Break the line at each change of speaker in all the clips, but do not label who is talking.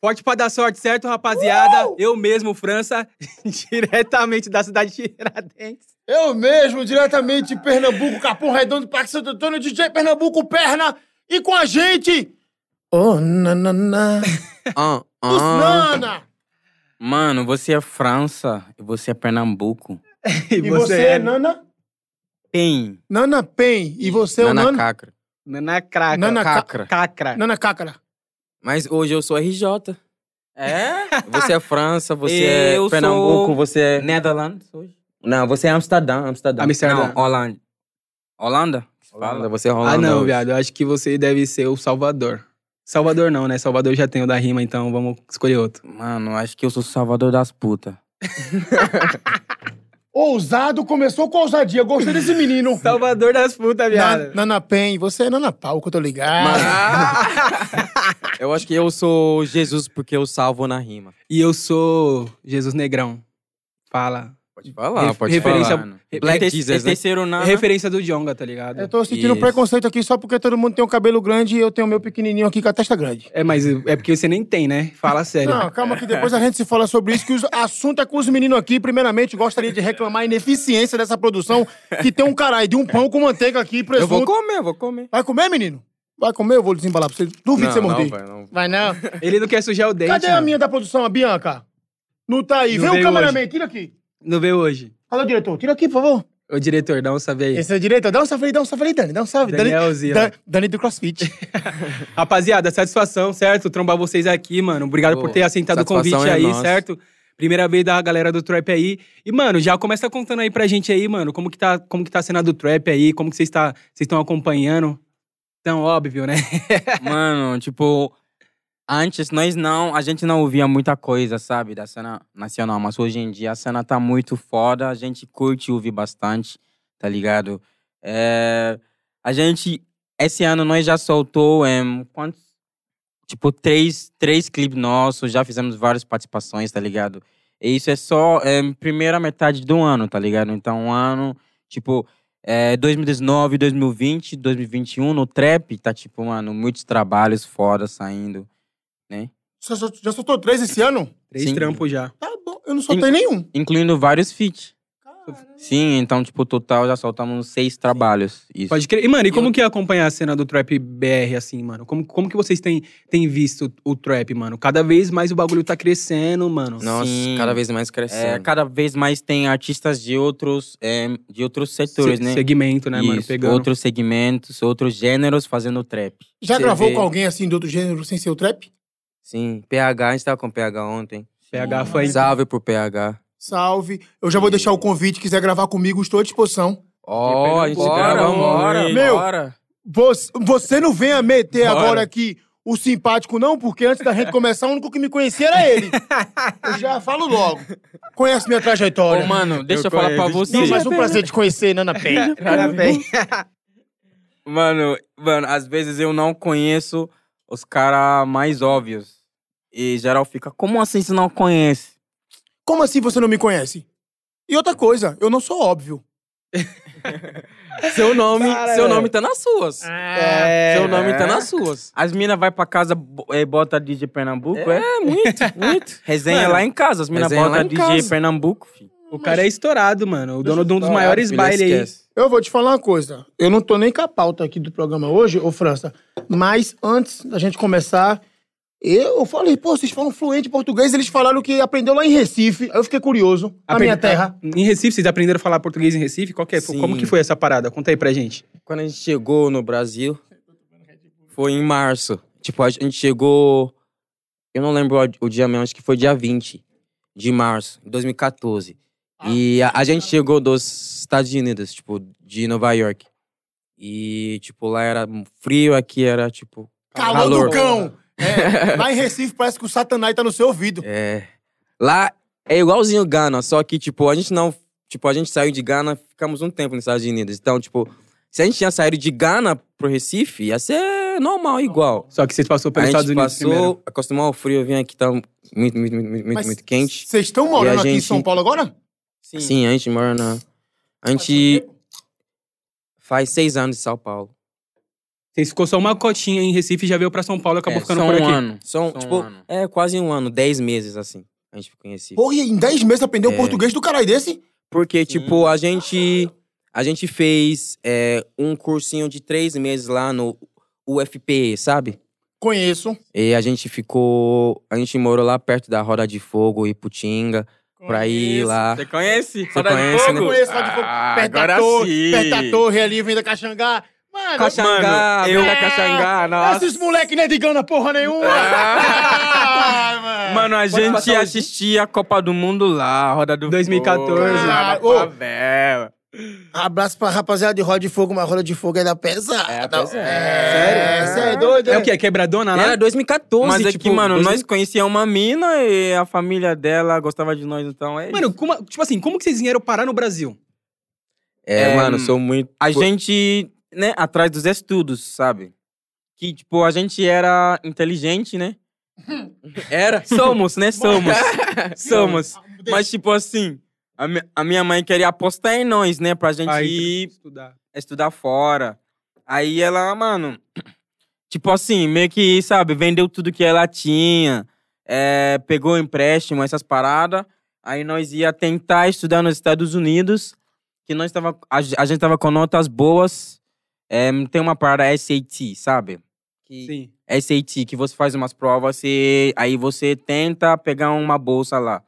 Forte pra dar sorte, certo,
Uh!
rapaziada? Eu mesmo, França, diretamente da cidade de Tiradentes.
Eu mesmo, diretamente de Pernambuco, Capão Redondo, Parque Santo Antônio, DJ Pernambuco, perna. E com a gente,
Oh, nanana.
Ah, ah.
Usnana.
Mano, você é França e você é Pernambuco.
E, você, é Nana?
Tem.
Nana Pen. E você é o
Nana
Nana?
Cacra.
Nana Craca.
Nana Ca-
Cacra.
Cacra.
Nana Cácara.
Mas hoje eu sou RJ. É? Você é França, você
Eu
é Pernambuco,
sou-
você é...
Netherlands hoje.
Não, você é Amsterdã, Amsterdã.
Amsterdã.
Não, Holanda. Holanda? Que se
Holanda.
Fala, você é Holanda
Ah, não,
hoje.
viado. Eu acho que você deve ser o Salvador. Salvador não, né? Salvador já tem o da rima, então vamos escolher outro.
Mano, acho que eu sou salvador das putas.
Ousado, começou com ousadia. Gostei desse menino.
Salvador das putas,
Na,
viado.
Nana Pen. Você é Nana Pau, que eu tô ligado.
Eu acho que eu sou Jesus porque eu salvo na rima.
E eu sou Jesus Negrão. Fala.
Pode falar,
Ref-
pode
referência-
falar. Mano.
re-
Black
rete-
Jesus, né? Terceiro nada.
Referência do Jonga, tá ligado?
Ah. Eu tô sentindo
Isso.
preconceito aqui só porque todo mundo tem um cabelo grande e eu tenho o meu pequenininho aqui com a testa grande.
É, mas é porque você nem tem, né? Fala sério.
Não, calma
É.
que depois a gente se fala sobre isso, que o assunto é com os meninos aqui. Primeiramente, gostaria de reclamar a ineficiência dessa produção, que tem um caralho de um pão com manteiga aqui e
Eu
presunto.
vou comer, eu vou comer.
Vai comer, menino? Vai comer? Eu vou desembalar pra você. Duvido você morder.
vai, não.
vai não.
Ele não quer sujar o dente.
Cadê a
mano.
minha da produção, a Bianca? Não tá aí.
Não
Vem o
veio
cameraman, tira aqui.
Não veio hoje.
Alô, diretor, tira aqui, por favor.
Ô, diretor, dá um salve aí.
Esse é o diretor. Dá um salve aí, dá um salve aí, Dani. Dá um salve. Dani,
Daniel Zila.
Dan- Dani do CrossFit.
Rapaziada, satisfação, certo? Trombar vocês aqui, mano. Obrigado
Pô,
por ter aceitado o
satisfação
convite
é
aí,
nossa.
certo? Primeira vez da galera do Trap aí. E, mano, já começa contando aí pra gente aí, mano, como que tá, como que tá a cena do Trap aí, como que vocês tá, vocês estão acompanhando. Tão óbvio, né?
Mano, tipo, antes nós não, a gente não ouvia muita coisa, sabe, da cena nacional, mas hoje em dia a cena tá muito foda, a gente curte e ouve bastante, tá ligado? É, a gente, esse ano nós já soltou, em, quantos? Tipo, três, três clipes nossos, já fizemos várias participações, tá ligado? E isso é só em, primeira metade do ano, tá ligado? Então, um ano, tipo, é, 2019, 2020, 2021, no trap, tá tipo, mano, muitos trabalhos foda saindo.
Já sol- Já soltou três esse ano?
Três
Sim.
trampos já.
Tá bom, eu não soltei nenhum.
Incluindo vários feats. Sim, então, tipo, total já soltamos seis trabalhos. Isso.
Pode crer. E, mano, e como que é acompanhar a cena do Trap BR, assim, mano? Como, como que vocês têm, têm visto o Trap, mano? Cada vez mais o bagulho tá crescendo, mano.
Nossa, Sim. cada vez
mais
É, cada vez mais tem artistas de outros, é, de outros setores,
Se-
né?
Segmento, né, mano?
Isso,
Pegando.
Outros segmentos, outros gêneros fazendo trap.
Já
Você
gravou
vê-
com alguém assim de outro gênero sem ser o trap?
Sim, PH, a gente tava com PH ontem.
PH foi.
Salve pro PH.
Salve. Eu já vou deixar o convite, quiser gravar comigo, estou à disposição.
Ó, a gente
Bora,
grava
bora,
muito.
meu.
Bora.
Você, você não venha meter
Bora.
agora aqui o simpático, não, porque antes da gente começar, o único que me conhecia era ele. Eu já falo logo. Conhece minha trajetória.
Ô, mano, deixa eu, falar pra você.
não, mas um prazer te conhecer, Nana Pen.
Mano, mano, às vezes eu não conheço os caras mais óbvios. E geral fica, como assim você não conhece?
Como assim você não me conhece? E outra coisa, eu não sou óbvio.
Seu nome,
Para,
seu
velho.
nome tá nas suas.
Ah,
É,
seu nome tá nas suas.
As minas vai pra casa bo- eh, bota DJ Pernambuco, é?
É, muito, muito.
Resenha
Mano,
lá em casa, as minas
resenha lá
botam
em
DJ
casa.
Pernambuco, filho.
O cara é estourado, mano. O dono de um dos
Caralho,
maiores
filho,
bailes aí.
esquece.
Eu vou te falar uma coisa. Eu não tô nem com a pauta aqui do programa hoje, ô França. Mas antes da gente começar, eu falei, pô, vocês falam fluente português. Eles falaram que aprendeu lá em Recife. Aí eu fiquei curioso. Na minha
Aprendi-
terra.
Em Recife, vocês aprenderam a falar português em Recife? Qual que é?
Sim.
Como que foi essa parada? Conta aí pra gente.
Quando a gente chegou no Brasil, foi em março. Tipo, a gente chegou. Eu não lembro o- o dia mesmo, acho que foi dia 20 de março, de 2014. E a, a gente chegou dos Estados Unidos, tipo, de Nova York. E, tipo, lá era frio, aqui era, tipo.
Calor,
Calor.
do cão. É, lá em Recife parece que o Satanás tá no seu ouvido.
É. Lá é igualzinho Gana, só que, tipo, a gente não. Tipo, a gente saiu de Gana, ficamos um tempo nos Estados Unidos. Então, tipo, se a gente tinha saído de Gana pro Recife, ia ser normal, igual.
Só que vocês passou
a
pelos
gente
Estados Unidos
passou,
primeiro.
acostumou ao frio, eu vim aqui, tá muito, muito, muito, muito, muito, muito quente.
Vocês estão
E
morando
a
aqui em
gente-
São Paulo agora?
Sim. a gente mora na...
A
um
gente faz seis anos em São Paulo.
Vocês ficou só uma cotinha em Recife, já veio pra São Paulo e acabou
É,
ficando
só
por
um
aqui.
ano.
São,
Só um
tipo,
ano.
é quase um ano, dez meses, assim. A gente ficou em Recife.
Porra, e em 10 meses aprendeu
É.
português do caralho desse?
Porque, tipo, a gente, a gente fez é, um cursinho de três meses lá no UFP, sabe?
Conheço.
E a gente ficou. A gente morou lá perto da Roda de Fogo e Putinga. Pra ir lá.
Você conhece?
Você conhece,
Eu
né?
conheço lá de fogo.
Ah,
perto da
agora
torre,
sim.
perto da torre ali, vindo da Caxangá. Mano,
Caxangá,
Mano, eu-
Vila Caxangá, nossa.
esses moleque não é de gana porra nenhuma. Ah, mano.
É. Mano, a
Bora
gente
passar o-
assistia a Copa do Mundo lá, a Roda do
2014.
Fogo, lá Ah, na
Ô.
favela.
Abraço pra rapaziada de Roda de Fogo, mas Roda de Fogo é da pesada.
É, pois é.
É,
Sério?
Você é doido,
É
é?
o quê? Quebradona lá?
Era 2014,
Mas é
tipo,
que, mano,
dois-
nós conhecíamos uma mina e a família dela gostava de nós, então é
Mano, como- tipo assim, como que vocês vieram parar no Brasil?
É,
É,
mano,
hum,
sou muito.
a gente, né, atrás dos estudos, sabe? Que, tipo, a gente era inteligente, né?
Era?
Somos, né? Somos. Somos. Mas, tipo assim, a, mi- a minha mãe queria apostar em nós, né? Pra gente
Aí,
ir
estudar.
estudar fora. Aí ela, mano, tipo assim, meio que, sabe, vendeu tudo que ela tinha, é, pegou empréstimo, essas paradas. Aí nós ia tentar estudar nos Estados Unidos, que nós tava, a, ge- a gente tava com notas boas. É, tem uma parada SAT, sabe?
Sim.
SAT, que você faz umas provas, você, aí você tenta pegar uma bolsa lá.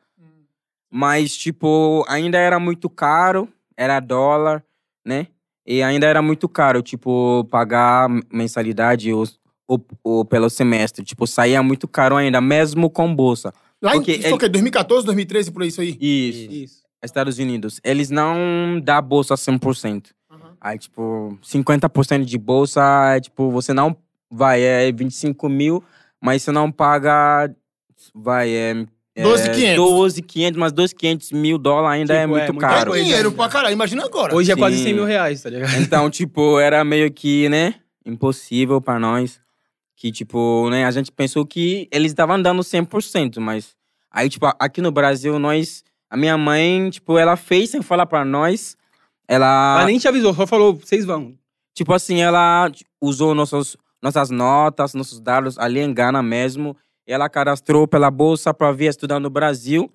Mas, tipo, ainda era muito caro, era dólar, né? E ainda era muito caro, tipo, pagar mensalidade ou, ou, ou pelo semestre. Tipo, saía muito caro ainda, mesmo com bolsa.
Lá em
Porque
isso é
ele-
o quê? 2014, 2013, por isso aí?
Isso.
Isso.
Estados Unidos, eles não dá bolsa 100%. Aí, tipo, 50% de bolsa, é, tipo, você não vai, é 25 mil, mas você não paga, vai, é... é,
12.500.
12.500, mas 12.500 mil dólares ainda é
Tipo, é
muito
muito
caro.
É
coisa.
dinheiro pra caralho, imagina agora.
Hoje é
Sim.
quase 100 mil reais, tá ligado?
Então, tipo, era meio que, né, impossível pra nós. Que, tipo, né, a gente pensou que eles estavam dando 100%, mas... Aí, tipo, a- aqui no Brasil, nós... A minha mãe, tipo, ela fez sem falar pra nós. Ela,
Ela nem te avisou, só falou, vocês vão.
tipo assim, ela usou nossos, nossas notas, nossos dados ali em Gana mesmo. Ela cadastrou pela bolsa pra vir estudar no Brasil.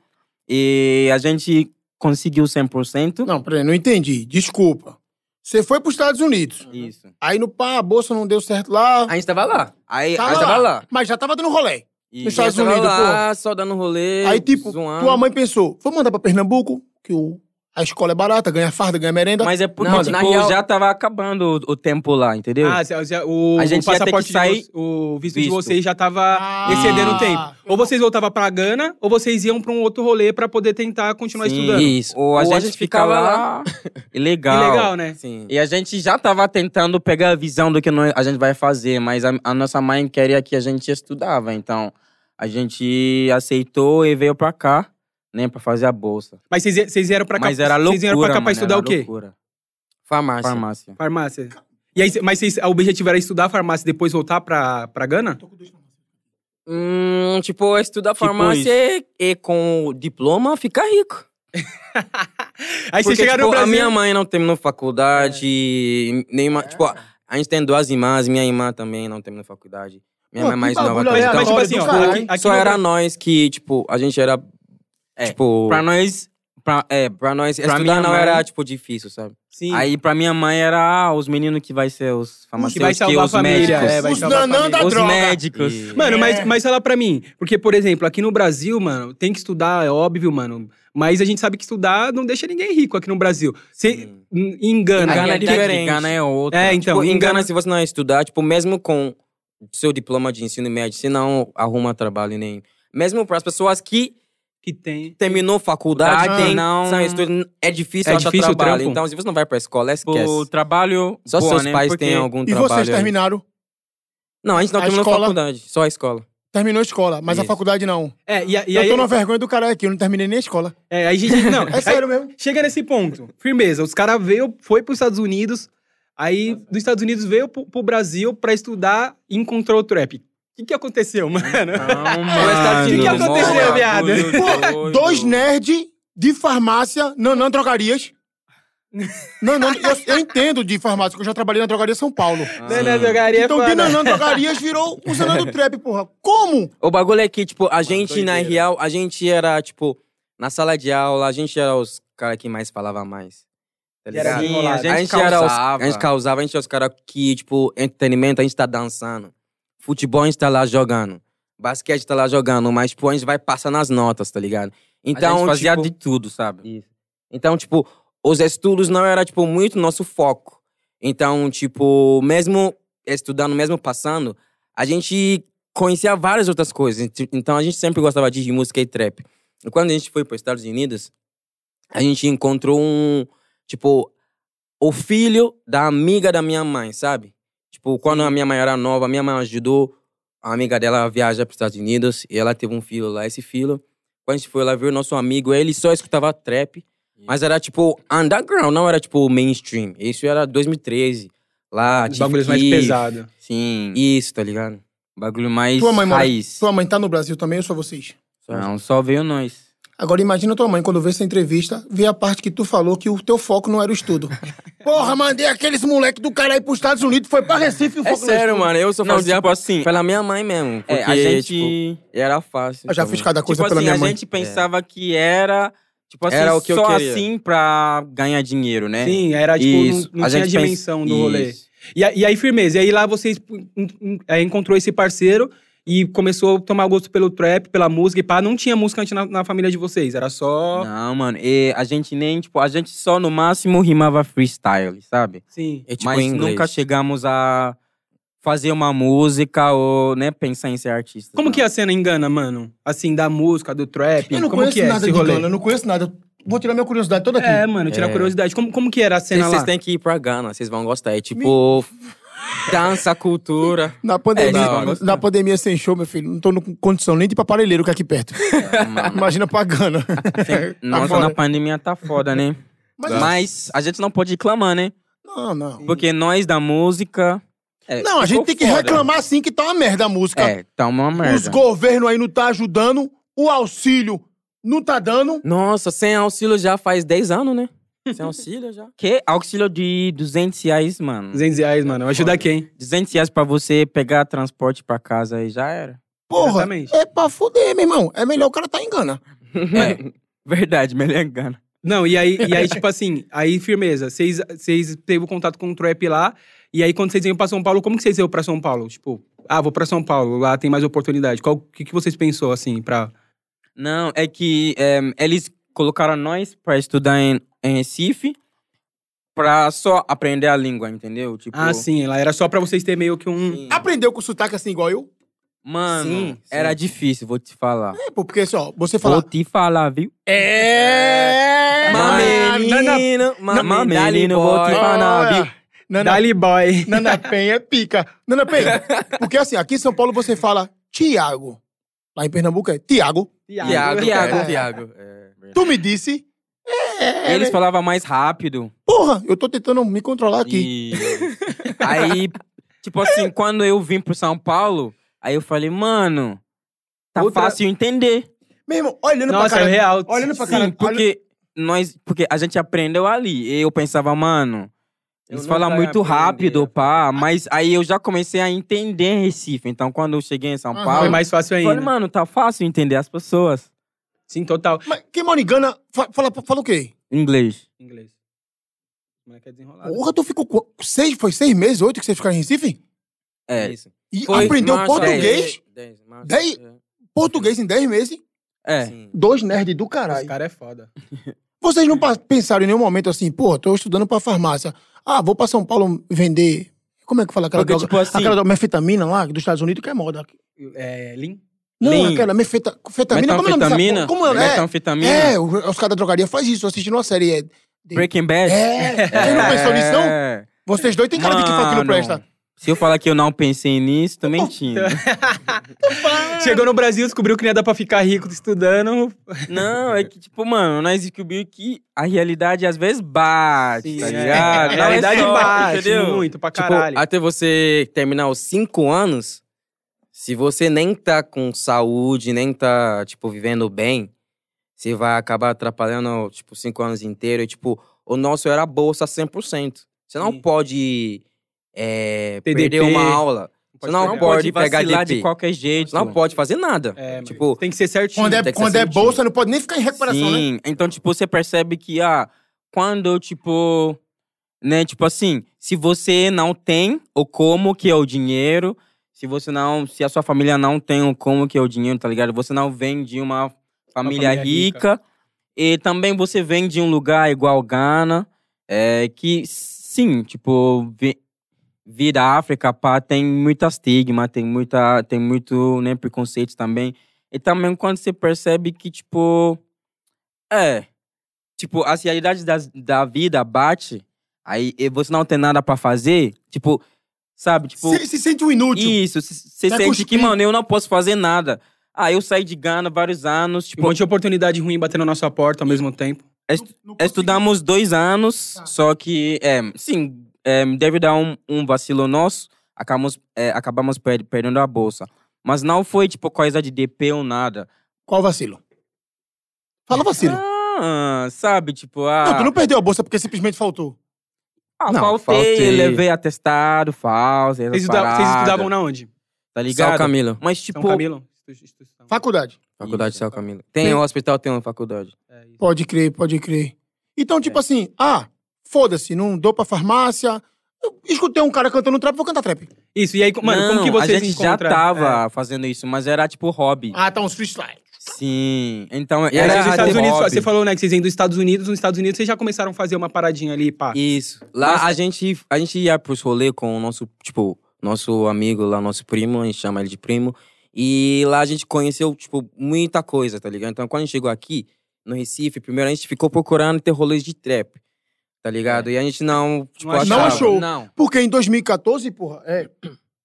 E a gente conseguiu 100%.
Não, peraí, não entendi. Desculpa. Você foi pros Estados Unidos.
Isso.
Aí no pá, a bolsa não deu certo lá.
Uhum. A gente tava lá.
Aí,
Tava
aí
lá.
tava lá.
Mas já tava dando rolê.
E-
Nos Estados
A gente tava
Unidos,
lá, só dando rolê.
Aí, tipo,
zoando.
tua mãe pensou: vou mandar pra Pernambuco, que o- a escola é barata, ganha farda, ganha merenda.
Mas é porque,
Não,
tipo,
na real-
já tava acabando o, o tempo lá, entendeu?
Ah, cê- cê- o,
A gente
o
ia ter que
passaporte, de
sair-
vo- o visto, de
Visto.
vocês já tava
Ah.
excedendo o tempo. Ou vocês voltavam pra Gana, ou vocês iam pra um outro rolê pra poder tentar continuar
Sim.
estudando.
Isso.
Ou a gente, ficava lá, ilegal.
Ilegal, né?
Sim.
E a gente já tava tentando pegar a visão do que nó- a gente vai fazer, mas a, a nossa mãe queria que a gente estudava, então a gente aceitou e veio pra cá, né, pra fazer a bolsa.
Mas vocês ia- vocês vieram pra cá,
mas era loucura,
vocês vieram pra cá
mano,
pra estudar
era
o quê?
loucura.
Farmácia.
Farmácia.
Farmácia. E aí, cê- mas vocês, o objetivo era estudar farmácia e depois voltar pra, pra Gana?
Hum, tipo, estudar
Tipo
farmácia e, e com o diploma ficar rico.
Aí vocês
Porque,
chegaram
tipo,
no
a
Brasil.
minha mãe não terminou faculdade, nenhuma. Tipo, a gente tem duas irmãs, minha irmã também não terminou faculdade. Minha
Pô,
mãe é
que
mais nova
bagulho
também.
Mas,
Então,
tipo
aleatório
assim,
do
ó,
caralho,
aqui,
hein?
aqui
só
no-
era nós que, tipo, a gente era.
É,
Tipo,
Pra nós, pra, é,
pra nós
pra
estudar
minha
não
mãe-
era, tipo, difícil, sabe?
Sim.
aí pra minha mãe era ah, os meninos que vai ser os
que vai
farmacêuticos,
salvar a
os
família.
médicos.
É, vai
Os
salvar a
nanã
família.
da
os
droga.
médicos.
E-
Mano, mas,
É.
mas fala pra mim. Porque, por exemplo, aqui no Brasil, mano, tem que estudar, é óbvio, mano. Mas a gente sabe que estudar não deixa ninguém rico aqui no Brasil. Você
Sim.
engana.
Engana é
Gana é diferente.
diferente.
Gana é outra.
né? É, então,
Tipo, engana
engana.
se você não estudar, tipo, mesmo com seu diploma de ensino médio, você não arruma trabalho nem. Mesmo para as pessoas que
Que tem.
terminou faculdade,
Ah,
tem,
não.
são estudantes, é difícil
É
achar
difícil o
trabalho.
trampo.
Então, se você não vai para escola,
Tipo,
esquece.
o trabalho.
Só
boa,
seus
né?
pais
Porque
têm algum
E
trabalho.
vocês
aí.
terminaram?
Não, a gente não
A
terminou
escola?
faculdade, só a escola.
Terminou a escola, mas a
Isso.
faculdade não.
É, e, a- e
eu
aí.
tô na vergonha do caralho aqui, eu não terminei nem a escola.
É, aí a gente. Não,
É sério mesmo.
Chega nesse ponto. Firmeza. Os caras veio, foi pros Estados Unidos. Aí, dos Estados Unidos, veio pro, pro Brasil pra estudar e encontrou o trap. O que, que aconteceu, mano?
Não,
Estados
mano.
O
Unidos,
que que aconteceu,
mó bagulho
viado?
doido.
Dois nerds de farmácia, Nanã Drogarias. Não, não, eu, eu entendo de farmácia, que eu já trabalhei na drogaria São Paulo.
Nanã Drogaria é
então, de
foda.
Nanã Drogarias virou o Zenando Trap, porra. Como?
O bagulho é que, tipo, a gente, na real, a gente era, tipo, na sala de aula, a gente era os caras que mais falava mais. Tá
Que era
ligado?
desenrolado.
a gente, era os, a gente causava, a gente era os caras que, tipo, entretenimento, a gente tá dançando. Futebol, a gente tá lá jogando. Basquete, tá lá jogando. Mas, tipo, a gente vai passando as notas, tá ligado? Então,
a gente fazia
tipo,
de tudo, sabe?
Isso. Então, tipo, os estudos não era, tipo, muito nosso foco. Então, tipo, mesmo estudando, mesmo passando, a gente conhecia várias outras coisas. Ent- Então, a gente sempre gostava de música e trap. E quando a gente foi para os Estados Unidos, a gente encontrou um, tipo, o filho da amiga da minha mãe, sabe? Tipo, quando a minha mãe era nova, a minha mãe ajudou a amiga dela a viajar para os Estados Unidos e ela teve um filho lá. Esse filho, quando a gente foi lá ver o nosso amigo, ele só escutava trap, mas era tipo underground, não era tipo mainstream. Isso era 2013, lá,
Os
Chief
bagulhos mais
Keef,
pesados.
Sim.
Isso, tá ligado?
Bagulho mais
Tua mãe mora-
raiz.
Sua mãe tá no Brasil também, ou só vocês?
Não, só veio nós.
Agora imagina tua mãe, quando vê essa entrevista, vê a parte que tu falou que o teu foco não era o estudo. Porra, mandei aqueles moleque do cara aí pros Estados Unidos, foi pra Recife e o foco
É
não
sério,
estudo.
mano, eu só
Não,
fazia
tipo assim,
pela minha mãe mesmo. Porque,
é, a
tipo,
gente...
era fácil.
Eu já
tá
fiz
bom?
cada coisa
tipo
pela
assim,
minha
a
mãe.
gente pensava que era... Tipo assim,
É. Era o que eu
só
queria.
assim pra ganhar dinheiro, né?
Sim, era tipo,
Isso.
não, não tinha a
pensa-
dimensão do rolê.
Isso.
E, a- e aí, firmeza. E aí lá vocês en- en- é, encontrou esse parceiro e começou a tomar gosto pelo trap, pela música e pá. Não tinha música antes na, na família de vocês, era só.
Não, mano, e a gente nem, tipo, a gente só no máximo rimava freestyle, sabe?
Sim.
É tipo
Mas
em inglês.
nunca chegamos a fazer uma música ou, né, pensar em ser artista.
Como
não.
que a cena engana, mano? Assim, da música, do trap.
Eu não
como
conheço
que é
nada
esse
de
rolê?
Gana, eu não conheço nada. Vou tirar minha curiosidade toda aqui.
É, mano, tira
É.
a curiosidade. Como, como que era a
Vocês
cena
vocês
lá?
têm que ir pra Gana, vocês vão gostar. É tipo dança, cultura.
Na
É,
pandemia,
da hora.
na pandemia sem show, meu filho, não tô com condição nem de ir pra Parelheiro, que é aqui perto.
É, mano.
Imagina pra Gana.
Sem-
Tá
Nossa,
foda.
na pandemia tá foda, né?
Mas- assim,
Mas a gente não pode reclamar, né?
Não, não.
Porque nós da música. é,
Não, a gente
ficou
tem que
foda.
reclamar sim que tá uma merda a música.
É, tá uma
Os
merda.
governos aí não tá ajudando, o auxílio não tá dando.
Nossa, sem auxílio já faz 10 anos, né? Sem auxílio já.
Que auxílio de 200 reais, mano.
200 reais, mano. Ajuda quem?
200 reais pra você pegar transporte pra casa aí já era.
Porra,
Exatamente.
é pra foder, meu irmão. É melhor o cara tá em Gana.
É, verdade, melhor engana.
Não, e aí, e aí tipo assim, aí firmeza. Vocês vocês teve o contato com o trap lá. E aí, quando vocês iam pra São Paulo, como que vocês iam pra São Paulo? Tipo, ah, vou pra São Paulo, lá tem mais oportunidade. Qual que, que vocês pensou, assim, pra.
Não, é que é, eles colocaram nós pra estudar em, em Recife pra só aprender a língua, entendeu? Tipo,
Ah, sim, lá era só pra vocês terem meio que um.
sim.
Aprendeu com sotaque assim igual eu?
Mano,
Sim, sim.
era difícil, vou te falar.
É, pô, porque assim, ó, você
Vou
fala.
te falar, viu?
É!
Mamenino,
Mamenino, vou te falar, viu?
Nana,
Dali boy.
Nana Penha é pica. Nana Penha. Porque assim, aqui em São Paulo você fala Tiago. Lá em Pernambuco é Tiago.
Tiago,
Tiago.
Tiago, Tiago. É, verdade.
Tu me disse. É,
Eles
né?
falavam mais rápido.
Porra, eu tô tentando me controlar aqui.
E... aí, tipo assim, quando eu vim pro São Paulo, aí eu falei, mano, tá
Outra-
fácil entender.
Meu irmão, olhando
Nossa,
pra
é
cara.
real.
Olhando pra
Sim,
cara. olha-
porque nós, porque a gente aprendeu ali. E eu pensava, mano,
Eu
eles
não
falam
vai
muito
aprender.
rápido, pá. Mas aí eu já comecei a entender em Recife. Então, quando eu cheguei em São
Aham.
Paulo,
Foi mais fácil
eu
ainda.
falei, mano, tá fácil entender as pessoas.
Sim, total.
Mas quem mora em Gana fa- fala, fala o quê?
Inglês.
Inglês. Como é que é desenrolado?
Porra, tu ficou. qu- Seis, foi seis meses, oito que você ficou em Recife?
É,
Isso.
E
Foi é.
aprendeu
março,
português?
dez, dez, março, é.
Dez? Português em dez meses?
é.
Sim.
Dois nerds do
Os
caralho.
caras é foda.
Vocês não pa- pensaram em nenhum momento assim, pô, tô estudando pra farmácia. Ah, vou pra São Paulo vender. Como é que fala aquela
Porque,
droga?
tipo assim-
Aquela droga, metanfetamina lá dos Estados Unidos que é moda.
É, Lean?
Não,
Lean.
aquela mefeta, fetamina, como é o nome dessa porra?
Metanfetamina.
Como é?
Metanfetamina.
é, é, o- os caras da drogaria faz isso, assistindo uma série. É,
Breaking Bad.
é. Vocês não pensou nisso, não?
É.
Vocês dois têm cara de que faz aquilo
Mano,
presta.
Se eu falar que eu não pensei nisso, tô mentindo.
Chegou no Brasil, descobriu que não ia dar pra ficar rico estudando.
não, é que, tipo, mano, nós descobrimos que a realidade às vezes bate, tá
é.
ligado?
A
Não é
realidade
só,
bate muito pra
Tipo,
caralho.
até você terminar os cinco anos, se você nem tá com saúde, né, nem tá, tipo, vivendo bem, você vai acabar atrapalhando, tipo, cinco anos inteiro. E, tipo, O nosso era bolsa 100%. Você não
Sim.
pode é,
TDP,
perder uma aula. Você não
pegar.
pode pegar
Ah,
vacilar
DP.
de qualquer jeito.
Você não pode fazer nada.
É, mas
tipo,
tem que ser certinho.
Quando é,
tem que ser
quando é
certinho.
bolsa, não pode nem ficar em recuperação, né?
Sim. Então, tipo, você percebe que, ah, quando, tipo, né, tipo assim, se você não tem o como que é o dinheiro, se você não, se a sua família não tem o como que é o dinheiro, tá ligado? Você não vem de uma família,
família rica.
rica, e também você vem de um lugar igual Gana, é, que sim, tipo, vi, vir à África, pá, tem muita estigma, tem muita, tem muito, né, preconceito também. E também quando você percebe que, tipo, é. Tipo, as realidades das, da vida bate, aí e você não tem nada pra fazer, tipo, sabe? Tipo,
Se, se sente um inútil.
isso, você
Tá
sente que,
cuspindo.
mano, eu não posso fazer nada. Ah, eu saí de Gana vários anos,
Um
tipo,
monte de oportunidade ruim batendo na sua porta ao mesmo tempo.
é
Não- não
estudamos dois anos,
Tá.
só que, é, sim, é, deve dar um, um vacilo nosso, acabamos, é, acabamos per- perdendo a bolsa. Mas não foi, tipo, coisa de DP ou nada.
consegui. Qual vacilo? Fala vacilo.
Ah, sabe, tipo, ah...
Não, tu não perdeu a bolsa porque simplesmente faltou.
Ah,
Não,
faltei,
faltei.
levei atestado, falso, essas
Vocês, estuda- vocês
paradas,
estudavam na onde?
Tá
Sal
ligado?
Camilo.
Mas
São
tipo,
Camilo? Estu- estu- estu-
Faculdade.
Faculdade
Isso.
Sal Camilo. Tem o hospital, tem uma faculdade.
É, isso.
Pode crer, pode crer. Então,
É.
tipo assim, ah, foda-se, não dou pra farmácia. Eu escutei um cara cantando trap, vou cantar trap.
Isso, e aí, mano,
não,
como que
a
vocês
gente já
encontraram? É.
tava fazendo isso, mas era tipo hobby.
Ah, tá uns freestyle.
Sim. Então
E
É,
era
mas nos
rádio
Estados
tipo
Unidos,
hobby.
você falou, né, que vocês vêm dos Estados Unidos, nos Estados Unidos vocês já começaram a fazer uma paradinha ali, pá.
Isso. Lá a gente a gente ia pros rolê com o nosso, tipo, nosso amigo lá, nosso primo, a gente chama ele de primo. E lá a gente conheceu, tipo, muita coisa, tá ligado? Então quando a gente chegou aqui, no Recife, primeiro a gente ficou procurando ter rolês de trap, tá ligado? E a gente não, tipo,
achava.
Não achou.
Não.
Porque em 2014, porra, é,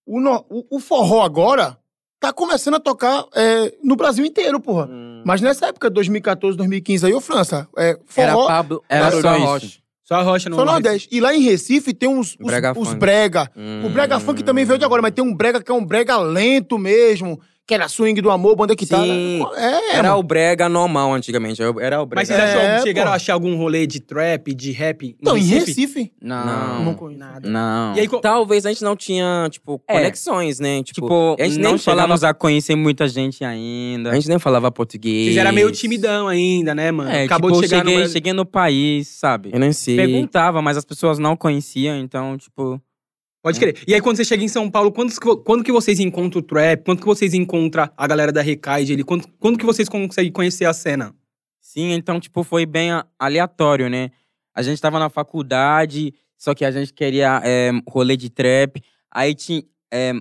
o, no- o- o forró agora tá começando a tocar é, no Brasil inteiro, porra. Mas nessa época, 2014, 2015 aí, ô França, é,
Era
forró
Pablo,
Era
Pablo
só
Rocha.
isso.
Só a rocha no
só Nordeste. E lá em Recife tem uns, os
Brega
os
funk.
brega. O
Hum.
brega funk também veio de agora, mas tem um brega que é um brega lento mesmo, que era swing do amor, banda que tá.
Sim.
É,
Era
mano.
o brega normal antigamente, era o brega.
Mas vocês
É,
acham,
pô.
chegaram a achar algum rolê de trap, de rap em
Então, em
Recife?
Recife.
Não.
Não.
conheço.
Nada.
Não.
E aí, co-
Talvez a gente não tinha, tipo,
É.
conexões, né? Tipo,
tipo,
a gente
não
nem falava
chegamos a conhecer muita gente ainda.
A gente nem falava português.
vocês eram meio timidão ainda, né, mano?
É,
Acabou
tipo,
de chegar
cheguei,
no Brasil.
cheguei no país, sabe?
Eu nem sei.
Perguntava, mas as pessoas não conheciam, então, tipo.
Pode crer. E aí, quando você chega em São Paulo, quantos que vo- quando que vocês encontram o trap? Quando que vocês encontram a galera da Recaide ali? Quando, quando que vocês conseguem conhecer a cena?
Sim, então, tipo, foi bem a- aleatório, né? A gente tava na faculdade, só que a gente queria eh, rolê de trap. Aí tinha.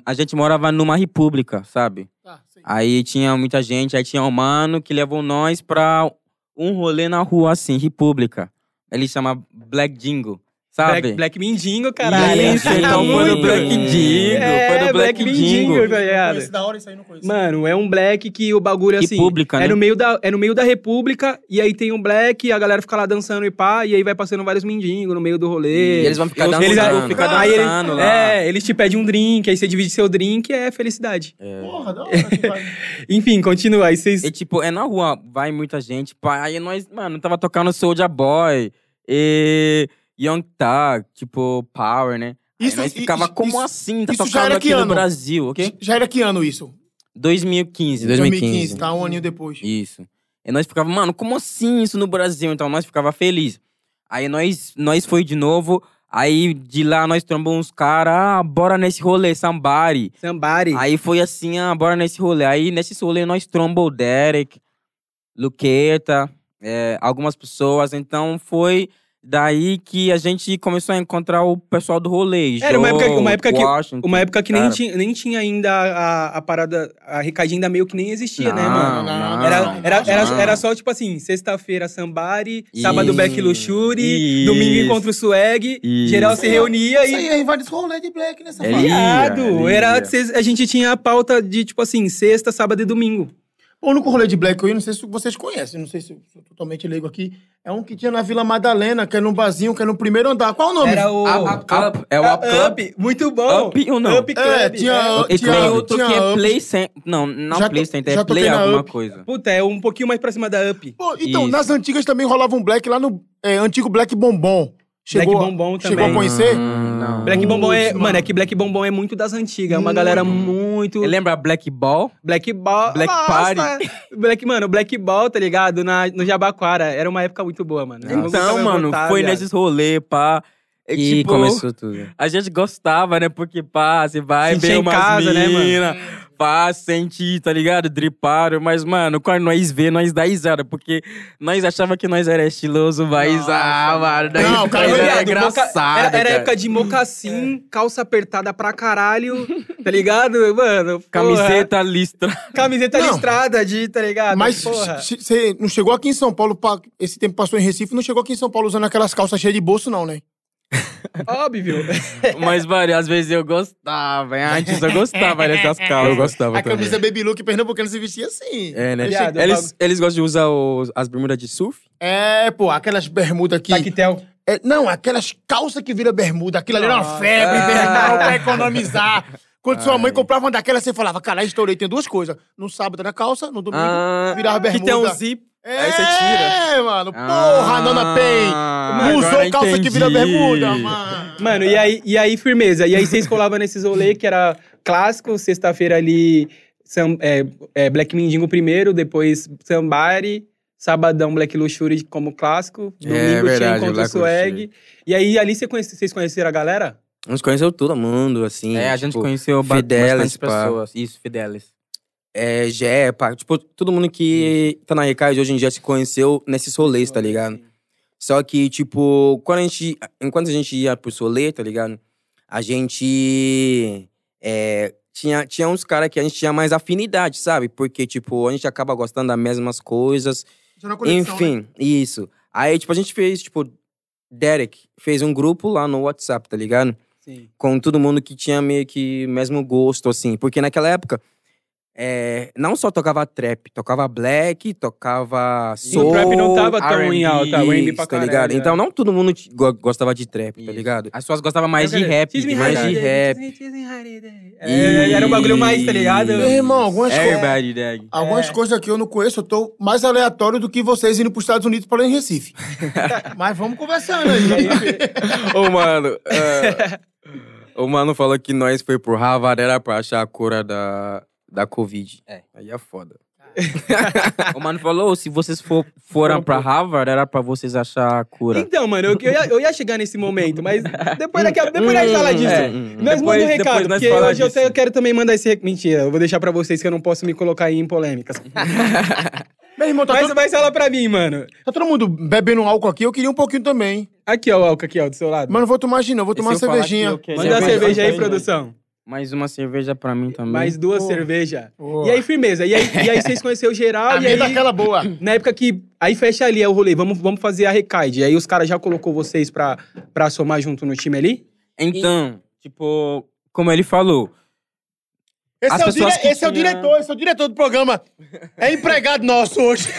a gente morava numa república, sabe?
Tá,
Aí tinha muita gente, aí tinha um mano que levou nós pra um rolê na rua, assim, república. Ele chama Black Jingle, sabe?
Black, Black Mindingo, caralho. É,
Isso, então foi
Muito
no Black
bem.
Dingo,
É,
foi no Black
Mindingo,
Dingo.
tá ligado?
da hora isso aí, não conheço.
Mano, é um black que o bagulho assim.
República,
é,
né?
no meio da, é no meio da República, e aí tem um black, a galera fica lá dançando e pá, e aí vai passando vários mendigos no meio do rolê.
E eles vão ficar
Eu-
dançando.
eles
dançando.
vão ficar
Aí eles-
dançando lá.
É, eles te pedem um drink, aí você divide seu drink, é felicidade.
Porra, da hora. que vai.
Enfim, continua. Aí vocês.
E tipo, é na rua, vai muita gente. Pá, aí nós, mano, tava tocando Soulja Boy e Young Thug, tipo, Power, né? Aí
Isso-
nós
i-
ficava,
isso-
como
isso-
assim? Tá
isso já
tocando
era que
aqui no
ano?
Brasil, ok?
Já era que ano isso?
2015,
2015.
tá? Um aninho depois.
Isso. E nós ficava, mano, como assim isso no Brasil? Então nós ficava feliz. Aí nós, nós foi de novo, aí de lá nós trombamos uns caras, ah, bora nesse rolê, Sambari.
Somebody.
Aí foi assim, ah, bora nesse rolê. Aí nesse rolê nós trombou o Derek, Luqueta, é, algumas pessoas. Então foi daí que a gente começou a encontrar o pessoal do rolê.
Era uma época- uma época que-
Washington.
Uma época que nem
Cara.
tinha, nem tinha ainda a, a parada, a recadinha ainda meio que nem existia, né,
Não,
mano?
não,
Era, era,
não.
era, era só, tipo assim, sexta-feira sambari, sábado
Isso.
Black Luxury,
Isso.
domingo encontro swag,
Isso.
geral se reunia
Isso
e
aí é invade esse rolê de black nessa
É
fase.
isso.
Viado!
Ia,
Era,
ia.
cês- a gente tinha a pauta de, tipo assim, sexta, sábado e domingo.
O único rolê de Black que eu ia, não sei se vocês conhecem, não sei se eu sou totalmente leigo aqui, é um que tinha na Vila Madalena, que é num barzinho, que é no primeiro andar. Qual o nome?
Era o...
Up Club. É
Ah,
o Up Club.
Up, muito bom.
Up ou não?
Up Club.
né?
É, tinha...
E
tinha-
tem outro
tinha
que é
Up.
Play Center. Não, não
Já
Play
to-
Center,
já
é
toquei
Play
na
alguma
Up.
coisa.
Puta, é um pouquinho mais pra cima da Up.
Pô, então,
Isso.
nas antigas também rolava um Black lá no é, antigo Black Bombom. Chegou,
Black Bombom
chegou
também.
a conhecer?
Não.
Black Bombom é...
Putz,
Mano, é que Black Bombom é muito das antigas. É uma
Hum.
galera muito...
Lembra Black Ball?
Black Ball.
é Black Party.
Black, mano, Black Ball, tá ligado? Na, no Jabaquara. Era uma época muito boa, mano. Eu nunca
Então,
vou
mano,
voltar,
foi
viado.
nesses rolê, pá. É,
E
tipo,
começou tudo.
A gente gostava, né? Porque, pá, você vai
Sentia
ver
em
umas
casa, né, mano?
mina, pá, sentir, tá ligado? Dripário. Mas, mano, quando nós vê, nós dá risada. Porque nós achava que nós era estiloso, mas, ah, mano, nós,
Não, cara, é viado,
nós era
Viado,
engraçado.
moca- Era, era
cara.
época de mocassim, calça apertada pra caralho, tá ligado? Mano, porra.
Camiseta listra.
Camiseta
Não.
listrada de, tá ligado?
Mas
porra.
você não chegou aqui em São Paulo, pá, esse tempo passou em Recife, não chegou aqui em São Paulo usando aquelas calças cheias de bolso, não, né?
Óbvio.
Mas, mano, às vezes eu gostava. hein? Antes eu gostava dessas calças. É
Eu gostava
A
também.
camisa Baby Look pernambucano se vestia assim.
É, né?
Viado, eu
Eles, eles gostam de usar os- as bermudas de surf.
É, pô, aquelas bermudas
Tá
que...
Taquetel.
É, não, aquelas calças que vira bermuda. Aquilo ali era uma febre
É.
invernal pra economizar. Quando sua mãe comprava uma daquelas, você falava, caralho, estourei, tem duas coisas. No sábado era calça, no domingo
Ah,
virava bermuda.
que
Então,
tem um zip.
É,
aí você tira. Ah.
mano. Porra, Nana Pen.
Pen.
Usou calça que vira bermuda, mano.
Mano, e aí, e aí firmeza. E aí vocês colavam nesses rolê que era clássico, sexta-feira ali, sam- é, é, Black Mindingo primeiro, depois Sambari, sabadão Black Luxury como clássico, domingo tinha
verdade,
Encontro
Black
Swag.
Luxury.
E aí ali você conhece- vocês conheceram a galera?
Nós conhecemos todo mundo, assim.
É, a gente
tipo,
conheceu ba-
Fidelis,
bastante
pá.
pessoas. Isso, Fidelis.
É, Jepa, tipo, todo mundo que tá na Recard hoje em dia se conheceu nesses rolês, tá ligado? Só que, tipo, quando a gente, enquanto a gente ia pro rolê, tá ligado? A gente é, tinha, tinha uns caras que a gente tinha mais afinidade, sabe? Porque, tipo, a gente acaba gostando das mesmas coisas.
Tinha uma conexão, né?
Enfim, isso. Aí, tipo, a gente fez, tipo, Derek fez um grupo lá no WhatsApp, tá ligado?
Sim.
com todo mundo que tinha meio que mesmo gosto, assim. Porque naquela época, é, não só tocava trap, tocava black, tocava
o
soul,
trap não tava tão em
R&B,
alta, o R&B pra
tá
caralho,
ligado?
é.
Então não todo mundo t- go- gostava de trap, tá
Isso.
ligado?
As pessoas gostavam mais de
Eu quero-
é,
rap.
Tease me
mais
how to
de
dance,
rap.
tease me- tease me how to dance. É, Era um bagulho mais, tá ligado?
Meu irmão, algumas, co-
Everybody Dag.
algumas coisas que eu não conheço, eu tô mais aleatório do que vocês indo pros Estados Unidos para em Recife. Mas vamos conversando aí.
Ô, mano. é, o mano falou que nós foi pro Harvard era pra achar a cura da, da Covid.
É.
Aí é foda.
O mano falou, se vocês for, foram pra Harvard, era pra vocês achar a cura.
Então, mano, eu, eu, ia, eu ia chegar nesse momento, mas depois daqui a depois nós Então,
Hum,
fala disso.
é.
Nós manda
Depois-
um
depois
recado,
nós
porque
fala
hoje eu,
disso.
te- eu quero também mandar esse recado. Mentira, eu vou deixar pra vocês que eu não posso me colocar aí em polêmicas.
Tá
Meu irmão, tá,
mas,
todo,
mas fala pra mim, mano.
tá todo mundo bebendo álcool aqui, eu queria um pouquinho também.
Aqui, ó, o Alca, aqui, ó, do seu lado.
Mas não vou tomar gin, não, vou tomar uma
se eu falar
cervejinha.
que eu quero-
Manda uma
cerveja,
cerveja aí,
cerveja.
produção.
Mais uma cerveja pra mim também.
Mais duas cervejas. E aí, firmeza. E aí, e aí vocês conheceram geral. e
Amei
aí,
tá
daquela boa.
na época que. Aí fecha ali, é o rolê. Vamos, vamos fazer a recaide. Aí os caras já colocou vocês pra, pra somar junto no time ali?
Então, tipo, como ele falou,
Esse,
As
é o,
pessoas
dire-
que
esse é o
tinha-
diretor, esse é o diretor do programa. É empregado nosso hoje.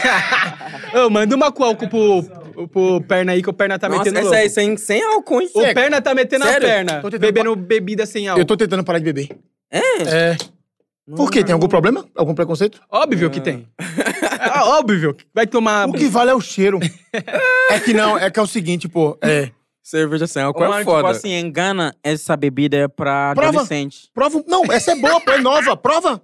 Ô, manda uma com álcool pro, pro perna aí, que o perna tá
Nossa,
metendo
essa
louco.
aí sem, sem álcool, hein?
O
Seca.
perna tá metendo
Sério?
a perna.
Tô tentando
Bebendo bebida sem álcool.
Eu tô tentando parar de beber.
É?
É. Por quê? Tem algum problema? Algum preconceito?
Óbvio que tem. É óbvio. que Vai
Ah,
tomar.
O que vale é o cheiro. é que não, é que é o seguinte, pô. É.
Cerveja sem
o
álcool
mano,
é
tipo
foda.
assim, engana essa bebida é pra
Prova.
adolescente.
Prova. um- Não, essa é boa, pô, é nova. Prova.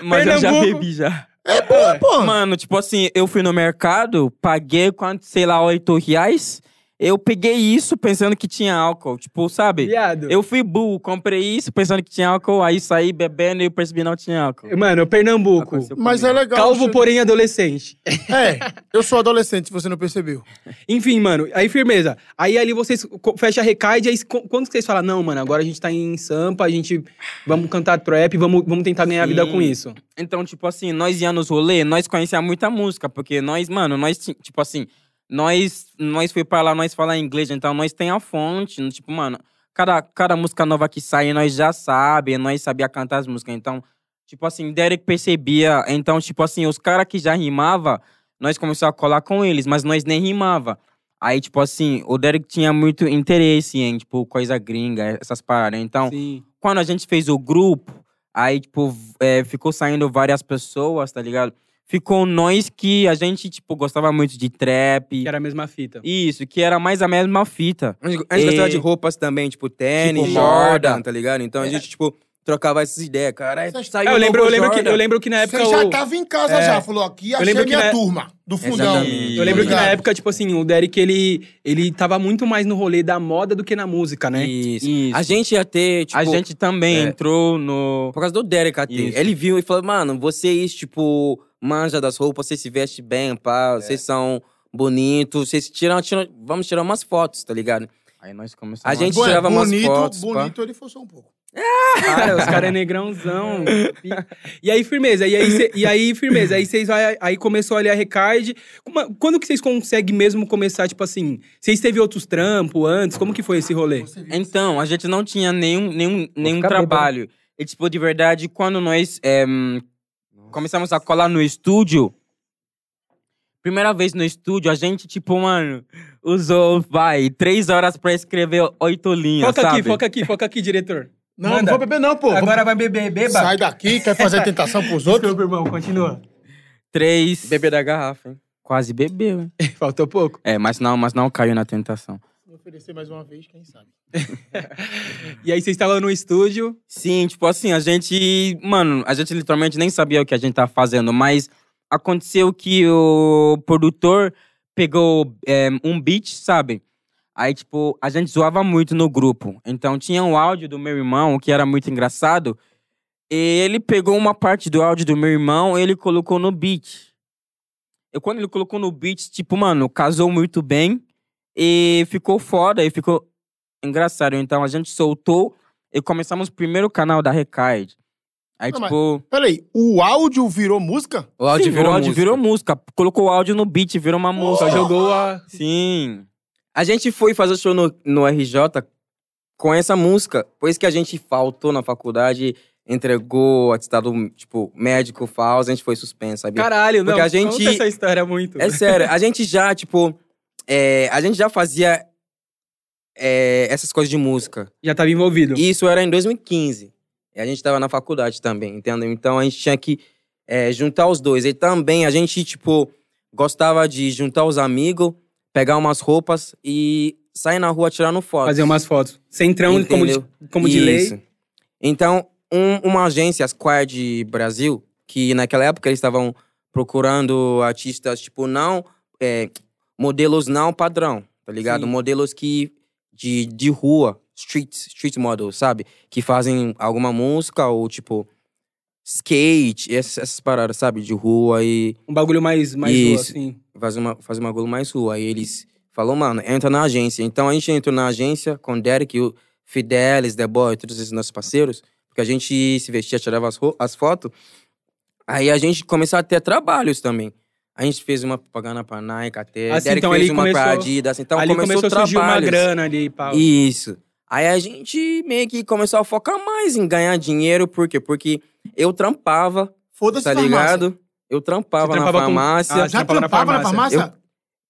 Mas eu já
Pernambuco.
bebi já.
É boa, pô.
Mano, tipo assim, eu fui no mercado, paguei quanto, sei lá, 8 reais. Eu peguei isso pensando que tinha álcool, tipo, sabe?
Viado.
Eu fui burro, comprei isso pensando que tinha álcool, aí saí bebendo e eu percebi que não tinha álcool.
Mano, Pernambuco.
Aconteceu
Mas é
comigo.
legal. o
Calvo,
cheiro.
porém adolescente.
É, eu sou adolescente, se você não percebeu.
Enfim, mano, aí firmeza. Aí ali vocês co- fecha a recaide, aí co- quando que vocês falam, não, mano, agora a gente tá em Sampa, a gente vamos cantar trap, vamos, vamos tentar ganhar a vida
Sim.
com isso.
Então, tipo assim, nós ia nos rolê, nós conhecia muita música, porque nós, mano, nós, ti- tipo assim, nós, nós fui pra lá, nós falar inglês, então nós tem a fonte, no- tipo, mano, cada, cada música nova que sai, nós já sabe, nós sabia cantar as músicas, então
Tipo assim, Derek percebia. Então, tipo assim, os caras que já rimava, nós começamos a colar com eles, mas nós nem rimava. Aí, tipo assim, o Derek tinha muito interesse em, tipo, coisa gringa, essas paradas. Então,
Sim.
quando a gente fez o grupo, aí, tipo, v- é, ficou saindo várias pessoas, tá ligado? Ficou nós que a gente, tipo, gostava muito de trap.
Que era a mesma fita.
Isso, que era mais a mesma fita.
A gente a gente gostava
E-
de roupas também, tipo tênis,
Tipo,
Jordan,
moda. É.
tá ligado? Então a gente, tipo, trocava essas ideias. Caralho,
Essas-
saiu
É, eu,
o
lembro, eu,
novo
lembro que,
Jordan.
eu lembro que na época.
Você já tá
o-
tava em casa já, falou aqui, achei
lembro que
minha
na- é-
turma do fundão.
Exatamente.
Eu lembro que na
Obrigado.
época, tipo assim, o Derek, ele, ele tava muito mais no rolê da moda do que na música, né?
Isso.
Isso.
A gente ia ter, tipo.
a gente também
é.
entrou no.
Por causa do Derek até.
Isso.
Ele viu e falou, mano, vocês, tipo, manja das roupas, vocês se vestem bem,
É.
pá, vocês são bonitos, vocês tiram, tiram. Vamos tirar umas fotos, tá ligado?
Aí nós
A
começamos.
gente
Bom, é,
tirava umas
bonito,
fotos. pá.
bonito ele forçou um pouco.
Cara, os caras é negrãozão. E aí, firmeza. E aí, cê- e aí firmeza. Aí vocês vai. Aí começou ali a Recard. Como- Quando que vocês conseguem mesmo começar, tipo assim? Vocês teve outros trampos antes? Como que foi esse rolê?
Então, a gente não tinha nenhum, nenhum, nenhum
ficar bêbado.
trabalho. E, tipo, de verdade, quando nós em, começamos a colar no estúdio, primeira vez no estúdio, a gente, tipo, mano, usou, vai, três horas pra escrever oito linhas,
Foca
sabe?
aqui, foca aqui, foca aqui, diretor.
Não,
Manda.
não vou beber, não, pô.
Agora vai beber, beba.
Sai daqui, quer fazer tentação pros outros?
Desculpa, irmão, continua.
Três...
Bebê da garrafa, hein?
Quase bebeu, hein?
Faltou pouco.
É, mas não, mas não caiu na tentação.
Vou oferecer mais uma vez, quem sabe.
E aí vocês estavam no estúdio.
Sim, tipo assim, a gente. Mano, a gente literalmente nem sabia o que a gente tava fazendo, mas aconteceu que o produtor pegou eh, um beat, sabe? Aí, tipo, a gente zoava muito no grupo. Então, tinha um áudio do meu irmão, que era muito engraçado. E ele pegou uma parte do áudio do meu irmão e ele colocou no beat. E quando ele colocou no beat, tipo, mano, casou muito bem. E ficou foda, e ficou engraçado. Então, a gente soltou e começamos o primeiro canal da Recaid. Aí,
Não, mas-
tipo,
Peraí, o áudio virou música?
O áudio
sim,
virou
o áudio
música.
virou música. Colocou o áudio no beat, virou uma música.
Só jogou a.
Sim.
A gente foi fazer show no, no RJ com essa música, pois que a gente faltou na faculdade, entregou atestado, tipo, médico falso, a gente foi suspenso, sabia?
Caralho, não.
Porque a gente-
Conta essa história muito.
É sério, a gente já, tipo, é, a gente já fazia é, essas coisas de música.
Já tava envolvido.
E isso era em 2015. E a gente tava na faculdade também, entendeu? Então a gente tinha que é, juntar os dois. E também a gente, tipo, gostava de juntar os amigos, pegar umas roupas e sair na rua tirando foto.
Fazer umas fotos. Centrão, como de,
Entendeu?
como de lei.
Isso. Então, um- uma agência, a Squad Brasil, que naquela época eles estavam procurando artistas, tipo, não. é, modelos não padrão, tá ligado?
Sim.
Modelos que. De, de rua, street, street model, sabe? Que fazem alguma música ou, tipo. Skate, essas, essas paradas, sabe? De rua e
Um bagulho mais, mais rua,
Isso.
assim.
faz uma, faz uma gol mais rua. Aí eles falaram, mano, entra na agência. Então a gente entrou na agência com o Derek, o Fidelis, The Boy, todos esses nossos parceiros, porque a gente se vestia, tirava as, ro- as fotos. Aí a gente começou a ter trabalhos também. A gente fez uma propaganda pra Nike até.
Assim,
Derek
então
fez
ali
uma pra
começou-
Adidas. Então
ali começou,
começou,
a surgir uma
trabalhos.
grana ali, pau.
Isso. Aí a gente meio que começou a focar mais em ganhar dinheiro, por quê? Porque eu trampava,
Foda-se,
tá
farmácia.
ligado? Eu trampava,
Você
na
trampava com-
farmácia.
Ah,
Já
Trampava na
trampava na
farmácia.
farmácia?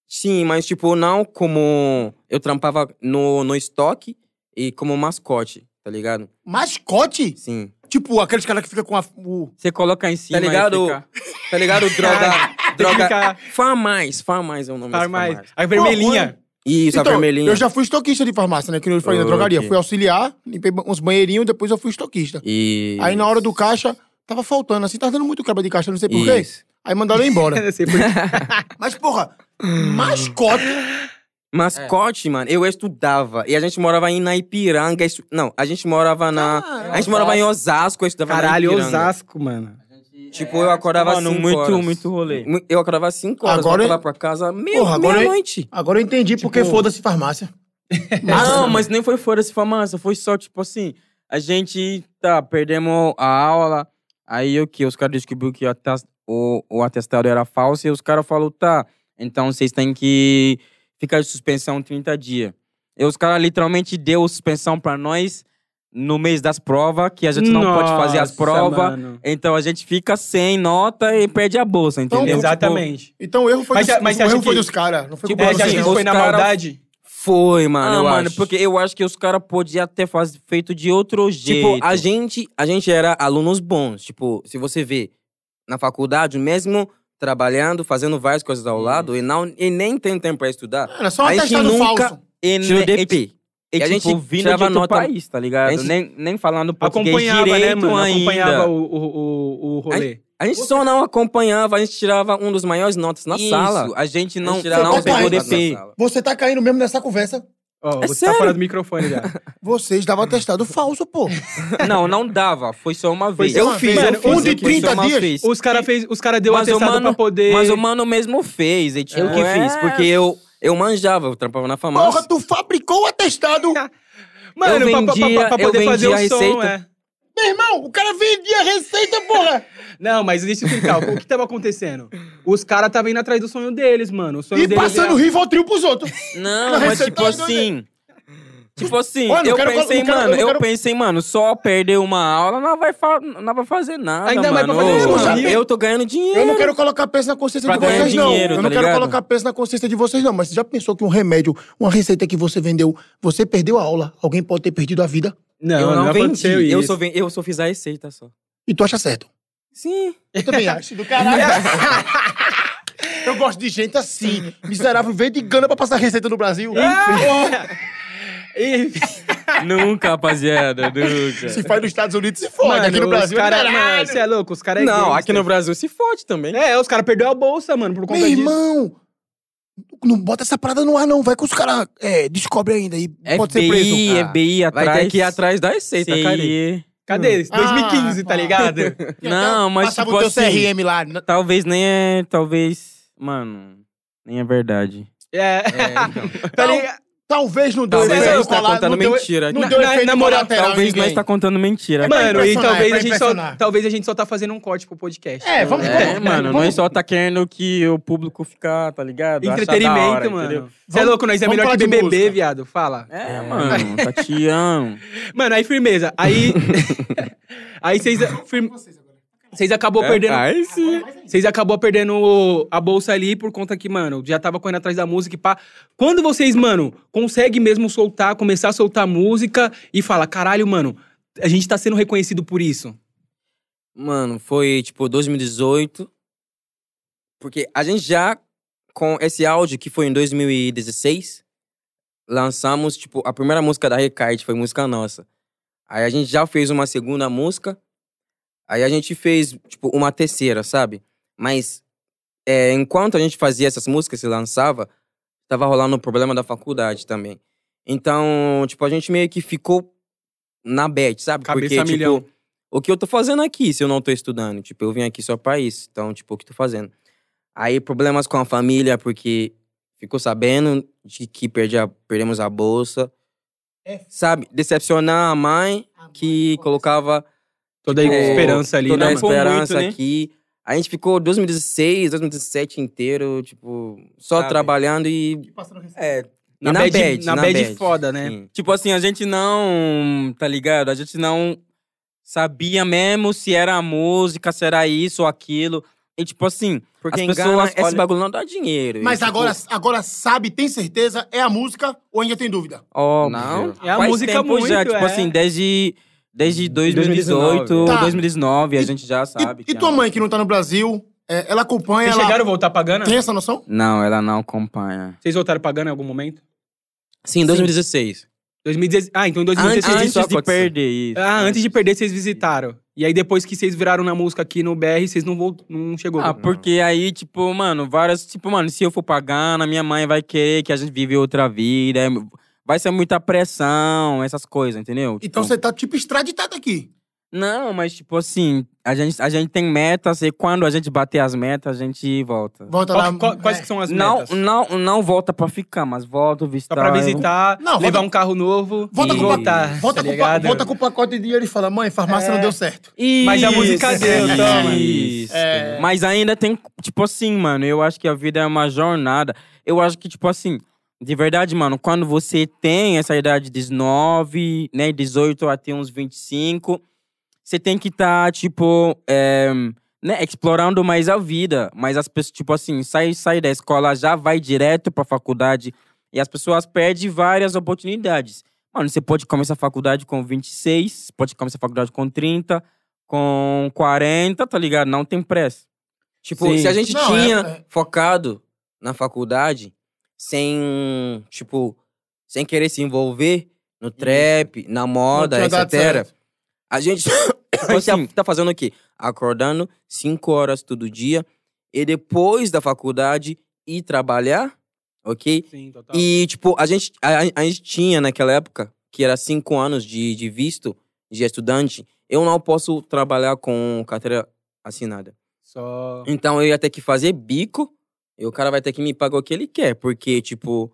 Sim, mas tipo, não como. Eu trampava no, no estoque e como mascote, tá ligado?
Mascote?
Sim.
Tipo, aqueles caras que ficam com a... O...
Você coloca em cima. aí
ligado?
fica-
Tá ligado? Droga.
Tem que
droga.
ficar-
Famais, Famais é o nome
Tá
desse
mais.
Famais.
A vermelhinha.
Isso, a
Então,
vermelhinha.
eu já fui estoquista de farmácia, né? Que eu falei na
Ok.
drogaria. Fui auxiliar, limpei ba- uns banheirinhos, depois eu fui estoquista.
E...
Aí na hora do caixa, tava faltando assim, tava dando muito quebra de caixa, não sei porquê.
Isso.
Aí mandaram eu embora.
Eu sei por quê.
Mas, porra, mascote.
Mascote, mano, eu estudava. E a gente morava em Naipiranga. estu- Não, a gente morava na.
Caralho.
a gente morava em Osasco, eu estudava
Caralho,
na Ipiranga.
Osasco, mano.
Tipo, eu acordava
Mano,
cinco
muito,
horas.
muito rolê.
Mu- Eu acordava cinco horas,
Agora- é-
voltava pra casa meio-
Porra, agora- é
meia-noite.
Agora eu entendi porque foda-se farmácia.
Tipo-
É, tipo,
Não, Ah, mas nem foi fora esse famoso. Foi só, tipo assim, a gente, tá, perdemos a aula. Aí o que? Os caras descobriram que o atas- o- o atestado era falso. E os caras falaram, tá, então vocês têm que ficar de suspensão 30 dias. E os caras literalmente deu suspensão pra nós
no mês das provas, que a gente não pode fazer as
Nossa,
provas.
mano.
Então a gente fica sem nota e perde a bolsa,
Então,
entendeu? Tipo,
Exatamente.
Então o erro foi
Mas
dos,
você- mas
o
você acha
erro foi
que-
dos caras. Não foi culpa
Tipo,
é,
do
já
assim,
que
Senhor.
foi
os
na
cara-
maldade?
foi, mano.
Ah,
eu
mano,
acho.
porque eu acho que os caras podiam ter faz, feito de outro jeito. Tipo, a gente, a gente era alunos bons. Tipo, se você vê na faculdade, mesmo trabalhando, fazendo várias coisas ao lado, e, não, e nem tem tempo pra estudar,
Era só um
A gente
atestado
nunca-
falso.
E,
tira o
ne- e,
DP.
e,
E a
tipo,
gente
vindo de
tirava
outro
nota-
país, tá ligado?
A gente-
Nem, nem falando português
Acompanhava, né,
direito
mano?
ainda. É
Acompanhava o, o, o, o rolê.
A gente só não acompanhava, a gente tirava um dos maiores notas na
Isso,
sala.
a gente
A
não,
gente tirava
não
um dos
pegou
maiores notas na
DP.
sala.
Você tá caindo mesmo nessa conversa.
Ó,
É
você
sério?
tá fora do microfone já.
Vocês davam atestado falso, pô.
Não, não dava. Foi só uma vez.
só uma vez.
Mano,
Foi
um
só
de
uma
30 dias.
vez.
Os caras fez, os cara deu
Mas o
atestado
mano-
pra poder...
Mas o mano mesmo fez. E, tipo,
Eu que
é-
fiz, porque eu, eu manjava, eu trampava na famosa.
Porra, tu fabricou o atestado.
Mano,
eu
pra- pra, pra-
vendia-
pra
eu
poder fazer o
vendia a
som,
receita.
é.
Meu irmão, o cara vendia receita, porra.
Não, mas deixa eu explicar. o que tava acontecendo? Os caras estavam indo atrás do sonho deles, mano. O sonho
E
deles
passando
era-
Rivotril pros outros.
Não, mas
Você
tipo
tá
assim. Tipo assim,
Olha, não
eu
quero-
pensei,
não quero-
mano,
não
eu
quero-
pensei, mano, só perder uma aula não vai, fa- não vai fazer nada,
Ainda vai
mano.
pra fazer
Ô,
nada,
mano,
já-
eu tô ganhando dinheiro.
Eu não quero colocar peso na consciência
Hum. Pra
de vocês,
ganhar dinheiro,
não. Eu
tá
não quero
ligado?
colocar peso na consciência de vocês, não. Mas você já pensou que um remédio, uma receita que você vendeu, você perdeu a aula? Alguém pode ter perdido a vida?
Não,
Eu não, vendi.
aconteceu
Eu
isso.
só, ven- eu só fiz a receita só.
E tu acha certo?
Sim.
Eu também acho. Do caralho. Eu gosto de gente assim. Miserável, veio de Gana pra passar receita no Brasil.
É.
E-
Nunca, rapaziada,
Se
nunca.
faz nos Estados Unidos, se fode.
mano,
aqui no Brasil,
os cara,
é
mano, você é louco, os caras...
Não, aqui no Brasil se fode também. né?
É, os caras perderam a bolsa, mano, por conta
Meu
disso.
irmão, não bota essa parada no ar, não. Vai que os caras é, descobrem ainda e
É
pode ser preso.
FBI,
Ah,
FBI
Vai
atrás.
ter que ir atrás da receita,
CIE.
cara.
Cadê eles?
Ah,
2015, tá
pá.
ligado?
Não, mas
Passava
tipo
o teu
assim,
CRM lá. tá na-
Talvez nem é, talvez, mano, nem é verdade.
É. Tá ligado?
Talvez não deu
Talvez
efeito
a gente tá
colar-
contando
não deu-
mentira.
Não
Na-
deu
na-
efeito
na moral,
colateral em
Talvez nós
ninguém.
tá contando mentira.
É,
cara.
Mano, e
impressionar,
talvez,
é pra
a gente só,
impressionar.
talvez a gente só tá fazendo um corte pro podcast.
É, vamos
É,
colocar.
mano,
vamos-
nós só tá querendo que o público fica, tá ligado? Achar da
Entretenimento,
hora, entendeu?
mano. Você é louco, nós é
vamos
melhor que
falar de
BBB,
música.
viado. Fala.
É, mano, Tatião.
Mano, aí firmeza. Aí. aí vocês. fir- Vocês acabou perdendo.
Aí sim.
Vocês acabou perdendo o- a bolsa ali por conta que, mano, já tava correndo atrás da música e pá. Quando vocês, mano, conseguem mesmo soltar, começar a soltar música e fala, caralho, mano, a gente tá sendo reconhecido por isso.
Mano, foi tipo 2018. Porque a gente já, com esse áudio que foi em 2016, lançamos, tipo, a primeira música da Recaite foi música nossa. Aí a gente já fez uma segunda música. Aí a gente fez, tipo, uma terceira, sabe? Mas é, enquanto a gente fazia essas músicas, se lançava, tava rolando o problema da faculdade também. Então, tipo, a gente meio que ficou na bet, sabe?
Cabeça
Porque,
a milhão.
tipo, o que eu tô fazendo aqui se eu não tô estudando? Tipo, eu vim aqui só pra isso. Então, tipo, o que eu tô fazendo? Aí, problemas com a família, porque ficou sabendo de que perdi a- perdemos a bolsa.
É.
Sabe? Decepcionar a mãe que colocava
Toda a
Tipo,
É,
esperança ali,
toda
né,
a
mano?
expor muito,
esperança
né?
aqui. A gente ficou 2016, 2017 inteiro, tipo, só
Sabe?
trabalhando e. É,
Na,
na
bad,
bad,
na
na
bad
bad.
foda, né?
sim.
Tipo assim, a gente não, tá ligado? A gente não sabia mesmo se era música, se era isso ou aquilo. E tipo assim,
Porque
as
em
pessoas
Gana, esse
olham...
bagulho não dá dinheiro. E,
Mas
tipo,
agora, agora sabe, tem certeza, é a música ou ainda tem dúvida?
Óbvio.
Não,
É a
faz
música
tempo
muito,
já, tipo
é.
assim, desde, desde 2018,
2019.
2019,
Hum. Tá.
a
E-
gente já sabe.
e
que
e tua
é
mãe que não tá no Brasil, é, ela acompanha,
Vocês
ela
chegaram a voltar pagando?
tem essa noção?
Não, ela não acompanha.
Vocês voltaram pagando em algum momento?
Sim, em 2016.
2016. Ah, então em
Antes-
2016.
Antes
disso
de
aconteceu.
perder isso.
Ah, antes de perder, vocês visitaram. E aí, depois que vocês viraram na música aqui no BR, vocês não, volt... não chegou.
Ah, porque aí, tipo, mano, várias. Tipo, mano, se eu for pagar, a minha mãe vai querer que a gente vive outra vida. é- Vai ser muita pressão, essas coisas, entendeu?
Então
Tipo,
você tá tipo extraditado aqui.
Não, mas, tipo assim, a gente, a gente tem metas e quando a gente bater as metas, a gente volta.
Volta
Qual
lá.
que- qual- quais
é.
que são as
Não,
metas?
não, não volta pra ficar, mas volta visitar.
Só pra visitar,
Não, volta-
levar um carro novo
Volta
e
com o pa-
voltar,
Volta,
tá
com, o pa-
ligado?
volta com o pacote de dinheiro e fala, mãe, farmácia não deu certo.
Mas a música deu,
isso, é
toma.
isso.
É.
Mas ainda tem, tipo assim, mano, eu acho que a vida é uma jornada. Eu acho que, tipo assim, De verdade, mano, quando você tem essa idade de 19, né, 18 até uns 25, você tem que estar, tipo, é, né, explorando mais a vida. Mas as pessoas, tipo assim, sai, sai da escola, já vai direto pra faculdade e as pessoas perdem várias oportunidades. Mano, você pode começar a faculdade com 26, pode começar a faculdade com 30, com 40, tá ligado? Não tem pressa.
Tipo,
Sim.
se a gente
Não,
tinha
é- é-
focado na faculdade, sem, tipo, sem querer se envolver no trap, na moda,
tinha dado
etc.
certo.
A gente, a gente
assim-
tá, tá fazendo o quê? Acordando cinco horas todo dia e depois da faculdade ir trabalhar, ok?
Sim, total.
E, tipo, a gente, a, a- a gente tinha naquela época, que era cinco anos de, de visto de estudante, eu não posso trabalhar com carteira assinada.
Só.
Então eu ia ter que fazer bico e o cara vai ter que me pagar o que ele quer, porque, tipo,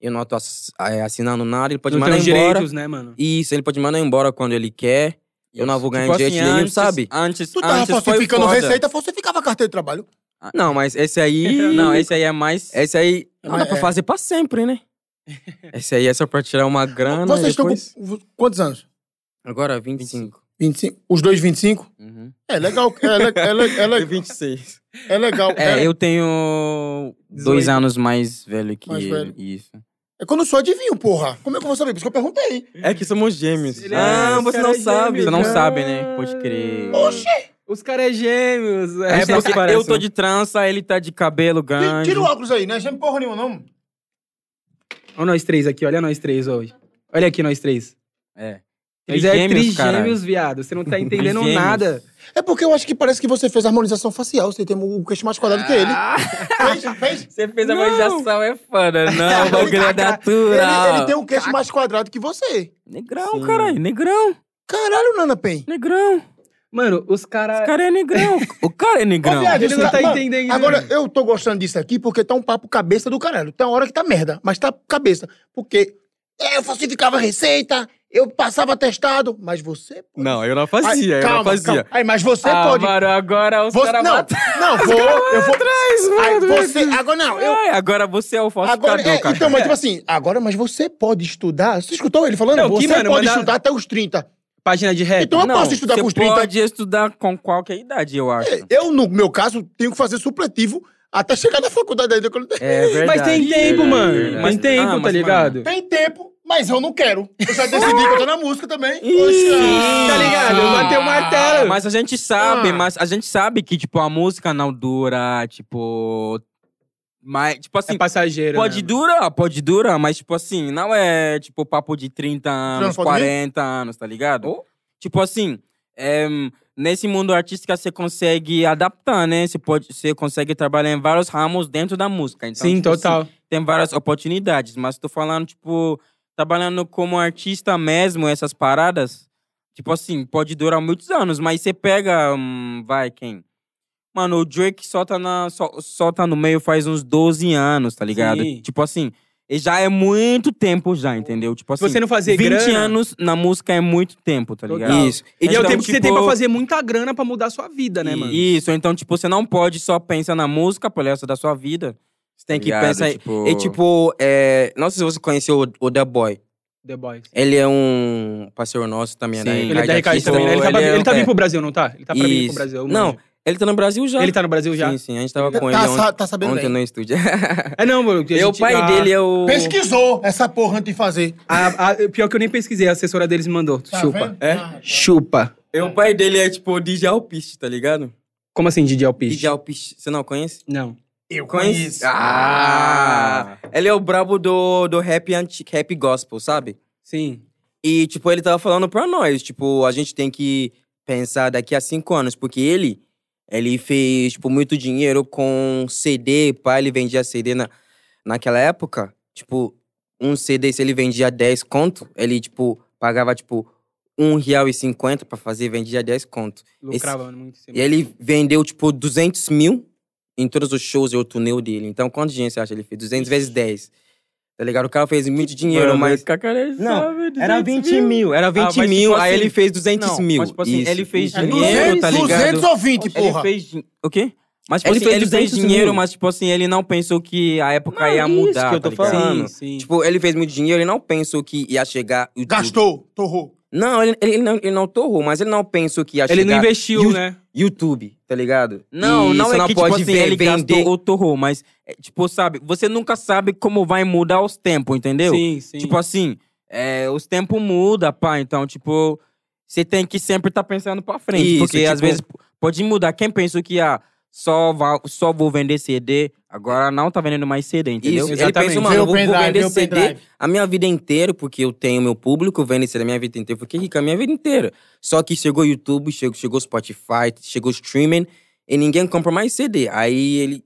eu não tô ass- eh, assinando nada, ele pode
não
mandar
tem os
embora.
direitos, né, mano?
Isso, ele pode mandar embora quando ele quer. Eu não vou ganhar direito nenhum,
Tipo assim, antes,
sabe?
Antes,
Tu tava
antes foi
falsificando
foda.
receita, falsificava carteira de trabalho.
Ah, Não, mas esse aí.
Não, esse aí é mais...
Esse aí não dá
Mas
pra
é.
fazer pra sempre, né? Esse aí é só pra tirar uma
Ah,
grana.
Vocês
e depois...
estão com v- quantos anos?
Agora, 25.
25. Os dois 25?
Uhum.
É legal. É, le- é, le- é, le-
26.
é legal.
É,
É,
eu tenho dois
18.
anos mais velho que
Mais
ele.
velho.
Isso.
é quando eu sou adivinho, porra. Como é que eu vou saber? Por isso que eu perguntei.
É que somos gêmeos.
Ele é-
ah,
esse
você
cara
não
é
sabe.
gêmeo,
Você não
cara.
sabe, né? Pode crer.
Oxi!
Os caras é gêmeos.
É
É,
porque
porque
eu tô de trança, ele tá de cabelo
Ti-
grande.
Tira o óculos aí, não é gêmeo porra nenhuma, não.
Olha nós três aqui, olha nós três hoje. Olha aqui nós três.
É.
Eles é
Trigêmeos, caralho.
trigêmeos, viado. Você não tá entendendo
Trigêmeos.
nada.
É porque eu acho que parece que você fez harmonização facial. Você tem o queixo mais quadrado que ele.
Ah.
Fez, fez.
Você fez a
Não.
harmonização, é foda. Não, o
Ele-
bagulho é
Ele,
natural.
ele tem o queixo mais quadrado que você.
Negrão,
Sim.
caralho. Negrão,
Caralho, Nana Pen.
negrão.
Mano, os
Esse
caras.
cara é negrão. O cara é negrão.
viado.
Ele não tá
Mano,
né?
entendendo.
Agora, eu tô gostando disso aqui porque tá um papo cabeça do caralho. Tem hora que tá merda, mas tá cabeça. Porque é, eu falsificava receita, eu passava testado, mas você... pode.
Não, eu não
Ai,
fazia, eu não fazia.
Aí, mas você
ah,
pode...
mano, agora os
Você,
caras
não,
matam.
não, vou, eu vou... Ai,
mano,
você, agora não, eu...
Ai, agora você é o
Agora,
falsificador,
é,
cara.
então, mas tipo assim, agora, mas você pode estudar. Você escutou ele falando?
Não,
você
que, mano,
pode
mandar- É,
estudar até os 30.
Página de rap.
Então eu posso estudar
você
com os 30.
pode estudar com qualquer idade, eu acho.
Eu, no meu caso, tenho que fazer supletivo até chegar na faculdade ainda que eu não tenho.
É verdade.
Mas tem tempo,
verdade,
mano.
verdade.
Mas tem
Ah,
tempo, tá
mas,
ligado?
Tem tempo, mas eu não quero. Eu já decidi que eu tô na música também. Oxa.
Tá ligado? Eu bati o martelo.
Mas a gente sabe,
É. Ah.
mas a gente sabe que, tipo, a música não dura, tipo. Mas, tipo assim,
É passageiro.
pode
né?
durar, pode durar, mas, tipo assim, não é, tipo, papo de 30 anos,
Transformei?
40 anos, tá ligado?
Oh.
Tipo assim, é, nesse mundo artístico você consegue adaptar, né? Você, pode, você consegue trabalhar em vários ramos dentro da música. Então,
Sim,
tipo assim,
total.
tem várias oportunidades, mas tô falando, tipo, trabalhando como artista mesmo, essas paradas, tipo assim, pode durar muitos anos, mas você pega, hum, vai, quem? Mano, o Drake só tá, na, só, só tá no meio faz uns 12 anos, tá ligado?
Sim.
Tipo assim, e já é muito tempo já, entendeu? Tipo
Se
assim,
você não fazer
20
grana-
anos na música é muito tempo, tá ligado?
Total.
Isso.
E é o
Então,
tempo que você
tipo,
tem pra fazer muita grana pra mudar a sua vida, né,
I-
mano?
Isso, então, tipo, você não pode só pensar na música pelo
é
resto da sua vida.
Você tem
tá
que
ligado?
pensar. em-
tipo...
E tipo, é, não sei se você conheceu o, o The Boy.
The Boys.
Ele é um parceiro nosso também, né?
Sim.
Ele é da Recai
Aqui,
também, né? Ele tá, pra-
é-
ele tá
é.
vindo pro Brasil, não tá? Ele tá pra vir pro
Isso.
Brasil. eu
Não,
manjo.
ele tá no Brasil já.
Ele tá no Brasil já?
Sim, sim. A gente tava com
Tá,
ele
sa-
ontem,
tá sabendo
ontem
bem.
no estúdio.
É, não, mano. que a
e o
gente-
pai
a-
dele é o.
Pesquisou essa porra antes de fazer.
a- a- pior que eu nem pesquisei, a assessora deles me mandou.
Tá
Chupa.
vendo?
É?
Ah,
Chupa.
E o pai dele é tipo o DJ Alpiste, tá ligado?
Como assim, DJ Alpiste?
DJ Alpiste. Você não conhece?
Não.
eu
Ah! Ele é o brabo do, do rap, anti, rap gospel, sabe?
Sim.
E, tipo, ele tava falando pra nós, tipo, a gente tem que pensar daqui a cinco anos, porque ele, ele fez, tipo, muito dinheiro com CD, pai, ele vendia CD na, naquela época, tipo, um CD, se ele vendia 10 conto, ele, tipo, pagava, tipo, um real e cinquenta pra fazer, vendia 10 conto.
Lucrava muito. em cima.
E ele vendeu, tipo, 200 mil em todos os shows e o turnê dele. Então, quanto dinheiro você acha que ele fez? 200 vezes 10. Tá ligado? O cara fez muito dinheiro, mas... Não, Era 20 mil, era 20
é Ah, mas,
mil,
tipo
aí
assim-
ele fez 200
Não,
mil.
mas, tipo assim,
Isso.
ele fez
É
dinheiro, tá
200,
ligado?
200 ou 20,
Ele
porra.
fez. din- O quê? Mas, tipo,
É,
assim,
fez
ele fez
200 mil.
dinheiro, mas, tipo assim, ele não pensou que a época ia mudar.
que eu tô
tá ligado?
falando.
Sim, sim.
Tipo, ele fez muito dinheiro, ele não pensou que ia chegar... YouTube.
Gastou, torrou.
Não, ele, ele não, ele não torrou, mas ele não pensou que ia
ele
chegar...
não investiu,
You-
né?
YouTube, tá ligado?
Não,
E
não
você
é
não
que,
pode
tipo assim,
ver,
ele
vender...
gastou ou torrou, mas, é, tipo, sabe, você nunca sabe como vai mudar os tempos, entendeu?
Sim, sim.
Tipo assim, é, os tempos mudam, pá. Então, tipo, você tem que sempre estar pensando pra frente.
Isso,
porque às
tipo-
vezes p- pode mudar. Quem pensou que ah, só, va- só vou vender CD, agora não tá vendendo mais CD, entendeu?
Isso, ele
Exatamente.
pensou, mano,
Vê o
eu vou, vou
pendrive, vê
vender
o
CD
pendrive.
a minha vida inteira, porque eu tenho meu público, eu vendo CD a minha vida inteira, porque rica a minha vida inteira. Só que chegou YouTube, chegou, chegou Spotify, chegou streaming, e ninguém compra mais CD. Aí ele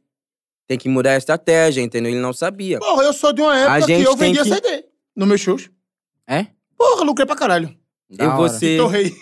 tem que mudar a estratégia, entendeu? Ele não sabia.
Porra, eu sou de uma época que
gente
eu
tem
vendia
que-
CD no meus shows.
É?
Porra, lucrei pra caralho.
Da
e
hora.
você.
Torrei.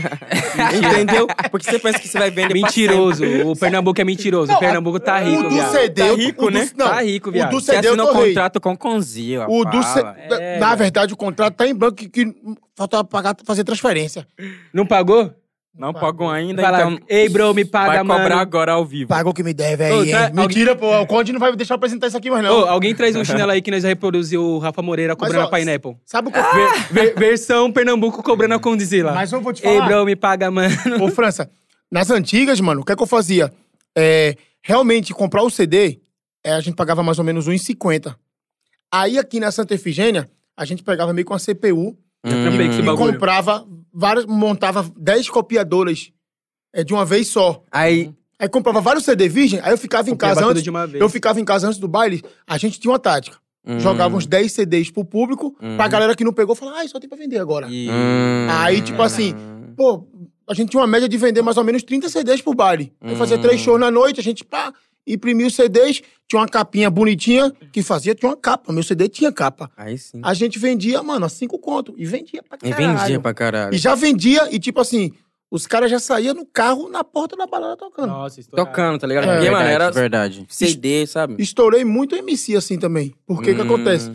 entendeu? Porque você pensa que você vai vender pra
é Mentiroso. O Pernambuco é mentiroso.
Não,
o Pernambuco tá
O
rico,
do
viado.
CD.
Tá
eu-
rico,
o do-
né?
Não,
Tá rico, viado.
O do
Você
Você
CD eu
assinou
torrei.
contrato com Conzio,
O do C...
fala.
É,
Na
mano.
verdade, o contrato tá em branco que, que faltava pagar, fazer transferência.
Não pagou?
Não pagou ainda,
Fala,
então...
ei, bro, me paga,
Vai cobrar
mano.
agora ao vivo.
Paga o que me deve
Ô,
aí,
tá-
hein? Mentira, pô. O Conde não vai deixar eu apresentar isso aqui mais, não.
Ô, alguém traz um chinelo aí que nós já reproduziu o Rafa Moreira cobrando
ó,
a Pineapple.
Sabe o que...
Ver- ver- versão Pernambuco cobrando a Condizila.
Mas eu vou te
Ei,
falar.
bro, me paga, mano.
Ô, França, nas antigas, mano, o que é que eu fazia? É, realmente, comprar o CD, é, a gente pagava mais ou menos 1,50. Aí, aqui na Santa Efigênia, a gente pegava meio com a CPU
Hum.
Também, Hum. que
e
bagulho.
comprava várias... Montava 10 copiadoras é, de uma vez só.
Aí,
Aí comprava vários CD virgem, aí eu ficava em
Copiava
casa
tudo
antes...
de uma vez.
Eu ficava em casa antes do baile, a gente tinha uma tática. Jogava
Hum.
uns 10 CDs pro público, pra galera que não ppegou, falar, ah, só tem pra vender agora.
Hum,
E-
Aí, tipo assim, pô, a gente tinha uma média de vender mais ou menos 30 CDs por baile. Eu fazia três shows na noite, a gente pá, imprimia os CDs, tinha uma capinha bonitinha, que fazia, tinha uma capa, meu CD tinha capa.
aí sim.
A gente vendia, mano, a cinco conto, e vendia pra
E
caralho.
vendia pra caralho.
E já vendia, e tipo assim, os caras já saíam no carro, na porta da balada tocando.
Nossa, estourado.
Tocando, tá ligado?
É.
Porque, mano, era
verdade.
CD, sabe?
Estourei muito MC assim também, porque o que
Hum.
acontece?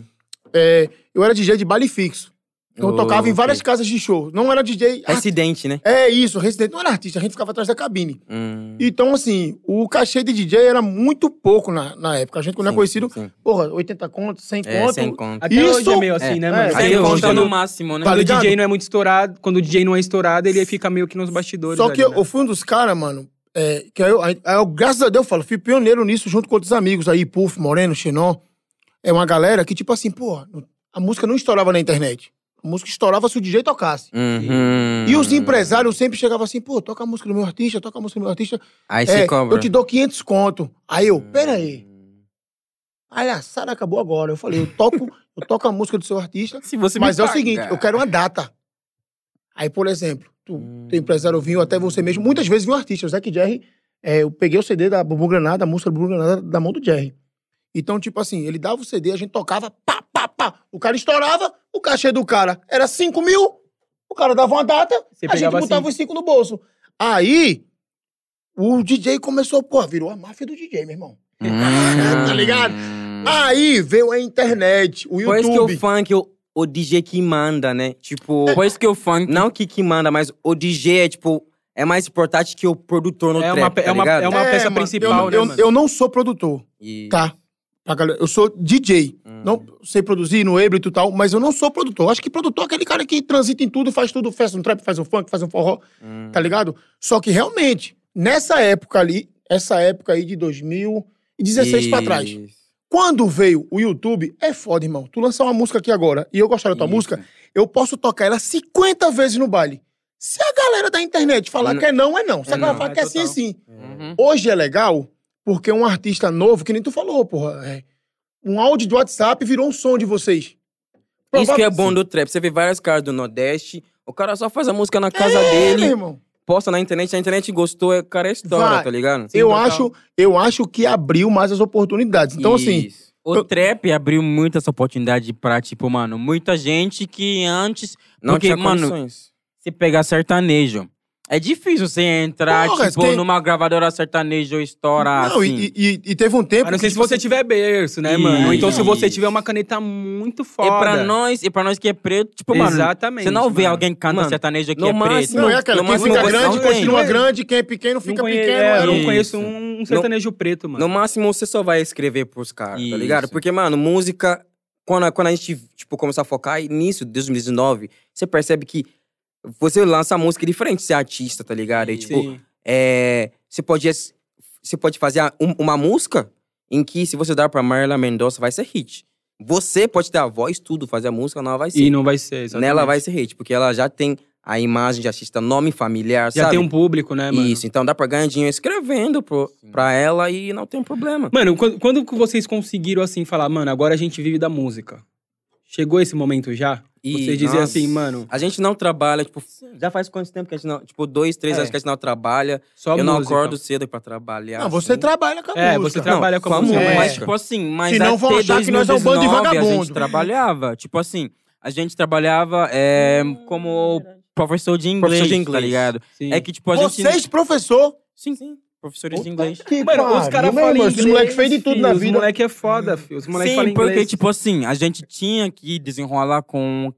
É, eu era DJ de baile fixo, então eu
Oh,
tocava em várias
ok.
casas de show, não era DJ... arti-
Acidente, né?
É isso, residente, não era artista, a gente ficava atrás da cabine.
Hum.
Então, assim, o cachê de DJ era muito pouco na, na época. A gente, quando é
Sim,
conhecido,
sim.
porra, 80 conto, 100
É,
conto.
sem conta.
Até
Isso-
hoje é meio assim,
É.
né, mano?
É.
Até
Sem
hoje,
conta
quando-
no máximo, né?
Tá
Quando o
ligado?
DJ não é muito estourado, quando o DJ não é estourado, ele fica meio que nos bastidores.
Só
ali,
que eu,
né?
eu fui um dos caras, mano, é, que aí eu, aí eu, graças a Deus, eu falo, fui pioneiro nisso junto com outros amigos aí, Puff, Moreno, Xenon. É uma galera que, tipo assim, porra, a música não estourava na internet. A música estourava se o DJ tocasse.
Uhum.
E os empresários sempre chegavam assim, pô, toca a música do meu artista, toca a música do meu artista.
Aí
É,
você cobra.
eu te dou 500 conto. Aí
Hum.
eu, peraí. A palhaçada acabou agora. Eu falei, eu toco, eu toco a música do seu artista,
Se você me
Mas é o
paga.
seguinte, eu quero uma data. Aí, por exemplo, tu, teu empresário vinha, ou até você mesmo, muitas vezes viu um artista, o Zac Jerry, é, eu peguei o CD da Bubu Granada, a música do Bubu Granada, da mão do Jerry. Então, tipo assim, ele dava o CD, a gente tocava, pá, pá, pá. O cara estourava, o cachê do cara era 5 mil, o cara dava uma data,
Você
a gente
pegava assim.
botava
cinco.
os 5 no bolso. Aí, o DJ começou, pô, virou a máfia do DJ, meu irmão.
Ah,
É
é Hum.
tá ligado? Aí veio a internet, o
é
Por isso que
YouTube.
o funk, o, o DJ que manda, né? Tipo,
Por isso que o funk
não que que manda, mas o DJ é, tipo, é mais importante que o produtor no
É uma
trap,
pe-
tá
é uma-
ligado?
é uma- peça
mano,
principal,
eu,
né,
eu-
mano?
eu não sou produtor.
E-
Tá. Pra galera, eu sou DJ. Não sei produzir no êbrito e tal, mas eu não sou produtor. Acho que produtor é aquele cara que transita em tudo, faz tudo, faz um trap, faz um funk, faz um forró, tá ligado? Só que realmente, nessa época ali, essa época aí de 2016 pra trás,
Isso.
quando veio o YouTube, é foda, irmão. Tu lançar uma música aqui agora e eu gostar da tua
Isso.
música, eu posso tocar ela 50 vezes no baile. Se a galera da internet falar
Não.
que é não, é não. Se a
É
galera
não,
falar
é
que é sim, é
total.
sim.
Uhum.
Hoje é legal porque um artista novo, que nem tu falou, porra, é, um áudio de WhatsApp virou um som de vocês.
Isso que é bom
Sim.
do trap. Você vê vários caras do Nordeste, o cara só faz a música na casa
É, meu
dele,
irmão.
posta na internet, se a internet gostou, é- o cara estoura,
Vai.
tá ligado?
eu, acho, eu acho que abriu mais as oportunidades. Então, assim,
Isso.
O
Eu-
trap abriu muita essa oportunidade pra, tipo, mano, muita gente que antes.
Não
porque,
tinha
mano,
condições.
se pegar sertanejo,
É difícil você entrar,
Porra,
tipo,
tem-
numa gravadora sertaneja ou
Ah,
estourar,
Não,
assim.
e, e- e teve um tempo.
A Ah, não ser se você tiver berço, né,
Isso.
mano? Ou então se você tiver uma caneta muito
E
foda.
pra nós, e pra nós que é preto, tipo, mano,
Exatamente,
você não vê
mano.
alguém que canta
Mano,
sertanejo que
no
é preto.
máximo-
Não, é aquela.
no
Quem
máximo
fica
você
grande
não tem.
continua grande, quem é pequeno
Não
fica
conhe-
pequeno.
é,
é.
eu
Isso.
não conheço um sertanejo preto, mano.
No máximo, você só vai escrever pros caras, tá ligado?
Isso.
Porque, mano, música, quando a, quando a gente, tipo, começou a focar nisso, desde 2019, você percebe que você lança música diferente, você é artista, tá ligado? E, tipo,
Sim.
é, você, pode, es- você pode fazer a- um- uma música em que, se você dar pra Marília Mendonça, vai ser hit. Você pode ter a voz, tudo, fazer a música, não vai ser.
E não vai ser, exatamente.
Nela vai ser hate, porque ela já tem a imagem de artista, nome familiar,
Já
sabe?
tem um público, né, mano?
Isso, então dá pra ganhar dinheiro escrevendo pro, pra ela e não tem problema.
Mano, quando, quando que vocês conseguiram, assim, falar, mano, agora a gente vive da música? Chegou esse momento já?
E,
Vocês diziam
nossa,
assim, mano,
A gente não trabalha, tipo, já faz quanto tempo que a gente não. Tipo, dois,
É.
três anos que a gente não trabalha.
só
eu
música.
não acordo cedo pra trabalhar.
Não, você tá-
assim.
trabalha com a
É, você
música.
trabalha com a música.
música.
Mas,
É.
tipo assim, mas
Senão vão
até
achar que nós é um bando de
2019 A gente
vagabundo.
trabalhava, tipo assim, a gente trabalhava é, como professor de inglês,
Professor de
tá
inglês.
ligado?
Sim.
É que, tipo, a gente...
Vocês, professor.
Sim, sim, professores de inglês.
Que
Mano, os
pariu,
caras
meu
falam
irmão,
inglês.
Esse moleque fez de tudo
filho,
na
Os
vida.
moleque é foda, filho. Os moleque falam
Sim, porque,
inglês.
tipo assim, a gente tinha que desenrolar com...